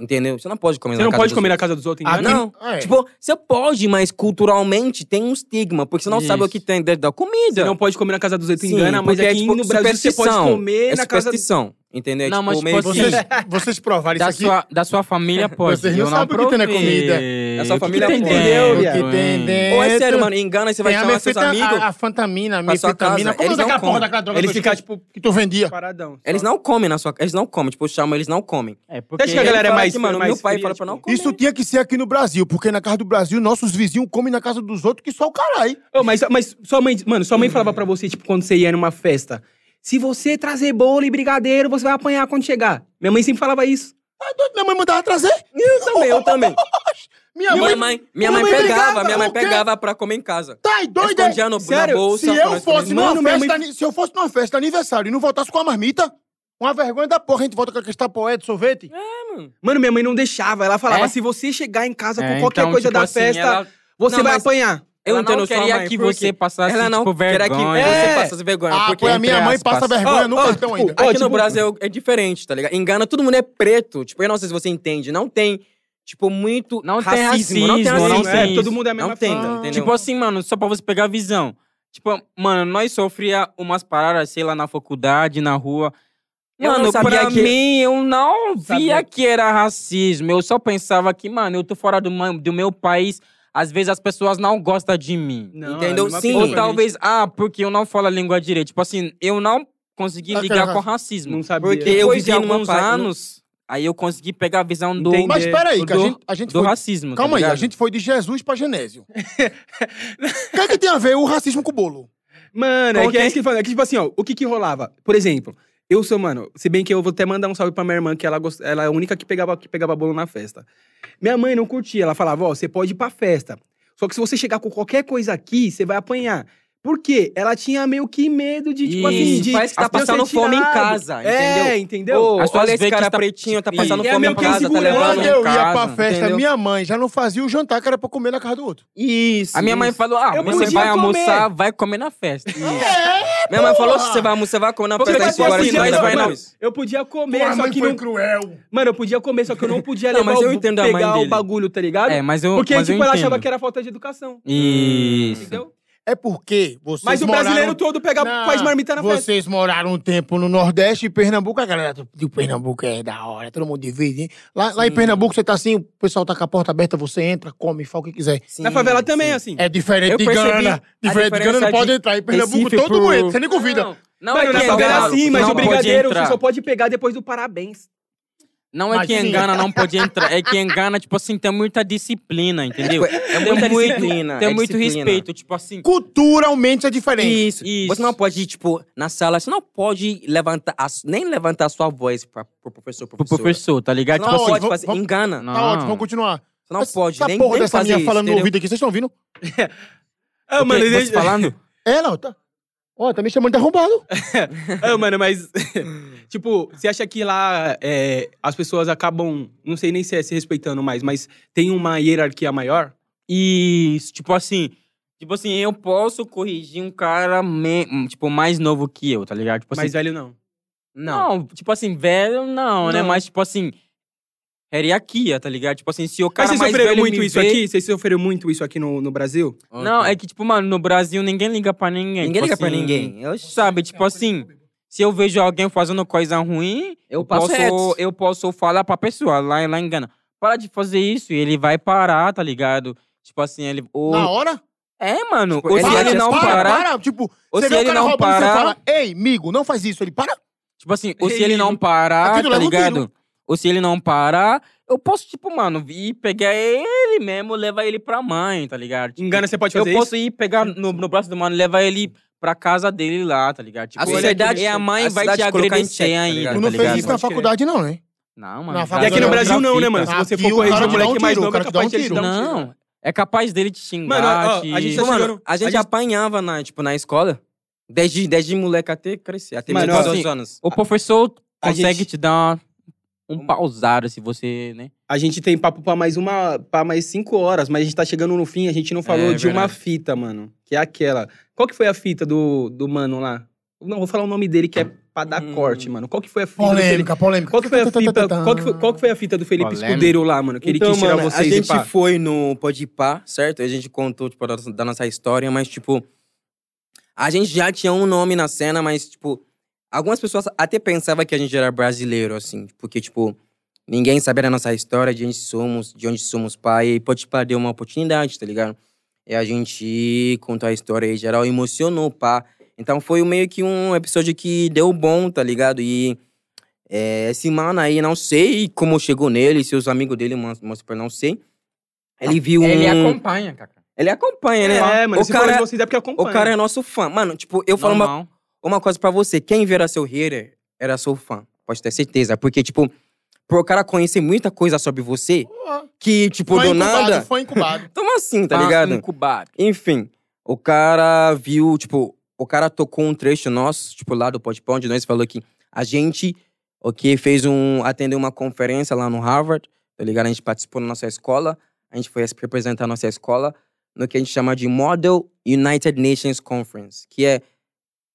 Entendeu? Você não pode comer
Você
na
não
casa
pode
dos
comer na casa dos outros,
outros.
entendeu?
Não.
Ah, é.
Tipo, você pode, mas culturalmente tem um estigma, porque você não sabe o
Isso.
que tem dentro da comida.
Você
É
não pode comer na casa dos outros,
Sim,
engana, mas
porque é,
aqui
tipo,
no Brasil você pode
superstição.
comer
é
na casa...
superstição, entendeu?
Não,
tipo,
mas,
meio
tipo,
que-
assim,
Vocês, vocês provaram
Da
isso aqui?
sua, da sua família pode.
Vocês não
eu
sabem o que tem na
provei.
comida.
Da sua
O que
família
tem
pode.
dentro,
Entendeu,
hein?
viado?
Ou é sério, mano, engana e você vai
Tem a Ah,
chamar seus
mefeta-
amigos.
a, a fantamina, a
pra sua
mefetamina.
casa.
Como é
Eles não
daquela porra
comem.
daquela droga
Eles
que eu
ficam,
esque-
tipo,
que tu vendia?
paradão.
Eles não comem na sua casa. Eles não comem. Tipo, eu chamo, eles não comem.
É
Você
porque
acha que a galera é
Fala
mais...
que, mano,
mais
meu pai
fria,
fala pra não
tipo,
comer.
Isso tinha que ser aqui no Brasil, porque na casa do Brasil, nossos vizinhos comem na casa dos outros que só o caralho.
Ô, mas, mas sua mãe... Mano, sua mãe falava pra você, tipo, quando você ia numa festa... Se você trazer bolo e brigadeiro, você vai apanhar quando chegar. Minha mãe sempre falava isso.
Tá doido? Minha mãe mandava trazer.
Eu também, eu também.
Minha
Minha
mãe...
mãe, minha
minha
mãe
mãe
pegava,
brigava,
minha mãe
o quê?
pegava pra comer em casa.
Tá doida?
Escondia no, na
Sério,
bolsa.
Se
pra
eu
nós
fosse
comermos.
numa
Mano, minha
festa,
mãe-
ani- se eu fosse numa festa aniversário e não voltasse com a marmita, uma vergonha da porra, a gente volta com aquele tapoé de sorvete.
Mano, minha mãe não deixava. Ela falava,
É?
se você chegar em casa
É,
com qualquer
então,
coisa
tipo
da
assim,
festa,
ela-
você
Não,
vai
mas-
apanhar.
Eu
Ela
entendo
não
sua
queria
mãe,
que
porque
você passasse,
Ela não
tipo,
queria
vergonha.
que você
É.
passasse vergonha.
Ah,
porque
foi a minha
entre
mãe
aspas.
passa vergonha no
Ó, ó,
cartão
tipo,
ainda.
ó,
Aqui
tipo,
no Brasil é diferente, tá ligado? Engana, todo mundo é preto. Tipo, eu não sei se você entende. Não tem, tipo, muito
Não tem
racismo. não tem
racismo,
racismo.
não
Não,
tem
é,
isso.
todo mundo é a mesma
Não tem,
fala.
entendeu?
Tipo assim, mano, só pra você pegar a visão. Tipo, mano, nós sofria umas paradas, sei lá, na faculdade, na rua.
Eu
mano,
não sabia
pra
que-
mim, eu não via
Sabia.
que era racismo. Eu só pensava que, mano, eu tô fora do, ma- do meu país. Às vezes as pessoas não gostam de mim.
Não,
Entendeu?
é a mesma
Sim.
coisa,
Ou
gente.
talvez, ah, porque eu não falo a língua direito. Tipo assim, eu não consegui
Ah,
ligar
cara,
com racismo.
Não sabia.
Porque eu
Depois de
vivi numa
alguns
parte-
anos, aí eu consegui pegar a visão do,
Entendi.
Mas
é,
peraí, que a
do-
gente, a gente
do
foi...
racismo. tá
Calma aí, a
ligado?
gente foi de Jesus pra Genésio. O que é que tem a ver o racismo com o bolo?
Mano, é
Com
que é
quem?
isso que ele falou. É que, tipo assim, ó, o que que rolava? Por exemplo, eu sou, mano, se bem que eu vou até mandar um salve pra minha irmã, que ela, gost... ela é a única que pegava, que pegava bolo na festa. Minha mãe não curtia, ela falava, ó, você pode ir pra festa. Só que se você chegar com qualquer coisa aqui, você vai apanhar. Por quê? Ela tinha meio que medo de, tipo assim,
Isso,
de...
parece que tá
as pessoas
passando
serem
fome em
tiradas.
casa,
É,
entendeu?
entendeu?
Ô,
As pessoas
olha esse
veem que
cara
tá-
pretinho, tá
Sim.
passando
É
fome
meio
em
que
casa, tá
insegurança,
levando
Quando
em
eu
em
ia pra
casa.
festa,
entendeu?
minha mãe já não fazia o jantar que era pra comer na casa do outro.
Isso.
A minha mãe
isso.
falou: ah,
Eu
você
podia
vai
comer.
almoçar, vai comer na festa.
Minha mãe falou:
Porra!
se você vai almoçar, vai comer na
Porque,
festa
tipo
às 5 horas
assim,
da
eu-
manhã, vai
mano,
não.
eu podia comer,
Porra, a
só
mãe
que
foi
não...
cruel.
Mano, eu podia comer, só que eu não podia
Não,
levar
mas
o-
eu entendo a mãe
pegar o
dele.
bagulho, tá ligado?
É, mas eu.
Porque,
mas eu
tipo, ela
entendo.
achava que era falta de educação.
Isso.
Entendeu?
É porque vocês
Mas o
moraram- um
brasileiro todo pega,
Não,
faz marmita na festa.
Vocês moraram um tempo no Nordeste e Pernambuco, a galera do- de Pernambuco é da hora, todo mundo divide, hein? Lá, lá em Pernambuco você tá assim, o pessoal tá com a porta aberta, você entra, come, faz o que quiser.
Na favela também, assim.
É diferente
Eu
de
percebi
Gana.
a
Diferente de Gana, não
diferença
pode
de
entrar. Em Pernambuco,
Recife
todo
pro-
mundo é né, entra, você nem convida.
Não, não
Mano,
é
na
que
favela
engana.
sim, mas
não
o brigadeiro
pode
você
entrar.
só pode pegar depois do parabéns.
Não é
Mas
que
sim.
engana, não pode entrar. É que engana, tipo assim, tem muita disciplina, entendeu? É muita
disciplina,
Tem
é
muito
disciplina.
respeito, tipo assim.
Culturalmente é diferente.
Isso.
Isso. é
Você não pode, tipo, na sala, você não pode levantar, a su- nem levantar a sua voz pra, pro professor,
Pro
professora.
professor, tá ligado?
Não,
Tipo assim,
olha,
Pode fazer,
vamos-
engana.
Não.
Tá ótimo, vamos continuar.
Você não
Essa-
pode,
essa
nem,
porra
nem
dessa
fazer
minha
isso,
falando no
entendeu?
ouvido aqui, vocês estão ouvindo?
Ah,
o que
mano,
que você
deixa...
tá falando?
É, não, tá. Ó, tá me chamando de arrombado.
ah, mano, mas... tipo, você acha que lá é, as pessoas acabam... Não sei nem se é se respeitando mais, mas tem uma hierarquia maior?
Isso, tipo assim. Tipo assim, eu posso corrigir um cara, me- tipo, mais novo que eu, tá ligado? Tipo assim,
Mais velho, não.
Não.
Não, tipo assim, velho não, né?
Não.
Mas tipo assim, hierarquia, tá ligado? Tipo assim, se o cara
mas vocês
mais
sofreram
velho
muito
me
isso
vê-
aqui? Vocês sofreram muito isso aqui no, no Brasil?
Não, é que tipo, mano, no Brasil ninguém liga pra ninguém.
Ninguém
tipo
liga pra
assim,
ninguém. Eu,
Sabe, tipo assim, se eu vejo alguém fazendo coisa ruim,
eu passo
posso,
reto.
eu posso falar pra pessoa lá, lá em Gana, para de fazer isso, e ele vai parar, tá ligado? Tipo assim, ele... Ou...
Na hora.
É, mano,
Tipo,
ou
ele
se
vai
ele
te
não
para,
parar...
para. Tipo,
Ou
você
se
vê o
ele
cara
não
roubando, você
parar-
fala, ei, amigo, não faz isso. Ele para.
Tipo assim, ou se ele não
Aqui
parar,
do
tá
lado
um
eu tiro.
ligado? Ou se ele não parar, eu posso, tipo, mano, ir pegar ele mesmo, levar ele pra mãe, tá ligado? Tipo,
Engana, você pode
eu
fazer isso?
posso ir pegar no, no braço do mano, levar ele pra casa dele lá, tá ligado? Tipo,
A sociedade-
e a mãe
a
vai te
sociedade colocar em
agradecer
xeque, tá
ainda,
Tu
ligado?
tá
não fez
ligado?
isso na
Pode crer.
faculdade, não, né?
Não, mano.
Na
tá
E
Mas
aqui no
eu-
outra
Brasil não, né, mano? Se
Aqui
você
Ah,
o
for corrigir
cara
um
te dá
moleque
um
mais
tiro, o
novo, é
cara te dá um
capaz de ele
tiro.
dar um tiro.
Não, é capaz dele te xingar,
Mano, ó, ó, a
te-
gente tá
Tipo, mano,
chegando-
a gente
a gente-
apanhava, na, tipo, na escola. Desde, desde moleque até crescer, até
Mano,
meus 18
assim,
anos.
O professor
a
consegue
gente-
te dar um pausado se você, né?
A gente tem papo pra mais uma. para mais cinco horas, mas a gente tá chegando no fim, a gente não falou
É,
de uma
verdade.
fita, mano. Que é aquela. Qual que foi a fita do, do mano lá? Não, vou falar o nome dele que é pra dar
Hum.
corte, mano. Qual que foi a fita? do Felipe-
Polêmica, polêmica.
Qual que foi a fita? Qual que foi, qual que foi a fita do Felipe
Polêmica.
Escudeiro lá, mano? Que ele
então,
quis tirar
mano,
vocês
a
de
gente
pá.
foi no Podpah, certo? A gente contou, tipo, da, nossa- da nossa história, mas, tipo... A gente já tinha um nome na cena, mas, tipo... Algumas pessoas até pensavam que a gente era brasileiro, assim. Porque, tipo... Ninguém sabia da nossa história, de onde somos, de onde somos pai. E Podpah deu uma oportunidade, tá ligado? E a gente contou a história em geral, emocionou, pá. Então foi meio que um episódio que deu bom, tá ligado? E... É, esse mano aí, não sei como chegou nele, se os amigos dele, mas, mas eu não sei. Ele viu
Ele
um...
acompanha, cara.
Ele acompanha, né?
É, mano,
o
se falou de
cara,
vocês é porque
o
acompanha.
cara é nosso fã. Mano, tipo, eu falo uma,
Normal.
uma coisa pra você. Quem vira seu hater era seu fã. Pode ter certeza. Porque, tipo, pro cara conhecer muita coisa sobre você, que, tipo,
Foi
do
incubado,
nada...
Foi incubado.
Toma assim, tá
Tá
ligado?
Incubado.
Enfim, o cara viu, tipo, o cara tocou um trecho nosso, tipo, lá do Podpah, onde nós falou que a gente, o que fez um, atendeu uma conferência lá no Harvard, tá ligado? A gente participou na nossa escola, a gente foi representar a nossa escola no que a gente chama de Model United Nations Conference, que é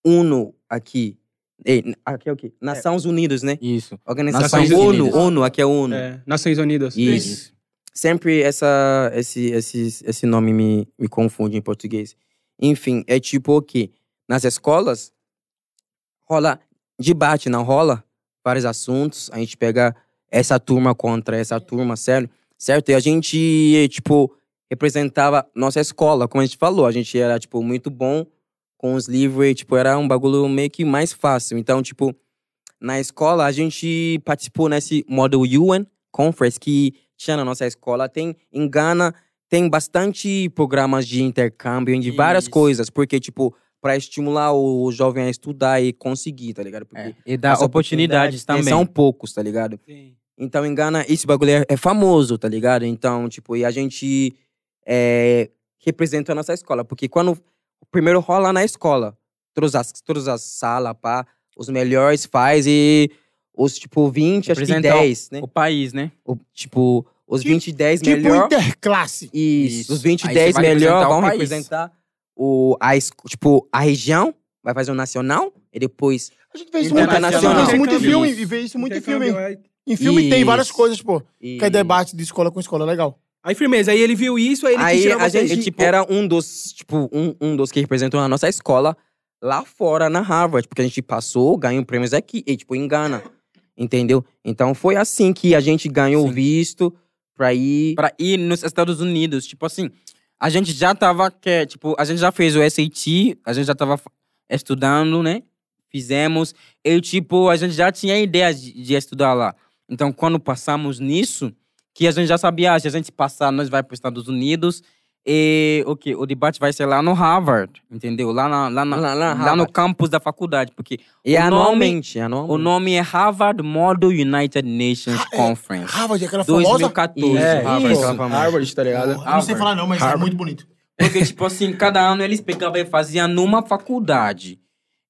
UNO aqui. Ei, aqui é o quê? Nações Unidas, né?
Isso.
Organização
Nações
ONU,
Unidas.
ONU, aqui é ONU.
É, Nações Unidas.
Isso. Sempre essa, esse, esse, esse nome me, me confunde em português. Enfim, é tipo o quê? Nas escolas, rola debate, não rola? Vários assuntos, a gente pega essa turma contra essa turma, sério. Certo? E a gente, tipo, representava nossa escola, como a gente falou. A gente era, tipo, muito bom com os livros e, tipo, era um bagulho meio que mais fácil. Então, tipo, na escola, a gente participou nesse Model UN Conference que tinha na nossa escola. Tem em Gana, tem bastante programas de intercâmbio, de várias
Isso.
coisas. Porque, tipo, pra estimular o jovem a estudar e conseguir, tá ligado? Porque
É. E dá
essa
oportunidades
oportunidade,
também.
São poucos, tá ligado?
Sim.
Então, em Gana, esse bagulho é, é famoso, tá ligado? Então, tipo, e a gente é, representa a nossa escola. Porque quando primeiro rola na escola, todas as, todas as salas, pá, os melhores faz e os, tipo, 20, acho que
Representa
10, né?
O país, né?
O- tipo, os
Tipo-
20 e 10
tipo
melhor...
interclasse.
Isso.
Isso.
Os 20
Aí
e
você
10
vai
melhor
representar o
vão
país.
representar o, a, es- tipo, a região, vai fazer o nacional, e depois
A gente vê isso muito, a gente
Internacional.
vê isso muito em filme.
Intercâmbio.
E vê isso muito em filme.
Intercâmbio, é-
Em filme tem
Isso.
várias coisas, pô.
E-
Que é debate de escola com escola, legal.
Aí, firmeza, aí ele viu isso, aí ele quis
aí
tirar
a
vocês.
gente
E, tipo,
era um dos, tipo, um, um dos que representou a nossa escola lá fora, na Harvard. Porque a gente passou, ganhou prêmios aqui, e, tipo, em Gana. Entendeu? Então foi assim que a gente ganhou o
Sim.
visto pra ir.
Pra ir nos Estados Unidos. Tipo assim, a gente já tava. Que, tipo, a gente já fez o SAT, a gente já tava fa- estudando, né? Fizemos. E, tipo, a gente já tinha ideia de, de estudar lá. Então, quando passamos nisso, que a gente já sabia, ah, se a gente passar, nós vai para os Estados Unidos. E o que? O debate vai ser lá no Harvard, entendeu? Lá, na- lá, na-
Lá na
lá no
Harvard.
campus da faculdade. Porque
E
o nome-
anualmente, anualmente.
O nome é Harvard Model United Nations Conference.
é, Harvard, aquela famosa.
2014.
É,
Harvard,
isso.
aquela famosa.
Harvard, tá ligado?
Eu não sei falar não, mas é muito bonito.
Porque, tipo assim, cada ano eles pegavam e faziam numa faculdade.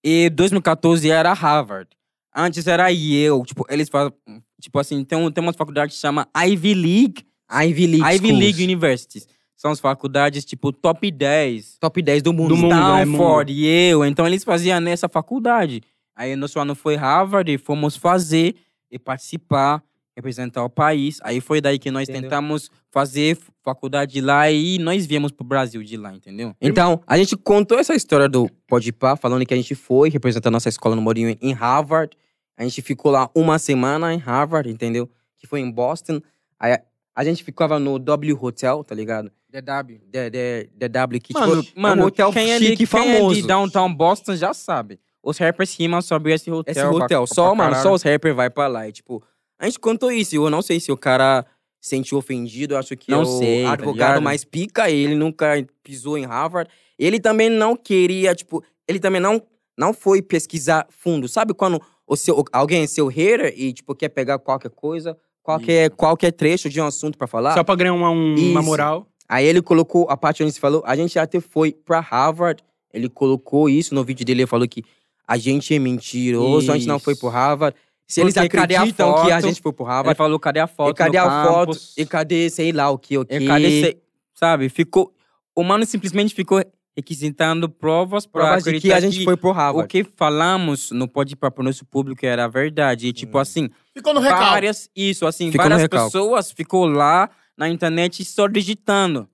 E 2014 era Harvard. Antes era Yale. Tipo, eles fazem. Tipo assim, tem, um- tem umas faculdades que chama Ivy League.
Ivy League.
Ivy
Schools.
League Universities. São as faculdades, tipo, top 10.
Top 10 do mundo.
Do mundo. né?
Stanford, Yale. Então eles faziam nessa faculdade. Aí nosso ano foi Harvard e fomos fazer e participar, representar o país. Aí foi daí que nós
Entendeu?
tentamos fazer faculdade lá e nós viemos pro Brasil de lá, entendeu?
Então, a gente contou essa história do Podpah, falando que a gente foi representar nossa escola no Morinho em Harvard. A gente ficou lá uma semana em Harvard, entendeu? Que foi em Boston. Aí, a gente ficava no W Hotel, tá ligado?
DW.
The, the, the W, que
Mano,
tipo,
mano,
é um hotel
quem
chique
é de,
e famoso.
Quem é de downtown Boston já sabe. Os rappers rimam sobre esse hotel.
Esse hotel.
pra-
só,
é pra
mano,
caralho.
só os rappers vai pra lá. E, tipo, a gente contou isso. e Eu não sei se o cara se sentiu ofendido. Eu acho que
Não
o
sei, tá
advogado
ligado?
mais pica. Ele nunca pisou em Harvard. Ele também não queria, tipo... Ele também não, não foi pesquisar fundo. Sabe quando o seu, alguém é seu hater e, tipo, quer pegar qualquer coisa, qualquer, qualquer trecho de um assunto pra falar?
Só pra ganhar uma, um- uma
Isso.
moral.
Aí ele colocou a parte onde ele falou, a gente até foi pra Harvard. Ele colocou isso no vídeo dele, ele falou que a gente é mentiroso, a gente não foi pro
Isso.
Harvard. Se eles
Porque cadê a
acreditam que a
foto?
gente foi pro
Ele
Harvard,
falou, cadê a foto
e cadê
no
a foto,
campus?
e cadê sei lá o que, o que.
E cadê cê- Sabe, ficou... O mano simplesmente ficou requisitando provas para
Provas de que a gente foi pro
O
Harvard.
que falamos no Pode para o nosso público era a verdade. E,
Hum.
tipo assim,
Ficou no recalque.
várias... Isso, assim,
Ficou no
várias
recalque.
pessoas ficou lá na internet só digitando.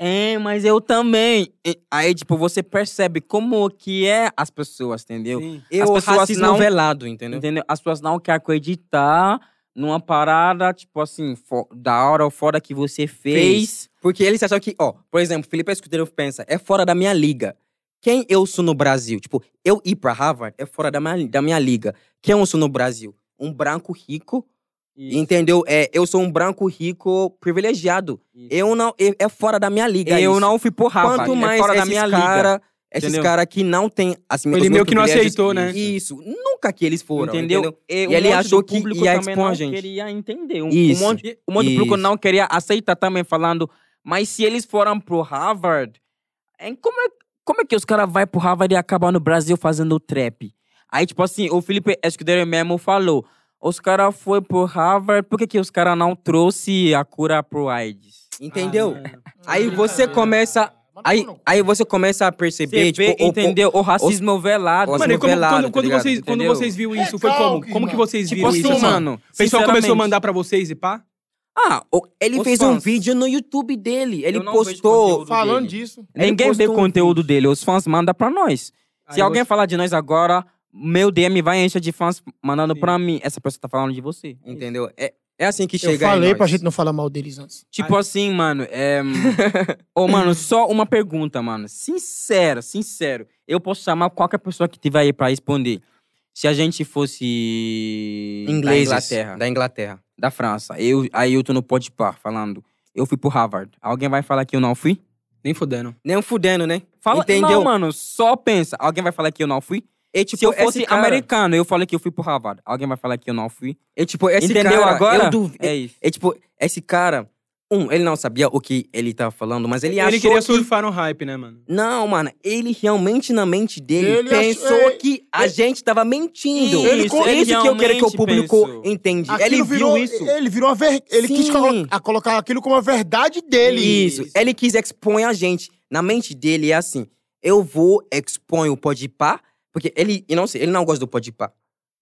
É, mas eu também. E aí, tipo, você percebe como que é as pessoas, entendeu?
Sim.
Eu,
as pessoas
racismo
não-
velado, entendeu?
Entendeu? As pessoas não querem acreditar numa parada, tipo assim, fo- da hora ou fora que você fez.
Porque eles acham que, ó, por exemplo, Felipe Escudeiro pensa, é fora da minha liga. Quem eu sou no Brasil? Tipo, eu ir pra Harvard é fora da minha, da minha liga. Quem eu sou no Brasil? Um branco rico, entendeu? É, eu sou um branco rico privilegiado. Eu não, é, é fora da minha liga.
Eu
isso.
não fui por Harvard,
Quanto
é
mais
fora da
esses
minha liga.
cara, esses
entendeu?
cara que não tem assim,
Ele
os meus
meio que não
privilégios,
aceitou, né?
Isso, nunca que eles foram,
entendeu?
entendeu?
E, um
E ele
monte do
achou que
público
ia
também
expor a
não
gente.
queria entender. Um,
Isso.
Um monte, um monte de público
Isso.
não queria aceitar também, falando, mas se eles foram pro Harvard, hein, como, é, como é que os caras vão pro Harvard e acabam no Brasil fazendo trap? Aí, tipo assim, o Felipe Escudero mesmo falou, os caras foram pro Harvard, por que, que os caras não trouxe a cura pro AIDS? Ah,
Entendeu?
Ah, é.
aí você
É.
começa, aí, aí você começa a perceber,
Você vê,
tipo, o- o-
entendeu? O racismo velado.
Os
Mano, e como,
novelados,
quando,
tá
quando
ligado?
vocês, quando
Entendeu?
vocês viram isso,
É
foi como?
Recalque,
Como que
irmão.
vocês
Tipo
viram
assim,
isso? assim?
mano.
O pessoal começou a
sinceramente.
mandar pra vocês e pá?
Ah, o- ele
Os
fez um
fãs.
vídeo no YouTube dele. Ele
Eu não vejo
postou.
conteúdo
Falando
dele.
disso.
Ele
Ninguém vê
postou um
conteúdo dele, os fãs mandam pra nós.
Aí
Se
eu
alguém
vou-
falar de nós agora, meu DM vai encher de fãs mandando pra mim. Essa pessoa tá falando de você.
Entendeu? É, é assim que
Eu
chega. em
falei
nós.
pra gente não falar mal deles antes.
Tipo assim, mano, é. Ô, mano, só uma pergunta, mano. Sincero, sincero. Eu posso chamar qualquer pessoa que tiver aí pra responder. Se a gente fosse.
Ingleses,
Da Inglaterra. Da,
Da Inglaterra.
França. Eu, aí eu tô no Podpar falando. Eu fui pro Harvard. Alguém vai falar que eu não fui?
Nem fudendo.
Nem um fudendo, né?
Fala,
Entendeu?
Não, mano, só pensa. Alguém vai falar que eu não fui?
E, tipo,
Se eu
esse
fosse
cara-
americano, eu falei que eu fui pro Harvard. Alguém vai falar que eu não fui.
E, tipo, esse
Entendeu
cara,
agora?
Eu duvido.
É isso.
E, tipo, esse cara, um, ele não sabia o que ele tava falando, mas ele, é
Ele,
achou
queria
que...
surfar no hype, né, mano?
Não, mano, ele realmente na mente dele
Ele
pensou
achou-
que a gente tava mentindo.
Ele-
isso é
ele
isso que eu quero que o
realmente
público
pensou.
entende.
Aquilo
ele
virou,
viu isso.
Ele virou a ver... Ele quis
Sim.
colo- a colocar aquilo como a verdade dele.
Isso. Ele quis expõe a gente. Na mente dele é assim: eu vou expõe o Podpah, porque ele, eu não sei, ele não gosta do Podpah.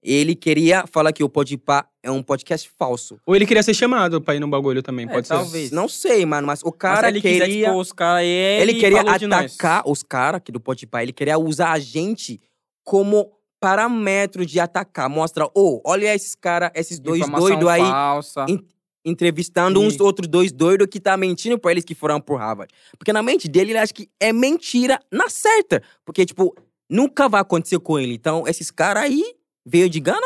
Ele queria falar que o Podpah é um podcast falso.
Ou ele queria ser chamado pra ir no bagulho também,
É,
pode
talvez.
ser.
Isso.
Não sei, mano, mas o cara
Mas ele quiser
queria
expor os cara, ele,
ele, queria
falou de nós.
atacar os caras aqui do Podpah, ele queria usar a gente como parâmetro de atacar, mostra, ô, olha esses caras, esses dois
Informação
doidos aí
falsa.
Em- entrevistando uns
Isso.
outros dois doidos que tá mentindo pra eles que foram pro Harvard. Porque na mente dele, ele acha que é mentira na certa. Porque, tipo, nunca vai acontecer com ele. Então, esses caras aí veio de Gana,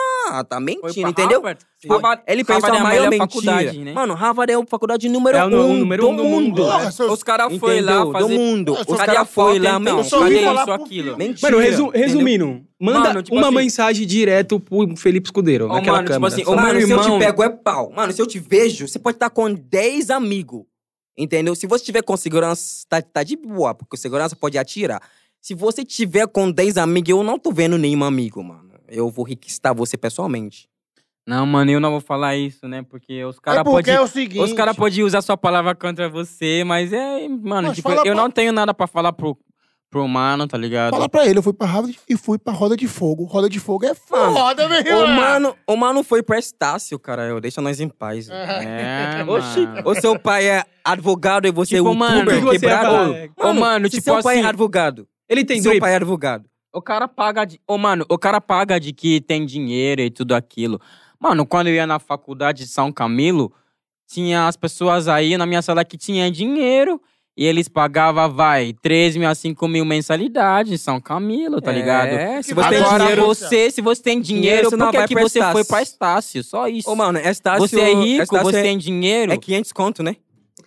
tá
Foi
mentindo,
pra
entendeu?
Harvard.
Pô,
Harvard-
ele pensou
Harvard é
a maior
melhor
mentira.
faculdade, né?
Mano, Harvard é a faculdade número
É o nu-
um
número
do
um do mundo,
mundo.
né?
Porra, seus-
Os caras foi lá
Entendeu?
fazer...
Do mundo.
Ah,
Os né?
só
caras
Cadê
foi
foto,
lá,
então?
mentira.
só ouvi
Cadê
falar
isso,
por
aquilo?
vídeo.
Mano, resu-
Mentira,
resumindo, manda
Mano, tipo
uma
assim-
mensagem direto pro Felipe Escudeiro,
Ó,
naquela
mano, tipo
câmera.
assim,
sabe?
ô,
Mano,
mano,
se eu
irmão-
te pego é pau. Mano, se eu te vejo, você pode estar com 10 amigos. Entendeu? Se você tiver com segurança, tá, tá de boa, porque segurança pode atirar. Se você tiver com 10 amigos, eu não tô vendo nenhum amigo, mano. Eu vou requistar você pessoalmente.
Não, mano, eu não vou falar isso, né? Porque os
É
caras
porque
podem...
é o seguinte...
Os caras podem usar sua palavra contra você, mas é... Mano,
Mas
tipo,
fala
eu
pra-
não tenho nada pra falar pro, pro mano, tá ligado?
Fala pra ele, eu fui pra Harvard e fui pra Roda de Fogo. Roda de Fogo é foda, meu
O mano, o mano foi pra Estácio, cara. Eu, deixa nós em paz.
É,
Oxi,
mano.
o seu pai é advogado e você
Tipo,
é youtuber
mano,
Tipo, O que que você ia
quebrado?
falar?
Ô, mano,
se
tipo
seu pai
assim-
é advogado,
Ele tem
seu
drip?
pai é advogado.
O cara paga de. Ô, mano, o cara paga de que tem dinheiro e tudo aquilo. Mano, quando eu ia na faculdade de São Camilo, tinha as pessoas aí na minha sala que tinha dinheiro. E eles pagavam, vai, 3 mil a 5 mil mensalidade em São Camilo, tá ligado?
É,
você
se você
tem
tem
Agora
dinheiro-
você, se você tem dinheiro,
Dinheiro, você
por
não
que,
vai
que
pra
você
Estácio.
foi pra Estácio? Só isso.
Ô, mano, Estácio...
você é rico,
Estácio
você
é-
tem dinheiro.
É 500 conto, né?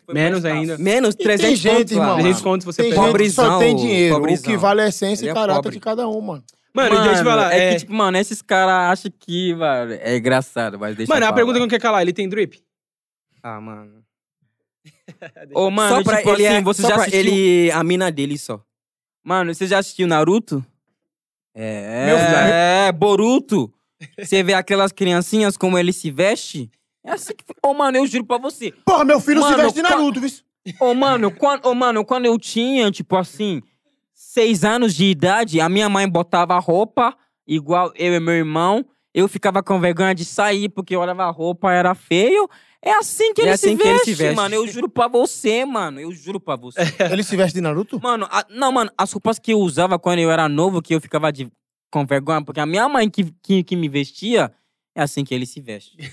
Tá.
Menos ainda.
Menos 300
gente,
conto,
irmão. Tem
lá, mano.
300 contos você
Tem
pega.
gente que só
Pobrezão,
tem dinheiro.
pobrezão.
O que vale é a essência e
Ele é
caráter
pobre.
de cada um, mano.
Mano, deixa eu te falar.
é,
é-
que, tipo, mano, esses caras acham que, mano, é engraçado, mas deixa
Mano,
eu
a
falar.
pergunta que eu não quero calar, ele tem drip?
Ah, mano.
Ô, mano,
só pra
tipo
ele,
assim,
é-
você
só
já
pra
assistiu
ele, a mina dele só.
Mano, você já assistiu Naruto?
Meu
É, é Boruto. Você vê aquelas criancinhas como ele se veste. É assim que. Ô, mano, eu juro pra você.
Porra, meu filho se
Mano,
veste de
ca-
Naruto, viu?
Ô, mano, quando, ô, mano, quando eu tinha, tipo assim, seis anos de idade, a minha mãe botava roupa igual eu e meu irmão. Eu ficava com vergonha de sair porque eu olhava a roupa, era feio. É assim que,
É
ele,
assim
se
que ele
veste,
se veste.
mano. Eu juro pra você, mano. Eu juro pra você.
Ele se veste de Naruto?
Mano, a- não, mano, as roupas que eu usava quando eu era novo, que eu ficava de, com vergonha, porque a minha mãe que, que, que me vestia, é assim que ele se veste.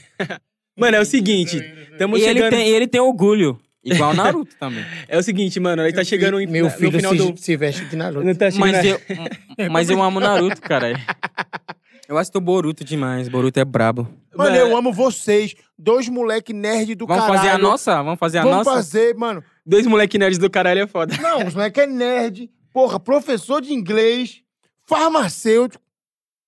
Mano, é o seguinte, estamos
e ele
chegando.
tem, ele tem orgulho, igual Naruto também.
É o seguinte, mano, ele tá chegando em-
Meu
na-
filho
no final
se,
do.
se veste de Naruto.
Não tá chegando.
Mas eu, mas eu amo Naruto, cara. É Eu acho o Boruto demais, Boruto é brabo.
Mano,
Mano,
eu amo vocês. Dois moleque nerd do
Vamos
caralho.
fazer a nossa? Vamos fazer a
Vamos
nossa?
fazer, mano.
Dois moleque nerds do caralho é foda.
Não, os moleque é nerd. Porra, professor de inglês, farmacêutico,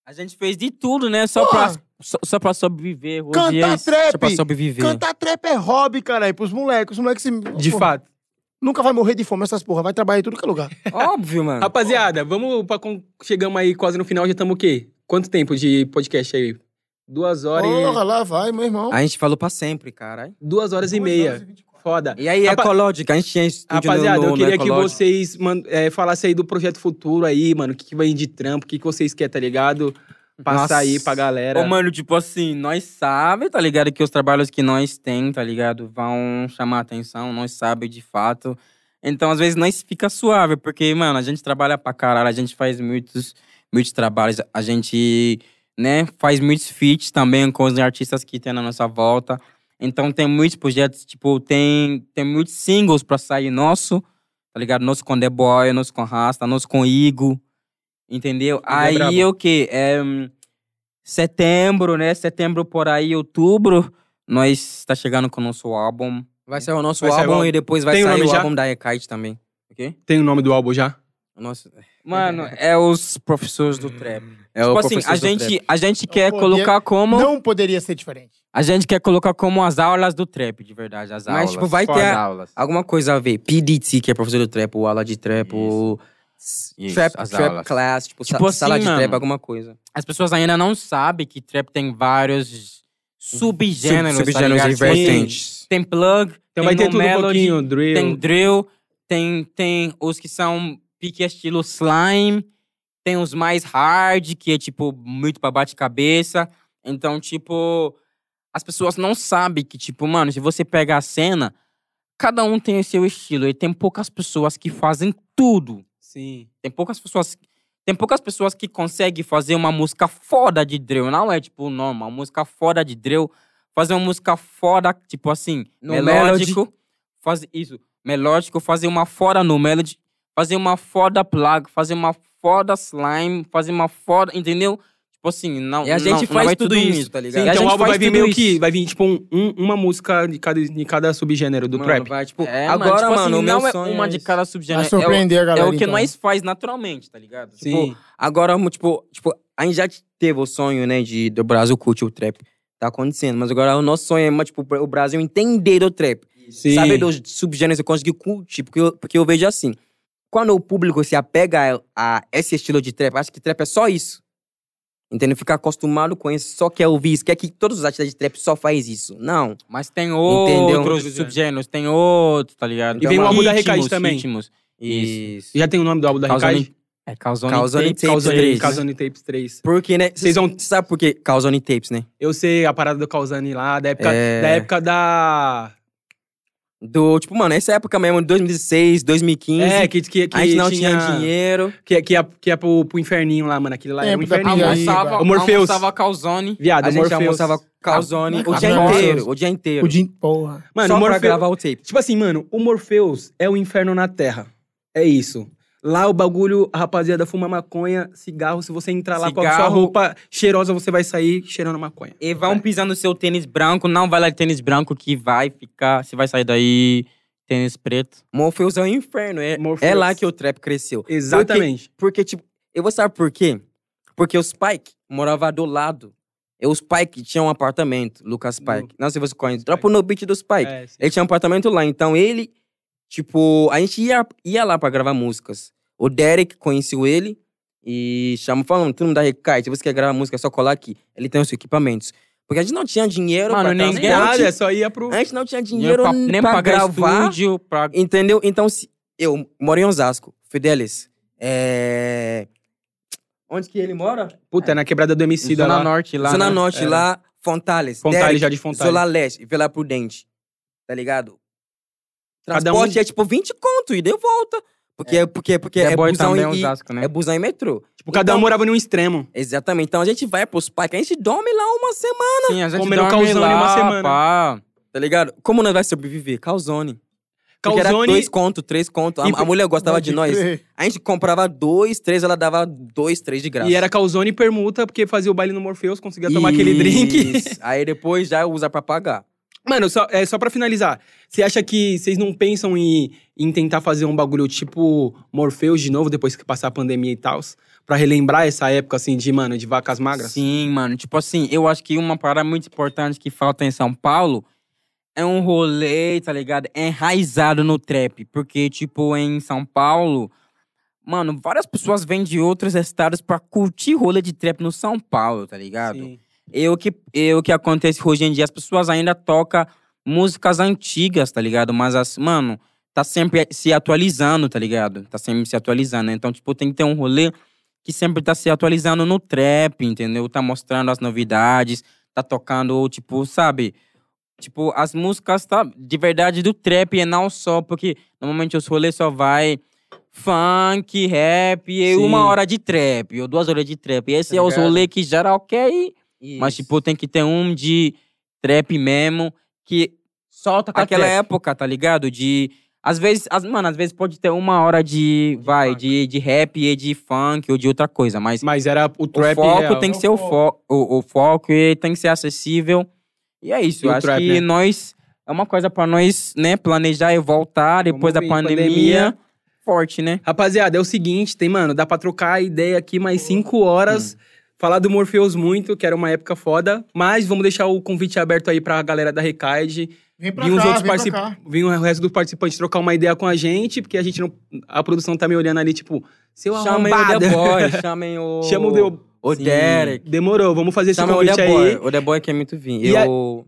A gente fez de tudo, né? Só, pra,
Porra.
só, só pra sobreviver. Hoje
Cantar
é isso, Só
trap.
pra sobreviver.
cantar trap é hobby, caralho, pros moleques. Os moleques se...
De
Porra,
fato.
Nunca vai morrer de fome essas porra. Vai trabalhar em tudo que é lugar.
Óbvio, mano.
Rapaziada, vamos pra. con- Chegamos aí quase no final, já estamos o quê? Quanto tempo de podcast aí? Duas horas
Porra,
e.
lá vai, meu irmão.
A gente falou pra sempre, caralho.
Duas horas e meia. Foda.
E aí,
é
Rapa-
Ecológica, a gente tinha estúdio no-
Rapaziada,
no,
né,
eu queria que
você
vocês man- é, falassem aí do projeto futuro aí, mano. O que, que vai ir de trampo, o que, que vocês querem, tá ligado? Passar
Nossa.
aí pra galera.
Ô, mano, tipo assim, nós sabe, tá ligado? Que os trabalhos que nós tem, tá ligado? Vão chamar atenção, nós sabe de fato. Então, às vezes, nós fica suave, porque, mano, a gente trabalha pra caralho, a gente faz muitos, muitos trabalhos, a gente, né, faz muitos feats também com os artistas que tem na nossa volta. Então, tem muitos projetos, tipo, tem, tem muitos singles pra sair nosso, tá ligado? Nosso com The Boy, nosso com Rasta, nosso com Igo, entendeu? Aí,
brabo.
o que? É, hum, setembro, né? Setembro por aí, outubro, nós tá chegando com o nosso álbum.
Vai sair o nosso
Vai sair o
álbum
álbum.
e depois vai
Tem o
sair
nome
o
já?
álbum da Ekite também.
Tem o nome do álbum já?
Nossa,
Mano, é os professores do trap.
é
tipo
o
assim,
professor
a
do trap.
gente, a gente quer
poder-
colocar como.
Não poderia ser diferente.
A gente quer colocar como as aulas do trap, de verdade. As
Mas,
aulas.
tipo, vai
Fora
ter
as
a-
aulas.
Alguma coisa a ver. PDT, que é professor do trap, o ala de trap, o
Isso,
trap,
as
trap
aulas.
class, tipo, sa-
Tipo assim,
sala de
mano.
trap, alguma coisa.
As pessoas ainda não sabem que trap tem vários subgêneros.
Sub-
tá
subgêneros
ligado?
e vertentes.
Tem, tem plug,
Então vai
tem
ter
no
tudo um
melody,
pouquinho, drill.
tem drill, tem, tem os que são pique estilo slime, tem os mais hard, que é tipo muito pra bate-cabeça. Então, tipo, as pessoas não sabem que, tipo, mano, se você pega a cena, cada um tem o seu estilo. E tem poucas pessoas que fazem tudo.
Sim.
Tem poucas pessoas. Tem poucas pessoas que conseguem fazer uma música foda de drill. Não é tipo, não, uma música foda de drill. Fazer uma música foda, tipo assim,
No
melódico. Fazer isso. Melódico, fazer uma foda no melody. Fazer uma foda plug, fazer uma foda slime, fazer uma foda. Entendeu? Tipo assim, não.
E a gente
não- não
faz
é
tudo isso, tá ligado?
Sim,
E a
então o
gente
álbum
faz
vai vir
tudo
meio
isso.
que. Vai vir, tipo, um- um- uma música de cada, de cada subgênero do
Mano,
trap.
vai, tipo,
É, mano,
agora,
tipo
mano,
assim,
o meu
não é
sonho
uma
é
de
esse.
cada
Vai
subgênero. É o,
surpreender a
é
galera,
o que
então.
nós faz naturalmente, tá ligado? Tipo,
Sim.
Agora, mu- tipo, tipo, a gente já teve o sonho, né, de do Brasil curtir o trap. Tá acontecendo, mas agora o nosso sonho é, mas, tipo, o Brasil entender o trap.
Sim.
Saber dos subgêneros e conseguir curtir, porque tipo, eu, porque eu vejo assim. Quando o público se apega a, a esse estilo de trap, acha que trap é só isso. Entendeu? Ficar acostumado com isso, só quer ouvir isso, quer que todos os artistas de trap só faz isso. Não.
Mas tem outros
Outros
subgêneros, tem outros, tá ligado?
E vem o álbum da
Ritmos,
Recade também.
ritmos.
Isso.
Já tem o nome do álbum da
Causando-
Recade?
É Calzone,
Causando
Tape.
Tapes
Causando-
3.
Causando Tapes 3.
Porque, né?
Vocês
Vocês
vão-
vão. Sabe por quê? Calzone Tapes, né?
Eu sei a parada do Causani lá, da época
É.
da. Época da...
Do, tipo, mano, essa época mesmo, 2016, 2015.
É, que, que, que
a gente não
tinha,
tinha, dinheiro.
Que, que ia, que ia pro, pro inferninho lá, mano. Aquele lá é um
Tempo da
inferninho.
pirâmide.
Almoçava,
O Morpheus.
almoçava Calzone.
Viado,
a
o
gente
Morpheus.
almoçava calzone o
Ah,
dia
nossa.
inteiro. O dia inteiro.
O Jim, porra.
Mano,
só
o
pra
Morpheus...
gravar o tape.
Tipo assim, mano, o Morpheus é o inferno na Terra. É isso. Lá o bagulho, a rapaziada fuma maconha, cigarro. Se você entrar lá com a sua
Cigarro.
roupa cheirosa, você vai sair cheirando maconha.
E vão pisar no seu tênis branco, não vai lá de tênis branco que vai ficar, você vai sair daí tênis preto.
Morpheus é o inferno. É,
Morpheus.
é lá que o trap cresceu.
Exatamente.
Porque, tipo, eu vou saber por quê? Porque os Spike morava do lado. E os Spike tinham um apartamento, Lucas Spike. Não sei se você conhece. Dropa no beat do Spike.
É, sim.
Ele tinha um apartamento lá, então ele, tipo, a gente ia, ia lá pra gravar músicas. O Derek conheceu ele, E chamam, falando, todo mundo da Recai, se você quer gravar música, é só colar aqui. Ele tem os equipamentos. Porque a gente não tinha dinheiro
Mano,
pra
nem
transporte,
Nada, é só ia pro.
A gente não tinha dinheiro
pra-
nem
nem
pra,
pagar
gravar.
estúdio, pra...
Entendeu? Então, se eu moro em Osasco, Fidelis. É... Onde que ele mora?
Puta, é na quebrada do MC da
Zona
lá.
Norte lá.
Zona
né?
Norte,
É.
lá, Fontales.
Fontale,
Derek,
já de Fontale.
Zona Leste, Vila Prudente. Tá ligado?
Cada
Transporte
um-
é tipo 20 conto e deu volta. Porque é, porque, porque
Que
é,
é boy
busão
também,
e,
Osasco, né?
é busão e metrô.
Tipo, cada um
Então-
morava em um extremo.
Exatamente. Então a gente vai pros parques, a gente dorme lá uma semana,
Sim, a gente
Comer no
dorme
calzone
lá,
uma semana.
pá.
tá ligado? Como nós vai sobreviver? Calzone. Porque era
Calzone.
dois conto, três conto. A,
E-
a mulher gostava de nós. A gente comprava dois, três, ela dava dois, três de graça.
E era calzone e permuta, porque fazia o baile no Morpheus, conseguia tomar aquele drink.
Isso. Aí depois já usa pra pagar.
Mano, só, é, só pra finalizar. Você acha que vocês não pensam em, em tentar fazer um bagulho tipo Morpheus de novo, depois que passar a pandemia e tal? Pra relembrar essa época, assim, de, mano, de vacas magras?
Sim, mano. Tipo assim, eu acho que uma parada muito importante que falta em São Paulo é um rolê, tá ligado? Enraizado no trap. Porque, tipo, em São Paulo, mano, várias pessoas vêm de outros estados pra curtir rolê de trap no São Paulo, tá ligado?
Sim.
E o que, e o que acontece hoje em dia, as pessoas ainda tocam músicas antigas, tá ligado? Mas, as, mano, tá sempre se atualizando, tá ligado? Tá sempre se atualizando. né? Então, tipo, tem que ter um rolê que sempre tá se atualizando no trap, entendeu? Tá mostrando as novidades, tá tocando, tipo, sabe? Tipo, as músicas tá de verdade do trap e não só, porque normalmente os rolês só vai funk, rap e
Sim.
uma hora de trap, ou duas horas de trap. E esse
Tá
é os
ligado?
rolês que geral quer ir mas, tipo, tem que ter um de trap mesmo, que solta com aquela época, tá ligado? De. Às vezes, as, mano, às vezes pode ter uma hora de. vai, de, de rap e de funk ou de outra coisa, mas
Mas era o
o
trap
foco
real.
tem que ser o foco. O, o foco e tem que ser acessível. E é isso.
E
eu
o
acho
trap,
que
né?
nós. É uma coisa pra nós, né, planejar e voltar
Vamos
depois da
ver,
pandemia,
pandemia.
Forte, né?
Rapaziada, é o seguinte, tem, mano, dá pra trocar a ideia aqui mais cinco horas. Falar do Morpheus muito, que era uma época foda. Mas vamos deixar o convite aberto aí pra galera da Recaide.
Vem pra
Vim os
cá,
outros
vem
particip...
pra cá.
Vim o resto dos participantes trocar uma ideia com a gente, porque a gente não. A produção tá me olhando ali, tipo, seu
Chamem o
arrombado. é
The Boy, chamem o.
Chama o Deu.
O
Sim.
Derek.
Demorou, vamos fazer esse
Chama o
convite
The
aí.
Boy. O The Boy que é muito vinho.
E a-
Eu.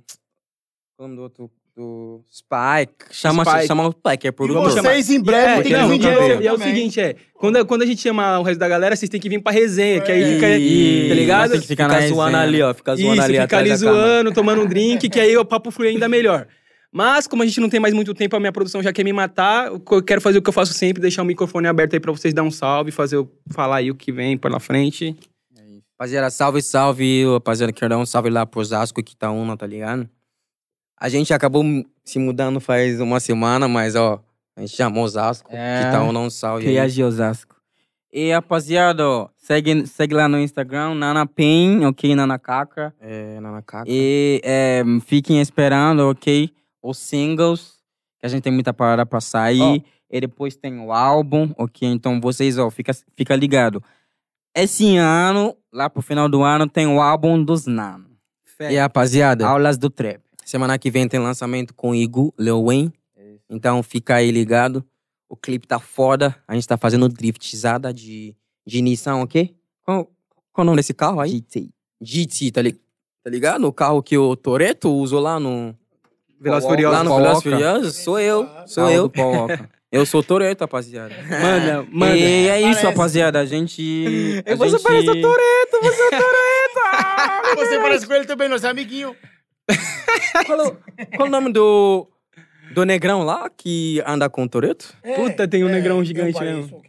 Qual o nome do outro? Do Spike. Chama,
Spike.
chama o Spike, é produtor.
vamos chamar.
Vocês em
É,
breve
não,
tem
e
que vir de novo.
é, e é o
também.
seguinte, é. Quando, quando a gente chama o resto da galera, vocês têm que vir pra resenha, que
É
aí fica.
E-
Tá ligado?
Tem que ficar na
Fica zoando
resenha.
ali, ó. Fica Tá zoando
Isso,
ali
ficar
atrás
ali
da câmera.
zoando, tomando um drink, que aí o papo flui ainda melhor. Mas, como a gente não tem mais muito tempo, a minha produção já quer me matar, eu quero fazer o que eu faço sempre, deixar o microfone aberto aí pra vocês dar um salve, fazer o- falar aí o que vem pela frente.
Rapaziada, salve, salve. Rapaziada, quero dar um salve lá pro Osasco e Quitaúna, tá ligado? A gente acabou m- se mudando faz uma semana, mas ó, a gente chamou Osasco,
É.
Quitaúna, um salve aí.
Cria de Osasco. E rapaziada, ó, segue, segue lá no Instagram, Nana Pen, ok? Nana Caca.
É, na macaca.
E é, fiquem esperando, ok? Os singles, que a gente tem muita parada pra sair.
Ó.
E depois tem o álbum, ok? Então vocês, ó, fica, fica ligado. Esse ano, lá pro final do ano, tem o álbum dos Nano.
E rapaziada,
É. Aulas do Trap.
semana que vem tem lançamento com Igu, Lil Wayne. Então fica aí ligado. O clipe tá foda. A gente tá fazendo driftizada de, de Nissan, ok? Qual, qual o nome desse carro aí?
GT.
GT, tá, li- tá ligado? O carro que o Toreto usou lá no...
Velozes
Lá
Furiosos.
no
Paul
Velozes
Walker.
Furiosos, sou eu. Sou
Carro
eu.
do Paul Walker.
Eu sou Toreto, rapaziada.
Manda, manda.
E é isso,
Parece.
rapaziada. A gente. a
Você
gente...
parece o
Ah,
Você parece com ele também, nós é amiguinho.
qual, é o- qual é o nome do, do negrão lá que anda com o Toreto?
É
É,
Puta, tem um negrão gigante mesmo.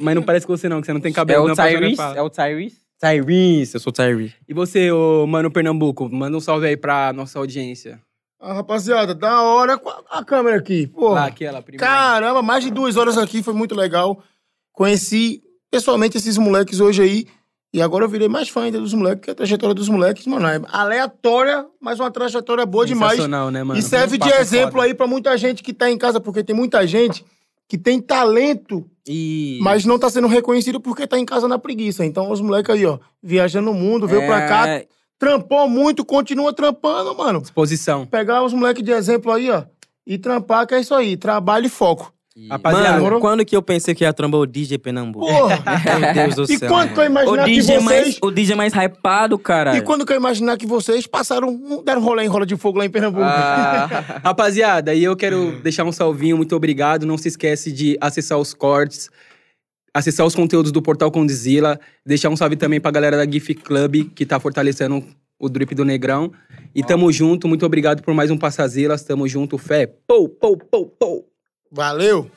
Mas não parece com você não, que você
É
não tem cabelo. não, pra você não falar.
o Tyrese?
Tyrese, eu sou Tyrese.
E você, ô Mano Pernambuco, manda um salve aí pra nossa audiência.
Ah, rapaziada, da hora com a, a câmera aqui. Porra.
Lá, aquela primeira.
Caramba, mais de duas horas aqui, foi muito legal. Conheci pessoalmente esses moleques hoje aí. E agora eu virei mais fã ainda dos moleques, porque a trajetória dos moleques, mano, é aleatória, mas uma trajetória boa demais.
Sensacional, né, mano?
e serve
Um
de
papo
exemplo
foda.
aí pra muita gente que tá em casa, porque tem muita gente que tem talento,
E...
mas não tá sendo reconhecido porque tá em casa na preguiça. Então, os moleques aí, ó, viajando o mundo, veio pra cá,
É,
trampou muito, continua trampando, mano
Exposição.
pegar os moleques de exemplo aí, ó, e trampar, que é isso aí, trabalho e foco.
Rapaziada,
Mano, quando que eu pensei que ia trombar o DJ Pernambuco?
Porra!
Meu Deus do
E
céu.
quando que eu
mano.
imaginar
o
que
DJ, mais,
vocês...
o DJ mais hypado, cara.
E quando que eu imaginar que vocês passaram, um- deram rolê em rola de fogo lá em Pernambuco?
Ah,
Rapaziada, e eu quero deixar um salvinho, muito obrigado. Não se esquece de acessar os cortes, acessar os conteúdos do Portal Condizila, deixar um salve também pra galera da GIF Club, que tá fortalecendo o drip do Negrão. E tamo junto, muito obrigado por mais um Passazilas, tamo junto, fé. Pou, pou, pou, pou.
Valeu!